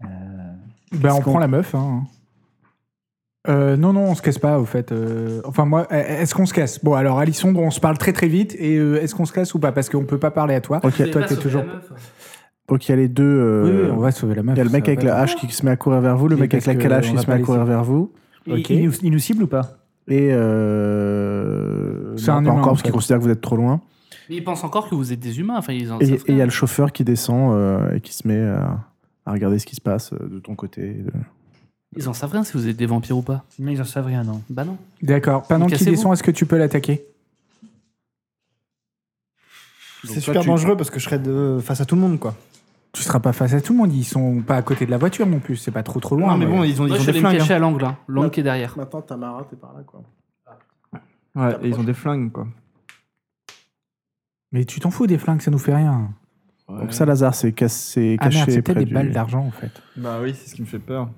Speaker 5: Bah, on
Speaker 3: qu'on-
Speaker 5: prend la meuf. Hein. Euh, non, non, on se casse pas, au fait. Euh, enfin, moi, euh, est-ce qu'on se casse Bon, alors, Alissandre, on se parle très très vite. Et euh, est-ce qu'on se casse ou pas Parce qu'on peut pas parler à toi.
Speaker 1: Ok.
Speaker 4: Vous avez
Speaker 5: toi,
Speaker 4: pas
Speaker 5: t'es
Speaker 4: sauvé
Speaker 5: toujours-
Speaker 4: la meuf. hein.
Speaker 1: Donc il y a les deux.
Speaker 5: Oui,
Speaker 1: euh,
Speaker 5: oui, on va sauver la meuf.
Speaker 1: il y a le mec
Speaker 5: ça va
Speaker 1: avec
Speaker 5: pas
Speaker 1: la hache qui se met à courir vers vous, le
Speaker 5: Oui,
Speaker 1: mec avec
Speaker 5: parce
Speaker 1: la
Speaker 5: que
Speaker 1: calache
Speaker 5: on
Speaker 1: qui
Speaker 5: va
Speaker 1: se
Speaker 5: pas
Speaker 1: met à
Speaker 5: laisser.
Speaker 1: courir vers vous.
Speaker 3: Il-
Speaker 5: Ok.
Speaker 3: il, nous, il nous cible ou pas
Speaker 1: Et euh,
Speaker 5: C'est
Speaker 1: non,
Speaker 5: un
Speaker 1: pas
Speaker 5: humain,
Speaker 1: encore
Speaker 5: en
Speaker 1: parce
Speaker 5: fait.
Speaker 1: qu'il considère que vous êtes trop loin.
Speaker 4: Mais ils pensent encore que vous êtes des humains. Enfin, ils en
Speaker 1: Et
Speaker 4: savent
Speaker 1: et il y
Speaker 4: rien.
Speaker 1: a le chauffeur qui descend euh, et qui se met euh, à regarder ce qui se passe euh, de ton côté. et de-
Speaker 4: Ils en savent rien si vous êtes des vampires ou pas.
Speaker 3: Non, ils en savent rien, non.
Speaker 4: Bah non.
Speaker 5: D'accord. Pendant
Speaker 4: Donc,
Speaker 5: qu'il
Speaker 4: cassez-vous.
Speaker 5: descend, est-ce que tu peux l'attaquer
Speaker 1: Donc
Speaker 6: C'est
Speaker 1: toi,
Speaker 6: super
Speaker 1: tu-
Speaker 6: dangereux parce que je serais de... face à tout le monde, quoi.
Speaker 5: Tu seras pas face à tout le monde. Ils sont pas à côté de la voiture non plus. C'est pas trop trop loin.
Speaker 6: non, mais bon, ils ont,
Speaker 4: Moi, je
Speaker 6: ils ont
Speaker 4: suis
Speaker 6: des
Speaker 4: allé me
Speaker 6: flingues.
Speaker 4: cacher à l'angle, hein. l'angle qui est derrière.
Speaker 1: Maintenant, Tamara, t'es par là, quoi.
Speaker 6: hein. Ouais, et ils ont des flingues, quoi.
Speaker 5: Mais tu t'en fous des flingues, ça nous fait rien.
Speaker 1: Donc ça, Lazare, c'est cassé,
Speaker 5: Ah
Speaker 1: caché
Speaker 5: merde, c'était
Speaker 1: près
Speaker 5: des
Speaker 1: du-
Speaker 5: balles d'argent en fait.
Speaker 6: Bah oui, c'est ce qui me fait peur.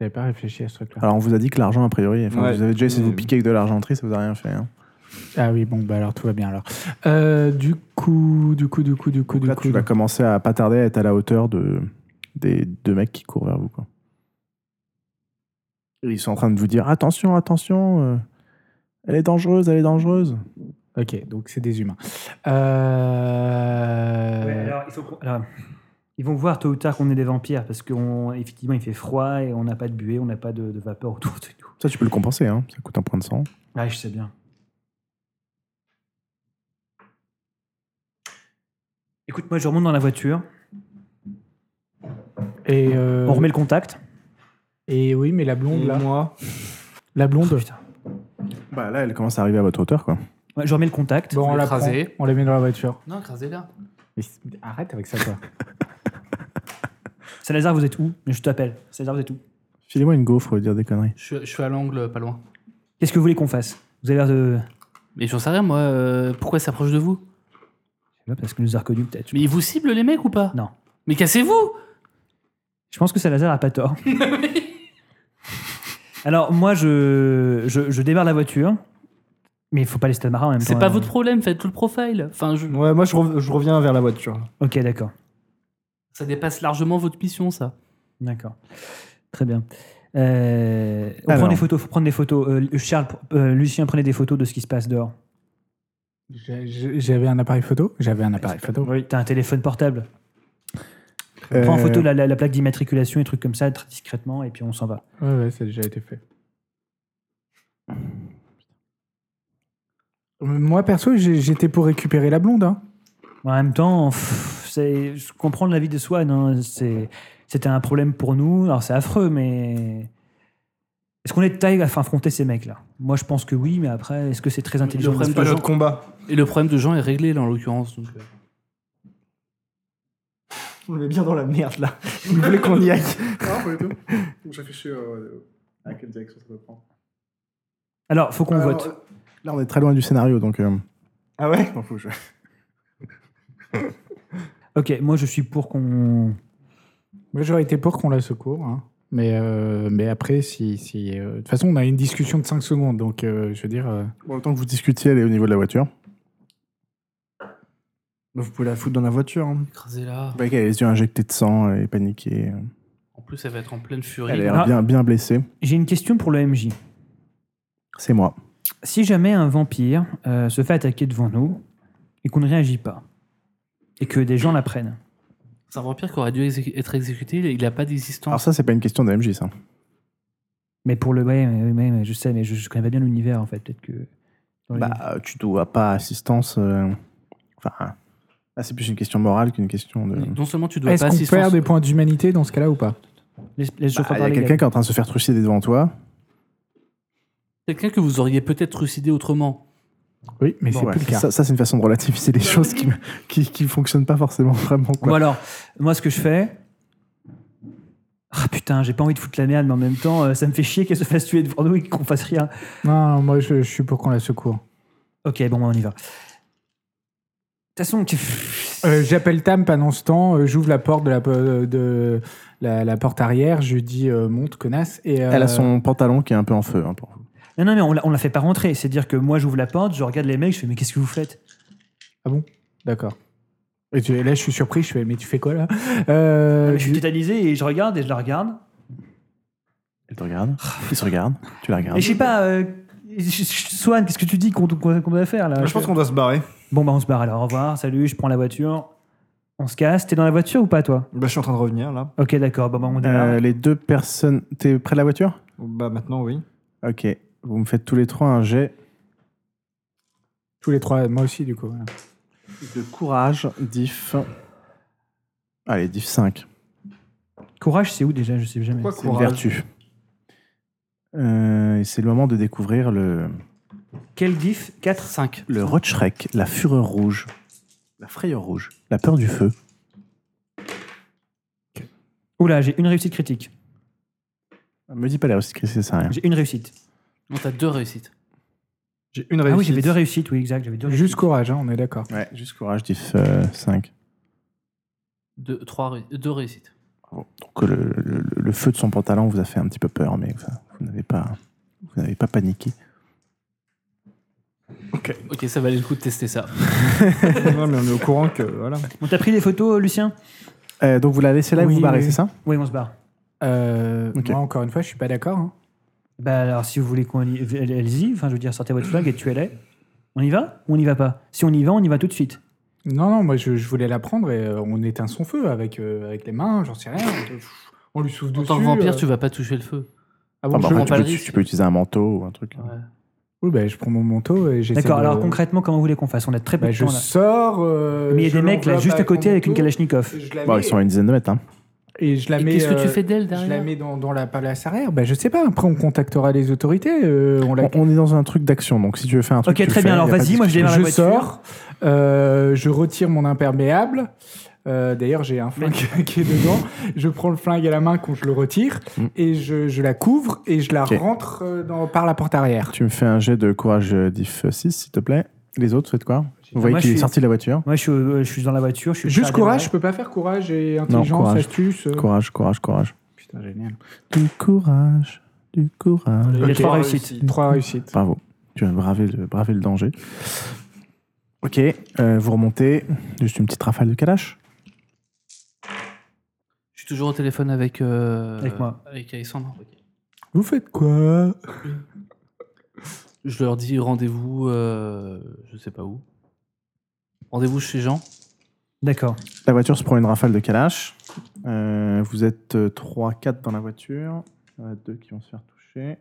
Speaker 5: J'avais pas réfléchi à ce truc-là.
Speaker 1: Alors, on vous a dit que l'argent, a priori, enfin,
Speaker 6: Ouais.
Speaker 1: vous avez déjà essayé de vous
Speaker 6: Mais-
Speaker 1: piquer avec de l'argenterie, ça vous a rien fait. hein.
Speaker 5: Ah oui, bon, bah alors tout va bien alors. Euh, du coup, du coup, du coup, du coup,
Speaker 1: Donc
Speaker 5: du
Speaker 1: là,
Speaker 5: coup.
Speaker 1: tu vas commencer à pas tarder à être à la hauteur de... des deux mecs qui courent vers vous, quoi. Et Ils sont en train de vous dire attention, attention, euh, elle est dangereuse, elle est dangereuse.
Speaker 5: Ok, donc c'est des humains. Euh...
Speaker 3: Ouais, alors, il faut qu'on- alors, ils vont voir tôt ou tard qu'on est des vampires parce qu'effectivement, il fait froid et on n'a pas de buée, on n'a pas de, de vapeur autour de nous.
Speaker 1: Ça, tu peux le compenser, hein. ça coûte un point de sang.
Speaker 3: Ah, je sais bien. Écoute, moi, je remonte dans la voiture,
Speaker 5: Et euh,
Speaker 3: on remet le contact.
Speaker 5: Et oui, mais la blonde
Speaker 2: Mmh.
Speaker 5: là.
Speaker 6: Moi,
Speaker 5: La blonde.
Speaker 3: Putain.
Speaker 1: Bah là, elle commence à arriver à votre hauteur, quoi.
Speaker 3: Ouais, je remets le contact.
Speaker 5: Bon, on la prend,
Speaker 4: Écrasée.
Speaker 5: on la met dans la voiture.
Speaker 4: Non, écrasez-la.
Speaker 5: Mais c- arrête avec ça toi.
Speaker 3: Salazar, vous êtes où Mais Je t'appelle. Salazar, vous êtes où
Speaker 1: Filez-moi une gaufre, faut dire des conneries.
Speaker 4: Je, suis- je suis à l'angle, pas loin.
Speaker 3: Qu'est-ce que vous voulez qu'on fasse Vous avez l'air de.
Speaker 4: Mais j'en sais rien, moi. euh, pourquoi ils s'approchent de vous
Speaker 3: Je sais pas, parce qu'il nous a reconnus peut-être.
Speaker 4: Mais ils vous ciblent, les mecs, ou pas
Speaker 3: Non.
Speaker 4: Mais cassez-vous
Speaker 3: Je pense que Salazar a pas
Speaker 4: <laughs>
Speaker 3: tort. <laughs> Alors, moi, je, je, je démarre la voiture, mais il faut pas laisser Tamara en même temps.
Speaker 4: C'est pas
Speaker 3: euh.
Speaker 4: votre problème, faites tout le profile. Enfin, je-
Speaker 6: ouais, moi je, rev- je reviens vers la voiture.
Speaker 3: Ok, d'accord.
Speaker 4: ça dépasse largement votre mission, ça.
Speaker 3: D'accord. Très bien. Euh, on
Speaker 1: Alors.
Speaker 3: prend des photos, faut prendre des photos. Euh, Charles, euh, Lucien, prenez des photos de ce qui se passe dehors.
Speaker 5: J'ai- j'ai- J'avais un appareil photo. J'avais un appareil photo. Euh,
Speaker 3: T'as un téléphone portable. Prends en photo la, la- la plaque d'immatriculation et trucs comme ça, très discrètement, et puis on s'en va.
Speaker 5: Ouais, ouais, ça a déjà été fait. Euh, Moi, perso, j'ai- j'étais pour récupérer la blonde. Hein.
Speaker 3: En même temps, pff, c'est je comprends la vie de Swan. hein, c'est- C'était un problème pour nous. Alors c'est affreux, mais est-ce qu'on est de taille à affronter ces mecs-là Moi, je pense que oui, mais après, est-ce que c'est très intelligent
Speaker 4: Le
Speaker 3: de
Speaker 4: problème
Speaker 3: faire
Speaker 4: de
Speaker 3: ça
Speaker 4: Jean-
Speaker 6: Notre combat.
Speaker 4: Et le problème de Jean est réglé, là, en l'occurrence. donc, euh.
Speaker 6: On est bien dans la merde là. Vous voulez qu'on y aille
Speaker 1: Non, pas du tout. Je réfléchis à quelle direction ça peut prendre.
Speaker 3: Alors, faut qu'on vote.
Speaker 1: Là, on est très loin du scénario, donc. euh,
Speaker 6: Ah ouais
Speaker 1: je m'en fous, je-
Speaker 3: Ok, moi, je suis pour qu'on.
Speaker 5: Moi, j'aurais été pour qu'on la secourt. hein. Mais, euh, mais après, si. si, euh, de toute façon, on a une discussion de 5 secondes. Donc, euh, je veux dire. euh,
Speaker 1: Bon, le temps que vous discutiez, elle est au niveau de la voiture.
Speaker 6: Bah, Vous pouvez la foutre dans la voiture. hein.
Speaker 4: Écrasez-la.
Speaker 1: Bah, elle a les yeux injectés de sang, elle est paniquée. euh,
Speaker 4: En plus, elle va être en pleine furie.
Speaker 1: Elle a l'air
Speaker 3: Ah.
Speaker 1: bien, bien blessée.
Speaker 3: J'ai une question pour le MJ.
Speaker 1: C'est moi.
Speaker 3: Si jamais un vampire euh, se fait attaquer devant nous et qu'on ne réagit pas et que des gens la prennent,
Speaker 4: C'est un vampire qui aurait dû exé- être exécuté, il n'a pas d'existence.
Speaker 1: Alors, ça, c'est pas une question d'AMJ, ça.
Speaker 3: Mais pour le. Ouais, mais- mais- mais je sais, mais je, je connais pas bien l'univers en fait. Peut-être que. dans les-
Speaker 1: Bah, tu dois pas assistance. euh, Enfin, là, c'est plus une question morale qu'une question de.
Speaker 4: Non seulement tu dois
Speaker 5: Ah, Est-ce
Speaker 4: pas
Speaker 5: qu'on
Speaker 4: assistance-
Speaker 5: perd des points d'humanité dans ce cas-là ou pas
Speaker 3: laisse- laisse
Speaker 1: Bah, Il
Speaker 3: Geoffroy
Speaker 1: y a
Speaker 3: parler,
Speaker 1: quelqu'un qui est en train de se faire trucider devant toi.
Speaker 4: Quelqu'un que vous auriez peut-être trucidé autrement.
Speaker 5: Oui, mais
Speaker 1: Bon,
Speaker 5: c'est
Speaker 1: ouais,
Speaker 5: plus le cas.
Speaker 1: Ça, ça, c'est une façon de relativiser les choses qui, me- qui, qui fonctionnent pas forcément vraiment.
Speaker 3: Bon,
Speaker 1: quoi.
Speaker 3: alors, moi, ce que je fais. Ah putain, j'ai pas envie de foutre la merde, mais en même temps, euh, ça me fait chier qu'elle se fasse tuer devant nous et qu'on fasse rien.
Speaker 5: Non, moi je, je suis pour qu'on la secoue.
Speaker 3: Ok, bon, on y va. De toute façon, tu.
Speaker 5: Euh, J'appelle Tam pendant ce temps, euh, j'ouvre la porte de la, po- euh, de la, la porte arrière, je dis euh, monte connasse et euh,
Speaker 1: Elle a son pantalon qui est un peu en feu. hein, pour vous.
Speaker 3: Non, non, mais on la, on la fait pas rentrer. C'est-à-dire que moi, j'ouvre la porte, je regarde les mecs, je fais, mais qu'est-ce que vous faites
Speaker 5: D'accord. Et tu- là je suis surpris, je fais mais tu fais quoi là Euh,
Speaker 3: Ah, Je suis tétanisé et je regarde et je la regarde.
Speaker 1: Elle te regarde. Ils Ah, se regardent. Tu la regardes.
Speaker 3: Et je sais pas, euh, je- je- Swan, qu'est-ce que tu dis qu'on qu'on- qu'on doit faire là
Speaker 2: Je pense qu'on doit se barrer.
Speaker 3: Bon, bah, on se barre alors. Au revoir, salut, je prends la voiture. On se casse. T'es dans la voiture ou pas, toi
Speaker 2: Bah, je suis en train de revenir là.
Speaker 3: Ok, d'accord. Bon, bah, on démarre.
Speaker 1: Euh, les deux personnes. T'es près de la voiture
Speaker 2: Bah, maintenant, oui.
Speaker 1: Ok. Vous me faites tous les trois un jet
Speaker 5: Tous les trois, moi aussi du coup. voilà.
Speaker 1: de courage, diff. Allez, diff 5.
Speaker 3: Courage, c'est où déjà Je sais jamais.
Speaker 6: Pourquoi
Speaker 1: C'est une
Speaker 6: courage
Speaker 1: vertu. Euh, et c'est le moment de découvrir le,
Speaker 3: Quel diff 4
Speaker 4: 5.
Speaker 1: le Rotschrek, la fureur rouge, la frayeur rouge, la peur du feu.
Speaker 3: Oula, j'ai une réussite critique.
Speaker 1: Ah, Me dis pas la réussite, Chris, ça sert à rien.
Speaker 3: J'ai une réussite.
Speaker 4: Non, t'as deux réussites.
Speaker 2: J'ai une
Speaker 3: Ah
Speaker 2: réussite.
Speaker 3: oui,
Speaker 2: <laughs>
Speaker 3: j'avais deux réussites, oui, exact. J'avais deux réussites.
Speaker 5: Juste courage, hein, on est d'accord.
Speaker 1: Ouais, juste courage, euh, diff 5.
Speaker 4: Deux, trois, ré- deux réussites.
Speaker 1: Donc euh, le, le- le feu de son pantalon vous a fait un petit peu peur, mais enfin, vous n'avez pas, vous n'avez pas paniqué.
Speaker 4: Ok, ça valait le coup de tester ça.
Speaker 2: Ouais, mais on est au courant que. Voilà.
Speaker 3: On t'a pris des photos, Lucien
Speaker 1: Euh, donc vous la laissez là et
Speaker 5: Oui,
Speaker 1: vous vous barrez,
Speaker 5: oui.
Speaker 1: c'est ça
Speaker 3: Oui, on se barre.
Speaker 5: Euh,
Speaker 1: Ok.
Speaker 5: Moi encore une fois, je suis pas d'accord. hein.
Speaker 3: Bah alors, si vous voulez qu'on y... Allez-y, enfin, je veux dire, sortez votre flag et tuez-les. On y va ou on n'y va pas Si on y va, on y va tout de suite.
Speaker 5: Non, non, moi je, je voulais la prendre et euh, on éteint son feu avec, euh, avec les mains, j'en sais rien. On, pff, on lui souffle
Speaker 4: En
Speaker 5: dessus.
Speaker 4: tant que vampire,
Speaker 5: euh.
Speaker 4: tu vas pas toucher le feu.
Speaker 5: Ah bon,
Speaker 1: Enfin, bah,
Speaker 5: je-
Speaker 1: en fait,
Speaker 4: prends
Speaker 1: tu,
Speaker 4: pas
Speaker 1: peux,
Speaker 4: le
Speaker 1: tu-
Speaker 4: risque.
Speaker 1: tu peux utiliser un manteau ou un truc.
Speaker 4: Ouais.
Speaker 5: Oui, bah, je prends mon manteau et j'essaie
Speaker 3: D'accord,
Speaker 5: de-
Speaker 3: alors concrètement, comment vous voulez qu'on fasse On a très peu
Speaker 5: Bah,
Speaker 3: de
Speaker 5: je
Speaker 3: temps là.
Speaker 5: sors. euh,
Speaker 3: Mais il y a
Speaker 5: je
Speaker 3: des mecs là,
Speaker 5: l'enveloppe
Speaker 3: juste à côté
Speaker 5: mon
Speaker 3: avec une
Speaker 5: manteau,
Speaker 3: Kalachnikov.
Speaker 5: je la
Speaker 1: Bon,
Speaker 5: mets-
Speaker 1: ils sont à une dizaine de mètres. Hein.
Speaker 5: Et je la
Speaker 4: Et
Speaker 5: mets.
Speaker 4: qu'est-ce que tu
Speaker 5: euh,
Speaker 4: fais d'elle
Speaker 5: Je la
Speaker 4: derrière
Speaker 5: mets dans, dans la palace arrière. Bah, je sais pas. Après, on contactera les autorités. euh, on la...
Speaker 1: On, on est dans un truc d'action, donc si tu veux faire un truc.
Speaker 3: Ok,
Speaker 1: tu
Speaker 3: très
Speaker 1: le
Speaker 3: bien,
Speaker 1: fais,
Speaker 3: alors
Speaker 1: y a pas de
Speaker 3: vas-y, moi, je
Speaker 1: discussion.
Speaker 3: démarre. la
Speaker 5: je
Speaker 3: voiture.
Speaker 5: sors. euh, je retire mon imperméable. Euh, D'ailleurs, j'ai un flingue <laughs> qui est dedans. Je prends le flingue à la main quand je le retire
Speaker 1: Mm.
Speaker 5: et je, je la couvre et je la
Speaker 1: Ok.
Speaker 5: rentre euh, dans, par la porte arrière.
Speaker 1: Tu me fais un jet de courage euh, diff 6, s'il te plaît. Les autres, faites quoi Vous voyez
Speaker 3: moi,
Speaker 1: qu'il
Speaker 3: je
Speaker 1: est
Speaker 3: suis-
Speaker 1: sorti de la voiture.
Speaker 3: Moi, je suis, euh, je suis dans la voiture. Je suis prêt
Speaker 5: Juste
Speaker 3: à
Speaker 5: courage, je
Speaker 3: démarrer.
Speaker 5: peux pas faire courage et intelligence,
Speaker 1: courage.
Speaker 5: astuce. euh.
Speaker 1: Courage, courage, courage.
Speaker 5: Putain, génial.
Speaker 1: Du courage, du courage.
Speaker 3: Il y a
Speaker 5: Ok.
Speaker 3: trois réussites.
Speaker 5: Trois réussites.
Speaker 1: Bravo. Tu as bravé le, bravé le danger. Ok, euh, vous remontez. Juste une petite rafale de calache.
Speaker 4: Je suis toujours au téléphone avec. euh,
Speaker 3: Avec moi.
Speaker 4: Avec Alexandre. Ok.
Speaker 5: Vous faites quoi
Speaker 4: Je leur dis rendez-vous, euh, je sais pas où. Rendez-vous chez Jean.
Speaker 3: D'accord.
Speaker 1: La voiture se prend une rafale de calache. Euh, vous êtes 3-4 dans la voiture. Il y en a deux qui vont se faire toucher.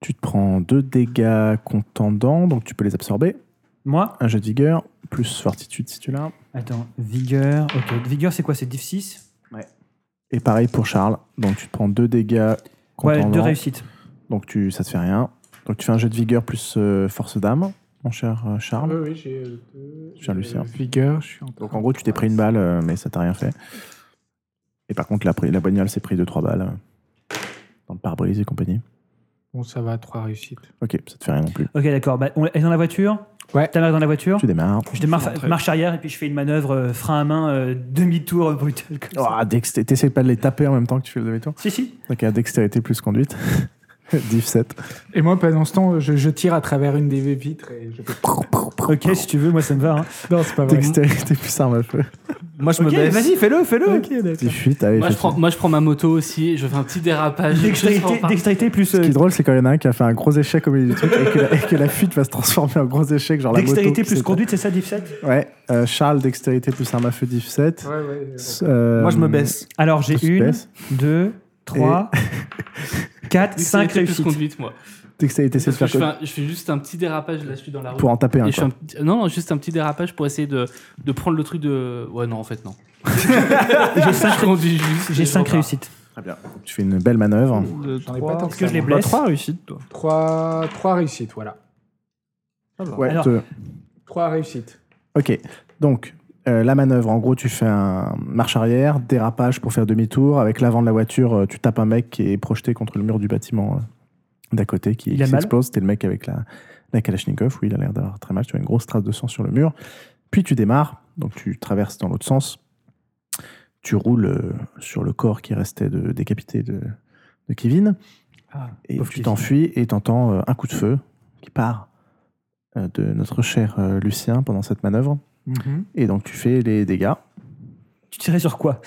Speaker 1: Tu te prends deux dégâts contendants, donc tu peux les absorber.
Speaker 3: Moi
Speaker 1: Un jet de vigueur, plus fortitude si tu l'as.
Speaker 3: Attends, vigueur. Ok, vigueur, c'est quoi C'est diff 6
Speaker 1: Et pareil pour Charles, donc tu te prends deux dégâts
Speaker 3: Ouais,
Speaker 1: contendants.
Speaker 3: deux réussites.
Speaker 1: donc tu, ça te fait rien. Donc tu fais un jet de vigueur plus euh, force d'âme, mon cher euh, Charles.
Speaker 5: Ah oui, j'ai. deux. euh,
Speaker 1: Cher Lucien.
Speaker 5: Vigueur, je suis en
Speaker 1: Donc en gros, tu t'es pris une balle, euh, mais ça t'a rien fait. Et par contre, la, pri- la bagnole s'est pris deux, trois balles euh, dans le pare-brise et compagnie.
Speaker 5: Bon, ça va, trois réussites.
Speaker 1: Ok, ça te fait rien non plus.
Speaker 3: Ok, d'accord. Bah, on est dans la voiture
Speaker 5: Ouais.
Speaker 3: T'as l'air dans la voiture
Speaker 1: Tu démarres.
Speaker 3: Je démarre, marche arrière et puis je fais une manœuvre euh, frein à main, euh, demi-tour brutal. Comme ça.
Speaker 1: Oh, dexté- T'essayes pas de les taper en même temps que tu fais le demi-tour.
Speaker 3: Si, si.
Speaker 1: Donc à dextérité plus conduite. <laughs> Div 7.
Speaker 5: Et moi, pendant ce temps, je, je tire à travers une des vitres et je fais.
Speaker 3: Ok, si tu veux, moi ça me va. hein.
Speaker 5: Non, c'est pas vrai.
Speaker 1: Dextérité plus arme à feu.
Speaker 2: Moi, je
Speaker 3: Ok,
Speaker 2: me baisse.
Speaker 3: vas-y, fais-le, fais-le.
Speaker 1: Petite fuite, allez,
Speaker 4: Moi je,
Speaker 1: faites-le.
Speaker 4: prends, moi, je prends ma moto aussi, je fais un petit dérapage. juste pour
Speaker 3: Dextérité,
Speaker 4: partir.
Speaker 3: dextérité plus.
Speaker 1: Ce
Speaker 3: euh,
Speaker 1: qui est drôle, c'est quand il y en a un qui a fait un gros échec au milieu du truc et que la, et que la fuite va se transformer en gros échec, genre la moto.
Speaker 3: Dextérité plus
Speaker 1: etc.
Speaker 3: conduite, c'est ça, 17
Speaker 1: Ouais, euh, Charles, dextérité plus arme à feu 17.
Speaker 6: Ouais, ouais.
Speaker 1: Euh,
Speaker 2: Moi, je me baisse.
Speaker 3: Alors j'ai
Speaker 1: Tout se
Speaker 3: une,
Speaker 1: baisse.
Speaker 3: deux, trois, quatre,
Speaker 4: Dès que
Speaker 3: cinq
Speaker 4: c'est plus
Speaker 3: réussites.
Speaker 4: conduite, moi.
Speaker 1: Dextérité, c'est de
Speaker 4: Parce que
Speaker 1: faire
Speaker 4: je, fais
Speaker 1: quoi
Speaker 4: un- je fais juste un petit dérapage, là je suis dans la route.
Speaker 1: pour en taper un.
Speaker 4: Et je fais
Speaker 1: Quoi.
Speaker 4: un petit- non, non, juste un petit dérapage pour essayer de, de prendre le truc de. Ouais, non, en fait, non.
Speaker 3: J'ai cinq-
Speaker 4: <laughs> Je conduis juste.
Speaker 3: J'ai
Speaker 4: et je
Speaker 3: 5
Speaker 4: repars.
Speaker 3: réussites.
Speaker 1: Tu fais une belle manœuvre.
Speaker 4: Deux,
Speaker 5: J'en ai
Speaker 4: trois.
Speaker 5: pas tant
Speaker 3: Est-ce que je les
Speaker 5: moi.
Speaker 2: Bah,
Speaker 3: blesse
Speaker 2: trois réussites, toi.
Speaker 5: Trois, trois réussites, voilà.
Speaker 1: Ouais,
Speaker 3: Alors-
Speaker 1: te-
Speaker 5: Trois réussites.
Speaker 1: Ok, donc euh, la manœuvre, en gros, tu fais un marche arrière, dérapage pour faire demi-tour. Avec l'avant de la voiture, euh, tu tapes un mec qui est projeté contre le mur du bâtiment euh, d'à côté qui,
Speaker 3: Il
Speaker 1: qui
Speaker 3: a mal
Speaker 1: s'explose. T'es le mec avec la, la Kalachnikov, oui, il a l'air d'avoir très mal. Tu as une grosse trace de sang sur le mur. Puis tu démarres, donc tu traverses dans l'autre sens. Tu roules euh, sur le corps qui restait de, décapité de, de Kevin. et
Speaker 3: pauvre
Speaker 1: tu
Speaker 3: Kevin.
Speaker 1: t'enfuis et t'entends euh, un coup de feu qui part euh, de notre cher euh, Lucien pendant cette manœuvre.
Speaker 3: Mhm.
Speaker 1: Et donc tu fais les dégâts.
Speaker 3: Tu tirais sur quoi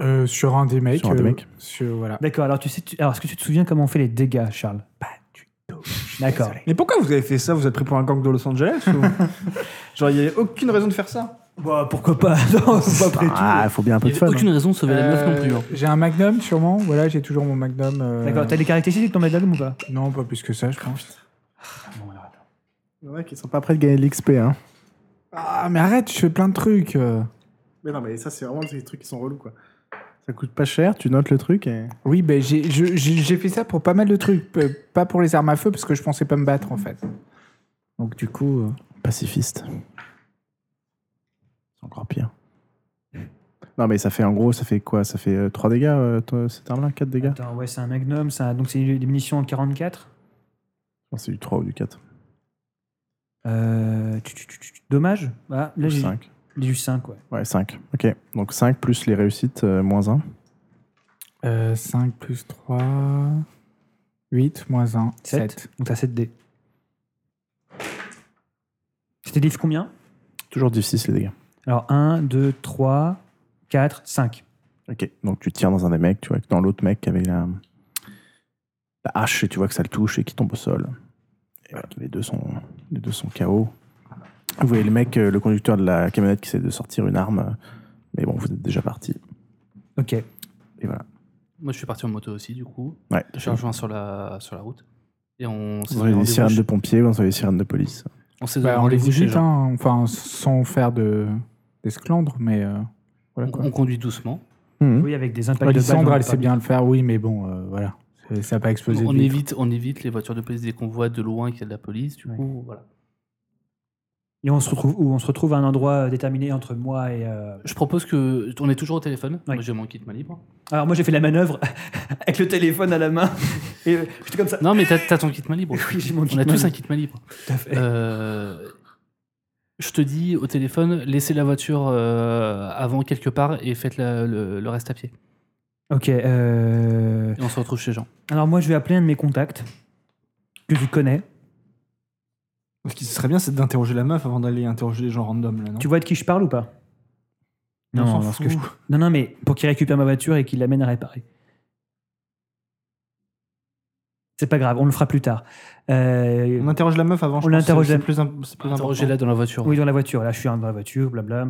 Speaker 5: Euh, sur un des mecs.
Speaker 1: Sur un des
Speaker 5: euh,
Speaker 1: mecs.
Speaker 5: sur- voilà.
Speaker 3: D'accord, alors tu sais, tu- alors est-ce que tu te souviens comment on fait les dégâts, Charles Pas du tout. D'accord.
Speaker 2: Mais pourquoi vous avez fait ça Vous êtes pris pour un gang de Los Angeles ou-
Speaker 3: <laughs>
Speaker 2: Genre, il y avait aucune raison de faire ça.
Speaker 3: Bah, pourquoi pas <laughs> Non, pas après tout.
Speaker 1: Ah, faut bien un peu
Speaker 4: Il
Speaker 1: de
Speaker 4: n'y
Speaker 1: fun.
Speaker 4: avait bah, aucune raison de sauver la meuf non plus.
Speaker 5: Euh,
Speaker 4: hein.
Speaker 5: J'ai un magnum, sûrement. Voilà, j'ai toujours mon magnum. euh,
Speaker 3: D'accord, t'as les caractéristiques de ton médaille ou pas
Speaker 5: Non, pas plus que ça, je pense.
Speaker 1: Ouais, qui sont pas prêts de gagner de l'XP. Hein.
Speaker 5: Ah, mais arrête, je fais plein de trucs. euh.
Speaker 1: Mais non, mais ça, c'est vraiment des trucs qui sont relous, quoi. Ça coûte pas cher, tu notes le truc et.
Speaker 5: Oui, ben j'ai je- j'ai- j'ai fait ça pour pas mal de trucs. euh, Pas pour les armes à feu, parce que je pensais pas me battre, en fait. Donc, du coup. euh,
Speaker 1: Pacifiste. C'est encore pire. Non, mais ça fait en gros, ça fait quoi Ça fait 3 dégâts, euh, toi, cette arme-là 4 dégâts
Speaker 3: Attends, ouais, c'est un magnum, c'est un- donc c'est des munitions en 44.
Speaker 1: Non, C'est du 3 ou du 4.
Speaker 3: Euh, tu- tu- tu- tu- tu- dommage. Ah, là,
Speaker 1: Ou
Speaker 3: j'ai
Speaker 1: 5.
Speaker 3: j'ai eu 5, ouais.
Speaker 1: Ouais, 5. Ok. Donc 5 plus les réussites, euh, moins 1.
Speaker 5: 5 Euh, plus 3. 8 moins 1.
Speaker 3: Sept.
Speaker 5: 7.
Speaker 3: Donc t'as 7 dés. C'était diff combien
Speaker 1: Toujours difficile les dégâts.
Speaker 3: Alors 1, 2, 3, 4, 5.
Speaker 1: Ok, donc tu tires dans un des mecs, tu vois que dans l'autre mec qui avait la, la hache et tu vois que ça le touche et qui tombe au sol. Et voilà, les, deux sont, les deux sont KO. Vous voyez le mec, euh, le conducteur de la camionnette qui essaie de sortir une arme, euh, mais bon, vous êtes déjà parti.
Speaker 3: Ok.
Speaker 1: Et voilà.
Speaker 4: Moi, je suis parti en moto aussi, du coup.
Speaker 1: Ouais,
Speaker 4: Je suis rejoint sur la, sur la route. Et on s'est
Speaker 1: vous avez
Speaker 4: donné
Speaker 1: des sirènes
Speaker 4: rendez-vous.
Speaker 1: de pompiers, vous avez des sirènes de police.
Speaker 4: On s'est donné
Speaker 5: Bah, on les
Speaker 4: rendez-vous chez
Speaker 5: visite,
Speaker 4: Jean.
Speaker 5: hein, enfin, sans faire de d'esclandre, mais euh, voilà
Speaker 4: On
Speaker 5: quoi.
Speaker 4: on conduit doucement. Hmm.
Speaker 1: Mhm.
Speaker 3: Oui, avec des impacts
Speaker 5: Ouais,
Speaker 3: de balles.
Speaker 5: Lysandre,
Speaker 3: dans le
Speaker 5: elle sait
Speaker 3: parc.
Speaker 5: bien le faire, oui, mais bon, euh, voilà. C'est- Ça n'a pas
Speaker 4: On,
Speaker 5: explosé.
Speaker 4: on
Speaker 5: de vite.
Speaker 4: évite, on évite les voitures de police dès qu'on voit de loin qu'il y a de la police. Du
Speaker 3: Ouais.
Speaker 4: coup, voilà.
Speaker 3: Et on se retrouve où On se retrouve à un endroit euh, déterminé entre moi et. euh,
Speaker 4: Je propose que. On est toujours au téléphone.
Speaker 3: Ouais.
Speaker 4: Moi, j'ai mon kit main libre.
Speaker 3: Alors moi j'ai fait la manœuvre <laughs> avec le téléphone à la main et euh, j'étais comme ça. <laughs>
Speaker 4: Non, mais t'as t'as ton kit main libre.
Speaker 3: Oui, j'ai mon kit
Speaker 4: on a
Speaker 3: main
Speaker 4: tous un
Speaker 3: libre.
Speaker 4: kit main libre.
Speaker 3: Tout à fait.
Speaker 4: Euh, je te dis au téléphone, laissez la voiture euh, avant quelque part et faites la- le, le reste à pied.
Speaker 3: Ok. euh,
Speaker 4: Et on se retrouve chez Jean.
Speaker 3: Alors moi je vais appeler un de mes contacts que tu connais.
Speaker 2: Ce qui serait bien, c'est d'interroger la meuf avant d'aller interroger les gens random, là, non
Speaker 3: Tu vois de qui je parle ou pas
Speaker 2: On s'en
Speaker 3: parce
Speaker 2: fout.
Speaker 3: que je- non, non, mais pour qu'il récupère ma voiture et qu'il l'amène à réparer. C'est pas grave, on le fera plus tard. Euh,
Speaker 2: On interroge la meuf avant. je
Speaker 3: On
Speaker 2: pense
Speaker 3: l'interroge
Speaker 2: que c'est
Speaker 3: la-
Speaker 2: plus, imp- c'est plus important.
Speaker 4: Interrogez-la dans la voiture.
Speaker 3: Ah, Oui, dans la voiture. Là, je suis dans la voiture, blabla.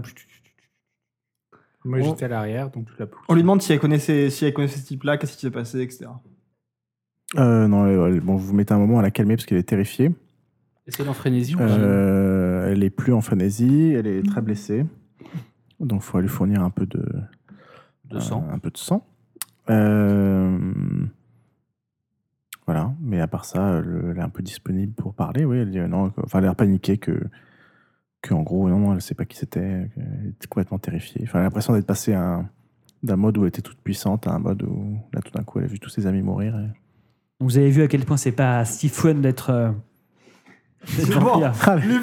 Speaker 5: Moi,
Speaker 2: On-
Speaker 5: j'étais à l'arrière, donc je la pousse.
Speaker 2: On lui demande si elle connaissait, si elle connaissait ce type-là, qu'est-ce qui s'est passé, etc.
Speaker 1: Euh, non, elle- elle- bon, vous mettez un moment à la calmer parce qu'elle est terrifiée.
Speaker 4: Est-ce qu'elle est en frénésie ou pas
Speaker 1: Euh, elle est plus en frénésie, elle est très blessée. Donc il faut lui fournir un peu de,
Speaker 4: de sang
Speaker 1: Un, un peu de sang. Euh, voilà, mais à part ça, elle, elle est un peu disponible pour parler. Oui, elle dit euh, non, que- enfin, elle a l'air paniquée que, que, en gros, non, non, elle ne sait pas qui c'était, elle était complètement terrifiée. Enfin, elle a l'impression d'être passée à un- d'un mode où elle était toute puissante à un mode où, là, tout d'un coup, elle a vu tous ses amis mourir. et-
Speaker 3: Vous avez vu à quel point c'est pas si fun d'être. euh, d'être
Speaker 2: C'est bon.
Speaker 3: vampire.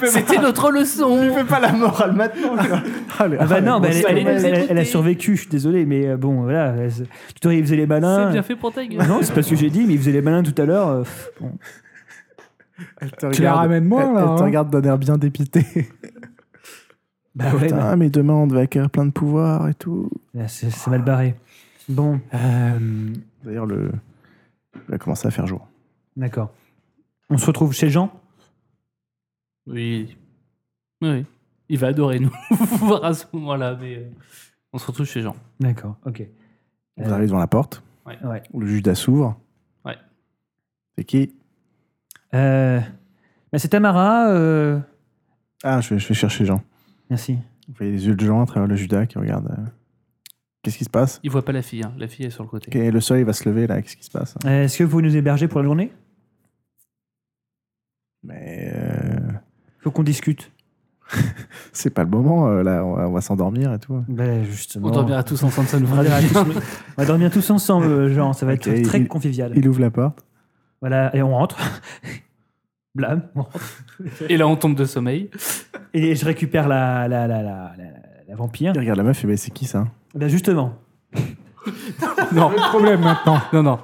Speaker 4: C'était notre leçon
Speaker 2: Fais pas la morale maintenant, quoi.
Speaker 3: Ah bah non, bah elle,
Speaker 4: fallait
Speaker 3: elle-
Speaker 4: nous
Speaker 3: elle- elle
Speaker 4: écouter.
Speaker 3: a survécu, je suis désolé, mais euh, bon, voilà. elle se- Tout à l'heure, il faisait les malins.
Speaker 4: C'est bien fait pour ta gueule.
Speaker 3: Non, c'est pas ce que j'ai dit, mais il faisait les malins tout à l'heure. euh, pff, bon.
Speaker 1: Elle te
Speaker 5: Tu la
Speaker 1: regarde,
Speaker 5: ramènes
Speaker 1: elle-
Speaker 5: moi,
Speaker 1: elle
Speaker 5: là
Speaker 1: te
Speaker 5: hein
Speaker 1: regarde d'un air bien dépité.
Speaker 3: <laughs> Bah ouais,
Speaker 1: Putain,
Speaker 3: bah,
Speaker 1: mais demain on devait acquérir plein de pouvoirs et tout.
Speaker 3: là, c'est c'est mal barré. Bon,
Speaker 5: Euh,
Speaker 1: D'ailleurs, le... il a commencé à faire jour.
Speaker 3: d'accord. On se retrouve chez Jean.
Speaker 4: Oui. Oui. Il va adorer nous <laughs> voir à ce moment-là, mais euh, on se retrouve chez Jean.
Speaker 3: D'accord, ok.
Speaker 1: On
Speaker 3: Euh.
Speaker 1: arrive devant la porte.
Speaker 4: Ouais.
Speaker 3: Ouais.
Speaker 1: Où le juge d'assouvre.
Speaker 4: Ouais.
Speaker 1: C'est qui
Speaker 3: Euh, bah, c'est Tamara. euh,
Speaker 1: Ah, je vais, je vais chercher Jean.
Speaker 3: Merci.
Speaker 1: Vous voyez les yeux de Jean à travers le Judas qui regarde. euh, Qu'est-ce qui se passe
Speaker 4: Il voit pas la fille, hein. la fille est sur le côté.
Speaker 1: Ok, Le soleil va se lever là. Qu'est-ce qui se passe
Speaker 3: Euh, Est-ce que vous nous hébergez pour la journée
Speaker 1: Mais euh,
Speaker 3: Faut qu'on discute.
Speaker 1: c'est pas le moment. euh, là, on va, on va s'endormir et tout.
Speaker 3: Bah, justement.
Speaker 4: On dormira tous ensemble, ça nous
Speaker 3: On
Speaker 4: fera du
Speaker 3: <laughs> dormira
Speaker 4: bien.
Speaker 3: tous- on va dormir tous ensemble, euh, Jean. Ça va être
Speaker 1: Ok,
Speaker 3: très
Speaker 1: il-
Speaker 3: convivial.
Speaker 1: Il ouvre la porte.
Speaker 3: Voilà, et on rentre. <laughs> Blâme. on rentre.
Speaker 4: Et là, on tombe de sommeil.
Speaker 3: Et je récupère la, la, la, la, la- la vampire.
Speaker 1: Il regarde la meuf et ben c'est qui ça
Speaker 3: Bah, justement.
Speaker 4: Non,
Speaker 5: problème maintenant.
Speaker 4: non, non.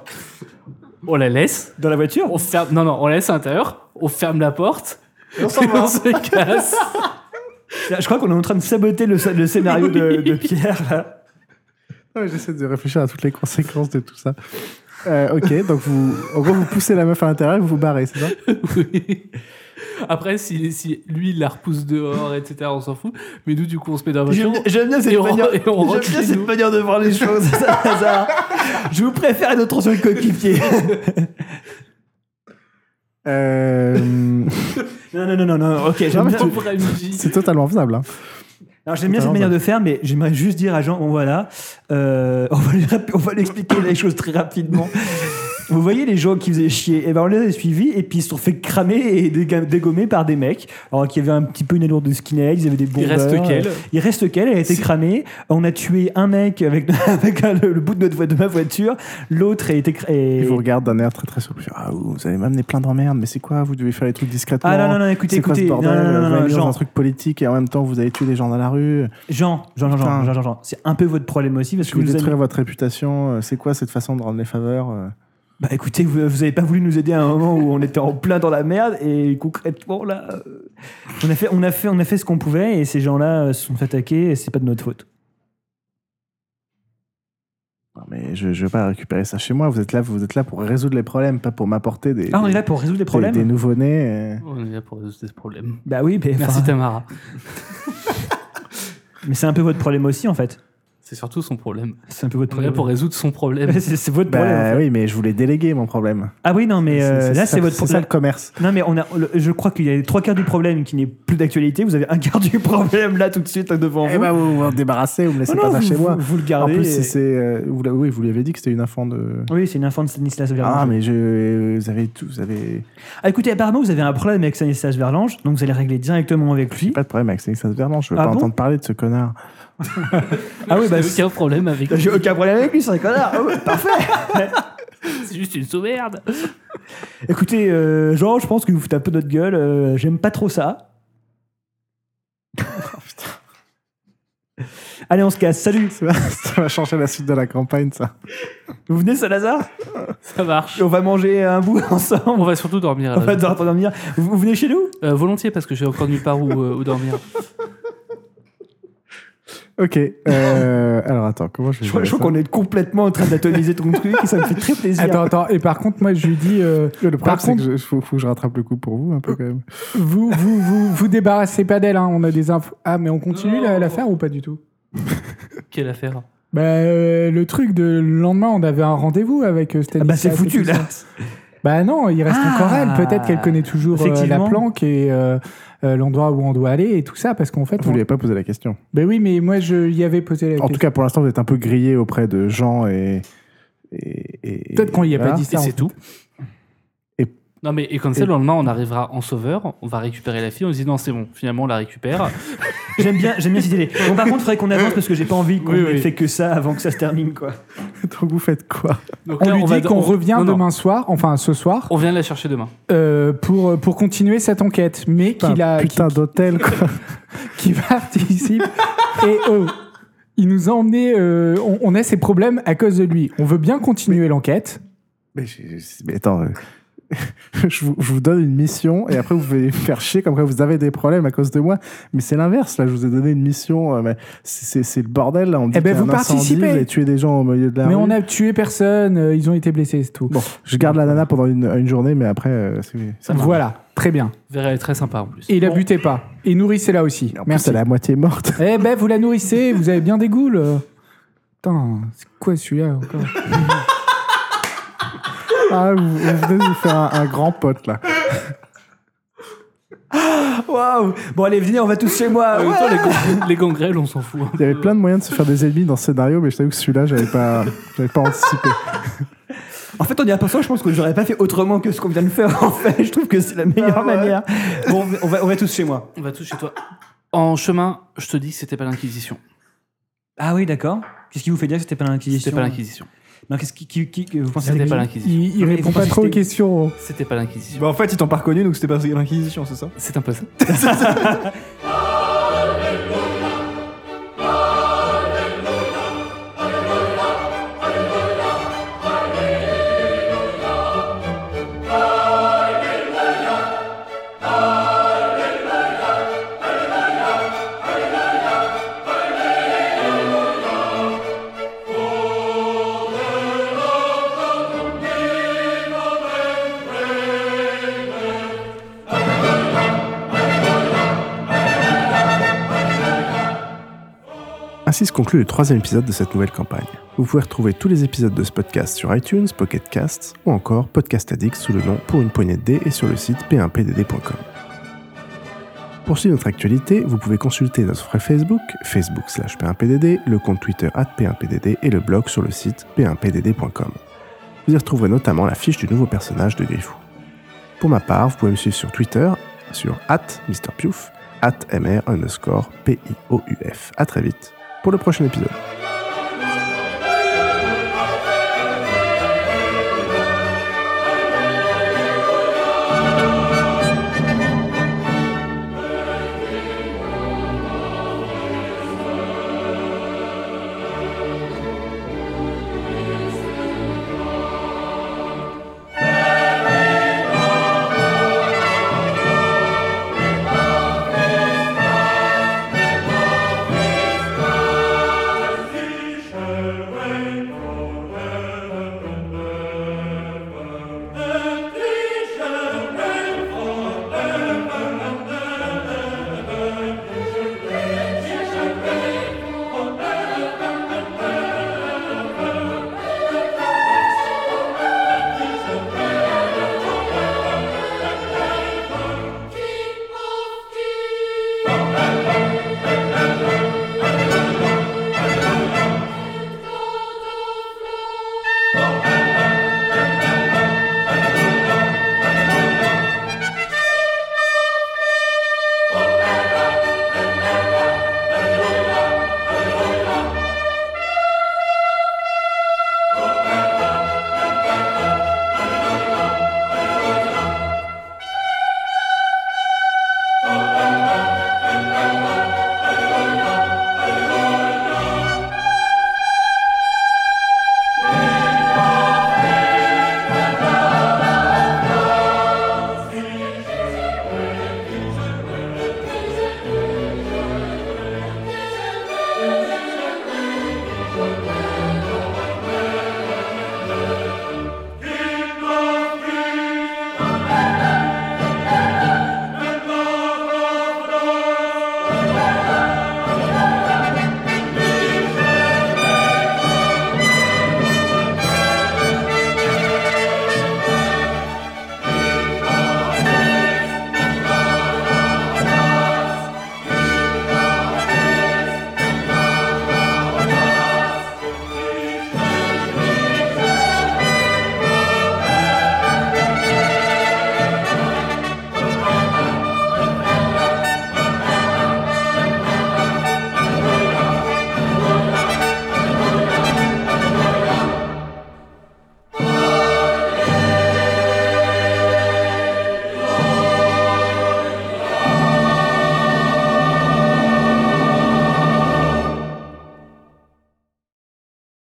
Speaker 4: On la laisse.
Speaker 3: Dans la voiture
Speaker 4: On ferme. Non, non, on la laisse à l'intérieur. On ferme la porte. Et on se casse.
Speaker 3: Je crois qu'on est en train de saboter le, le scénario de, de Pierre. là.
Speaker 1: Ah ouais, J'essaie de réfléchir à toutes les conséquences de tout ça. Euh, ok, donc vous, en gros, vous poussez la meuf à l'intérieur et vous vous barrez, c'est ça
Speaker 4: Oui. Après, si, si lui, il la repousse dehors, etc., on s'en fout. Mais nous, du coup, on se met dans la voiture.
Speaker 3: J'aime bien
Speaker 4: Et on, et on rentre chez nous.
Speaker 3: manière de voir les choses, ça, ça. Je vous préfère une autre sur le coéquipier.
Speaker 1: Euh, <laughs>
Speaker 3: Non, non, non, non, non, ok, j'aime
Speaker 1: mais
Speaker 3: bien,
Speaker 4: Pauvre MJ.
Speaker 1: C'est totalement faisable. hein.
Speaker 3: Alors, j'aime bien cette
Speaker 1: Totalement,
Speaker 3: manière de faire, mais j'aimerais juste dire à Jean, bon voilà, euh, on, va lui rap- on va lui expliquer les choses très rapidement. Vous voyez les gens qui faisaient chier, et ben on les a suivis et puis ils se sont fait cramer et déga- dégommer par des mecs. Alors qu'il y avait un petit peu une allure de skinhead, ils avaient des
Speaker 4: Il
Speaker 3: bombes.
Speaker 4: reste qu'elle.
Speaker 3: Il reste qu'elle, elle a été cramée. On a tué un mec avec, <laughs> avec un- le, le bout de, notre, vo- de ma voiture. L'autre a été cra- et-
Speaker 1: Il vous regarde d'un air très très surpris. Ah, vous avez m'amené plein d'emmerdes, mais c'est quoi Vous devez faire les trucs discrètement.
Speaker 3: Ah non, non, non, écoutez,
Speaker 1: c'est quoi ce
Speaker 3: écoutez. Non,
Speaker 1: bordel
Speaker 3: non, non, non,
Speaker 1: Vous allez
Speaker 3: non,
Speaker 1: dans un
Speaker 3: Jean,
Speaker 1: truc politique et en même temps vous allez tuer des gens dans la rue.
Speaker 3: Jean, Jean, Jean, Jean,
Speaker 1: Putain.
Speaker 3: Jean, Jean, Jean, c'est un peu votre problème aussi parce
Speaker 1: Je
Speaker 3: que
Speaker 1: vous
Speaker 3: vous avez-
Speaker 1: détruire votre réputation. euh, C'est quoi cette façon de rendre les faveurs euh
Speaker 3: Bah écoutez, vous, vous avez pas voulu nous aider à un moment où on était en plein dans la merde et concrètement là, euh, on a fait, on a fait, on a fait ce qu'on pouvait et ces gens-là euh, se sont fait attaquer et c'est pas de notre faute.
Speaker 1: Non, mais je, je vais pas récupérer ça chez moi. Vous êtes là, vous êtes là pour résoudre les problèmes, pas pour m'apporter des,
Speaker 3: Ah, on est
Speaker 1: des-
Speaker 3: là pour résoudre les problèmes.
Speaker 1: des, des nouveau-nés. euh.
Speaker 4: On est là pour résoudre ce problème.
Speaker 3: Bah oui, mais,
Speaker 4: Merci,
Speaker 3: enfin,
Speaker 4: Tamara.
Speaker 3: mais c'est un peu votre problème aussi en fait.
Speaker 4: C'est surtout son problème.
Speaker 3: C'est un peu votre
Speaker 4: On est là
Speaker 3: problème.
Speaker 4: pour résoudre
Speaker 3: <laughs>
Speaker 4: son problème.
Speaker 3: Ouais, c'est c'est votre
Speaker 1: Bah
Speaker 3: problème. en fait.
Speaker 1: oui, mais je voulais déléguer mon problème.
Speaker 3: Ah oui, non, mais euh, là, c'est
Speaker 1: ça-
Speaker 3: votre
Speaker 1: C'est ça
Speaker 3: problème.
Speaker 1: le commerce.
Speaker 3: Non, mais on a, le- je crois qu'il y a les trois quarts du problème qui n'est plus d'actualité. Vous avez un quart du <laughs> problème là tout de suite hein, devant
Speaker 1: Eh
Speaker 3: vous.
Speaker 1: ben, vous vous en débarrassez, vous me
Speaker 3: Oh
Speaker 1: laissez
Speaker 3: non,
Speaker 1: pas ça
Speaker 3: vous,
Speaker 1: chez moi.
Speaker 3: vous- vous le
Speaker 1: En
Speaker 3: gardez.
Speaker 1: plus,
Speaker 3: et-
Speaker 1: si c'est. euh, vous l'a- oui, vous lui avez dit que c'était une enfant de.
Speaker 3: Oui, c'est une enfant de Stanislas Verlange.
Speaker 1: Ah,
Speaker 3: Ah,
Speaker 1: mais je, vous avez tout, vous avez
Speaker 3: écoutez, apparemment, vous avez un problème avec Stanislas Verlange, donc vous allez régler directement avec lui.
Speaker 1: pas de problème avec Stanislas Verland. Je veux
Speaker 3: Ah
Speaker 1: pas
Speaker 3: bon
Speaker 1: entendre parler de ce connard.
Speaker 3: Ah oui, bah.
Speaker 4: J'ai aucun problème avec
Speaker 3: J'ai aucun problème avec lui, c'est un connard. Ah
Speaker 1: <laughs>
Speaker 3: ouais, parfait.
Speaker 4: C'est juste une sous-merde.
Speaker 3: Écoutez, euh, Jean, je pense que vous foutez un peu notre gueule. euh, J'aime pas
Speaker 1: <laughs>
Speaker 3: trop ça.
Speaker 1: Oh,
Speaker 3: Allez, on se casse. Salut.
Speaker 1: Ça va, <laughs> ça va changer la suite de la campagne, ça.
Speaker 3: Vous venez, Salazar
Speaker 4: Ça marche.
Speaker 3: Et on va manger un bout <laughs> ensemble.
Speaker 4: On va surtout dormir. à
Speaker 3: On
Speaker 4: la
Speaker 3: va
Speaker 4: maison.
Speaker 3: devoir dormir. Vous, vous venez chez nous
Speaker 4: Euh, volontiers, parce que j'ai encore nulle part où, euh, où dormir.
Speaker 5: <laughs>
Speaker 1: Ok. euh, alors attends, comment je vais
Speaker 3: Je crois, je
Speaker 1: gérer
Speaker 3: crois qu'on est complètement en train d'atomiser ton truc et ça me fait très plaisir.
Speaker 5: Attends, attends. Et par contre, moi, je lui dis,
Speaker 3: <laughs>
Speaker 5: euh,
Speaker 1: ça Le problème,
Speaker 5: par
Speaker 1: c'est
Speaker 5: contre-
Speaker 1: que je, faut, faut que je rattrape le coup pour vous un peu quand même.
Speaker 5: vous, vous, vous, vous débarrassez pas d'elle. hein, on a des infos. Ah, mais on continue la- l'affaire ou pas du tout
Speaker 4: Quelle affaire.
Speaker 5: Bah, euh, le truc de le lendemain, on avait un rendez-vous avec euh,
Speaker 3: Ah
Speaker 5: Stanislas.
Speaker 3: bah c'est
Speaker 5: et
Speaker 3: foutu
Speaker 5: tout ça.
Speaker 3: là.
Speaker 5: Bah non, il reste
Speaker 3: Ah.
Speaker 5: encore elle. Peut-être qu'elle connaît toujours euh, la
Speaker 3: Effectivement.
Speaker 5: planque et euh, euh, l'endroit où on doit aller et tout ça, parce qu'en fait,
Speaker 1: Vous
Speaker 5: on-
Speaker 1: lui avez pas posé la question.
Speaker 5: bah oui, mais moi, je y avais posé la
Speaker 1: En tout
Speaker 5: question.
Speaker 1: cas, pour l'instant, vous êtes un peu grillé auprès de Jean et. et- et-
Speaker 5: Peut-être qu'on y a
Speaker 1: voilà.
Speaker 5: pas dit
Speaker 4: Et
Speaker 5: ça. en
Speaker 4: c'est
Speaker 5: fait.
Speaker 4: tout.
Speaker 1: Et-
Speaker 4: Non, mais et comme ça,
Speaker 1: et-
Speaker 4: le lendemain, on arrivera en sauveur, on va récupérer la fille, on se dit non, c'est bon, finalement, on la récupère.
Speaker 3: J'aime bien, j'aime bien cette <laughs> idée. Bon, par contre, il faudrait qu'on avance parce que j'ai pas envie qu'on
Speaker 4: Oui,
Speaker 3: ait
Speaker 4: oui.
Speaker 3: fait que ça avant que ça se termine quoi.
Speaker 1: <laughs> Donc vous faites quoi
Speaker 4: Donc
Speaker 5: On
Speaker 4: là,
Speaker 5: lui
Speaker 4: va-
Speaker 5: dit qu'on revient
Speaker 4: non, non,
Speaker 5: demain soir, enfin ce soir,
Speaker 4: on vient la chercher demain.
Speaker 5: euh, pour, pour continuer cette enquête, mais qu'il
Speaker 1: Putain,
Speaker 5: a,
Speaker 1: putain d'hôtel, quoi.
Speaker 5: qui participe. <laughs> et oh, il nous a emmené. euh, on, on a ces problèmes à cause de lui. On veut bien continuer l'enquête.
Speaker 1: Mais, j'ai- j'ai- mais attends, euh, <laughs> je, vous, je vous donne une mission et après vous pouvez faire chier comme quoi vous avez des problèmes à cause de moi. Mais c'est l'inverse, là, je vous ai donné une mission. euh, mais c'est- c'est c'est le bordel, là. On dit
Speaker 5: Eh ben,
Speaker 1: qu'il y a
Speaker 5: vous
Speaker 1: un incendie,
Speaker 5: participez.
Speaker 1: Vous avez tué des gens au milieu de la
Speaker 5: Mais
Speaker 1: rue.
Speaker 5: on a tué personne, euh, ils ont été blessés, c'est tout.
Speaker 1: Bon, je garde la nana pendant une, une journée, mais après, euh, c'est. c'est-
Speaker 4: Ça marche.
Speaker 5: voilà, très bien.
Speaker 4: Vera est très sympa en plus.
Speaker 5: Et la
Speaker 4: Bon,
Speaker 5: butez pas. Et nourrissez-la aussi.
Speaker 1: En plus,
Speaker 5: Merci.
Speaker 1: elle est à moitié
Speaker 5: <laughs>
Speaker 1: morte.
Speaker 5: Eh ben, vous la nourrissez, vous avez bien des goules. euh. Putain, c'est quoi celui-là encore
Speaker 1: Ah, vous, vous venez de vous faire un, un grand pote, là.
Speaker 3: Waouh Bon, allez, venez, on va tous chez moi.
Speaker 4: en même temps, Euh, les, gang- les gangrèles, on s'en fout. hein.
Speaker 1: Il y avait plein de moyens de se faire des ennemis dans ce scénario, mais je t'avoue que celui-là, j'avais pas, j'avais pas anticipé.
Speaker 3: En fait, on y aperçoit, je pense que j'aurais pas fait autrement que ce qu'on vient de faire. En fait, je trouve que c'est la meilleure manière. Bon, on va, on va tous chez moi.
Speaker 4: On va tous chez toi. En chemin, je te dis que c'était pas l'Inquisition.
Speaker 3: Ah oui, d'accord. Qu'est-ce qui vous fait dire que c'était pas l'inquisition
Speaker 4: C'était pas l'Inquisition.
Speaker 3: Non, qu'est-ce qui, qui- qui- que vous pensez
Speaker 4: C'était pas
Speaker 3: l'inquisition
Speaker 4: l'Inquisition.
Speaker 5: Il, il
Speaker 3: mais
Speaker 5: répond
Speaker 3: faut
Speaker 5: pas
Speaker 3: pas
Speaker 5: trop aux
Speaker 3: citer.
Speaker 5: questions.
Speaker 4: C'était pas l'Inquisition.
Speaker 2: Bah, en fait, ils t'ont pas reconnu, donc c'était pas l'Inquisition, c'est ça
Speaker 4: C'est un peu ça.
Speaker 1: Ainsi se conclut le troisième épisode de cette nouvelle campagne. Vous pouvez retrouver tous les épisodes de ce podcast sur iTunes, Pocket Casts ou encore Podcast Addict sous le nom Pour une poignée de dés et sur le site p1pdd.com. Pour suivre notre actualité, vous pouvez consulter notre vrai Facebook, Facebook slash p1pdd, le compte Twitter at p1pdd et le blog sur le site p1pdd.com. Vous y retrouverez notamment la fiche du nouveau personnage de Griffou. Pour ma part, vous pouvez me suivre sur Twitter, sur at MrPiouf, at mr underscore p i o u f. À très vite pour le prochain épisode.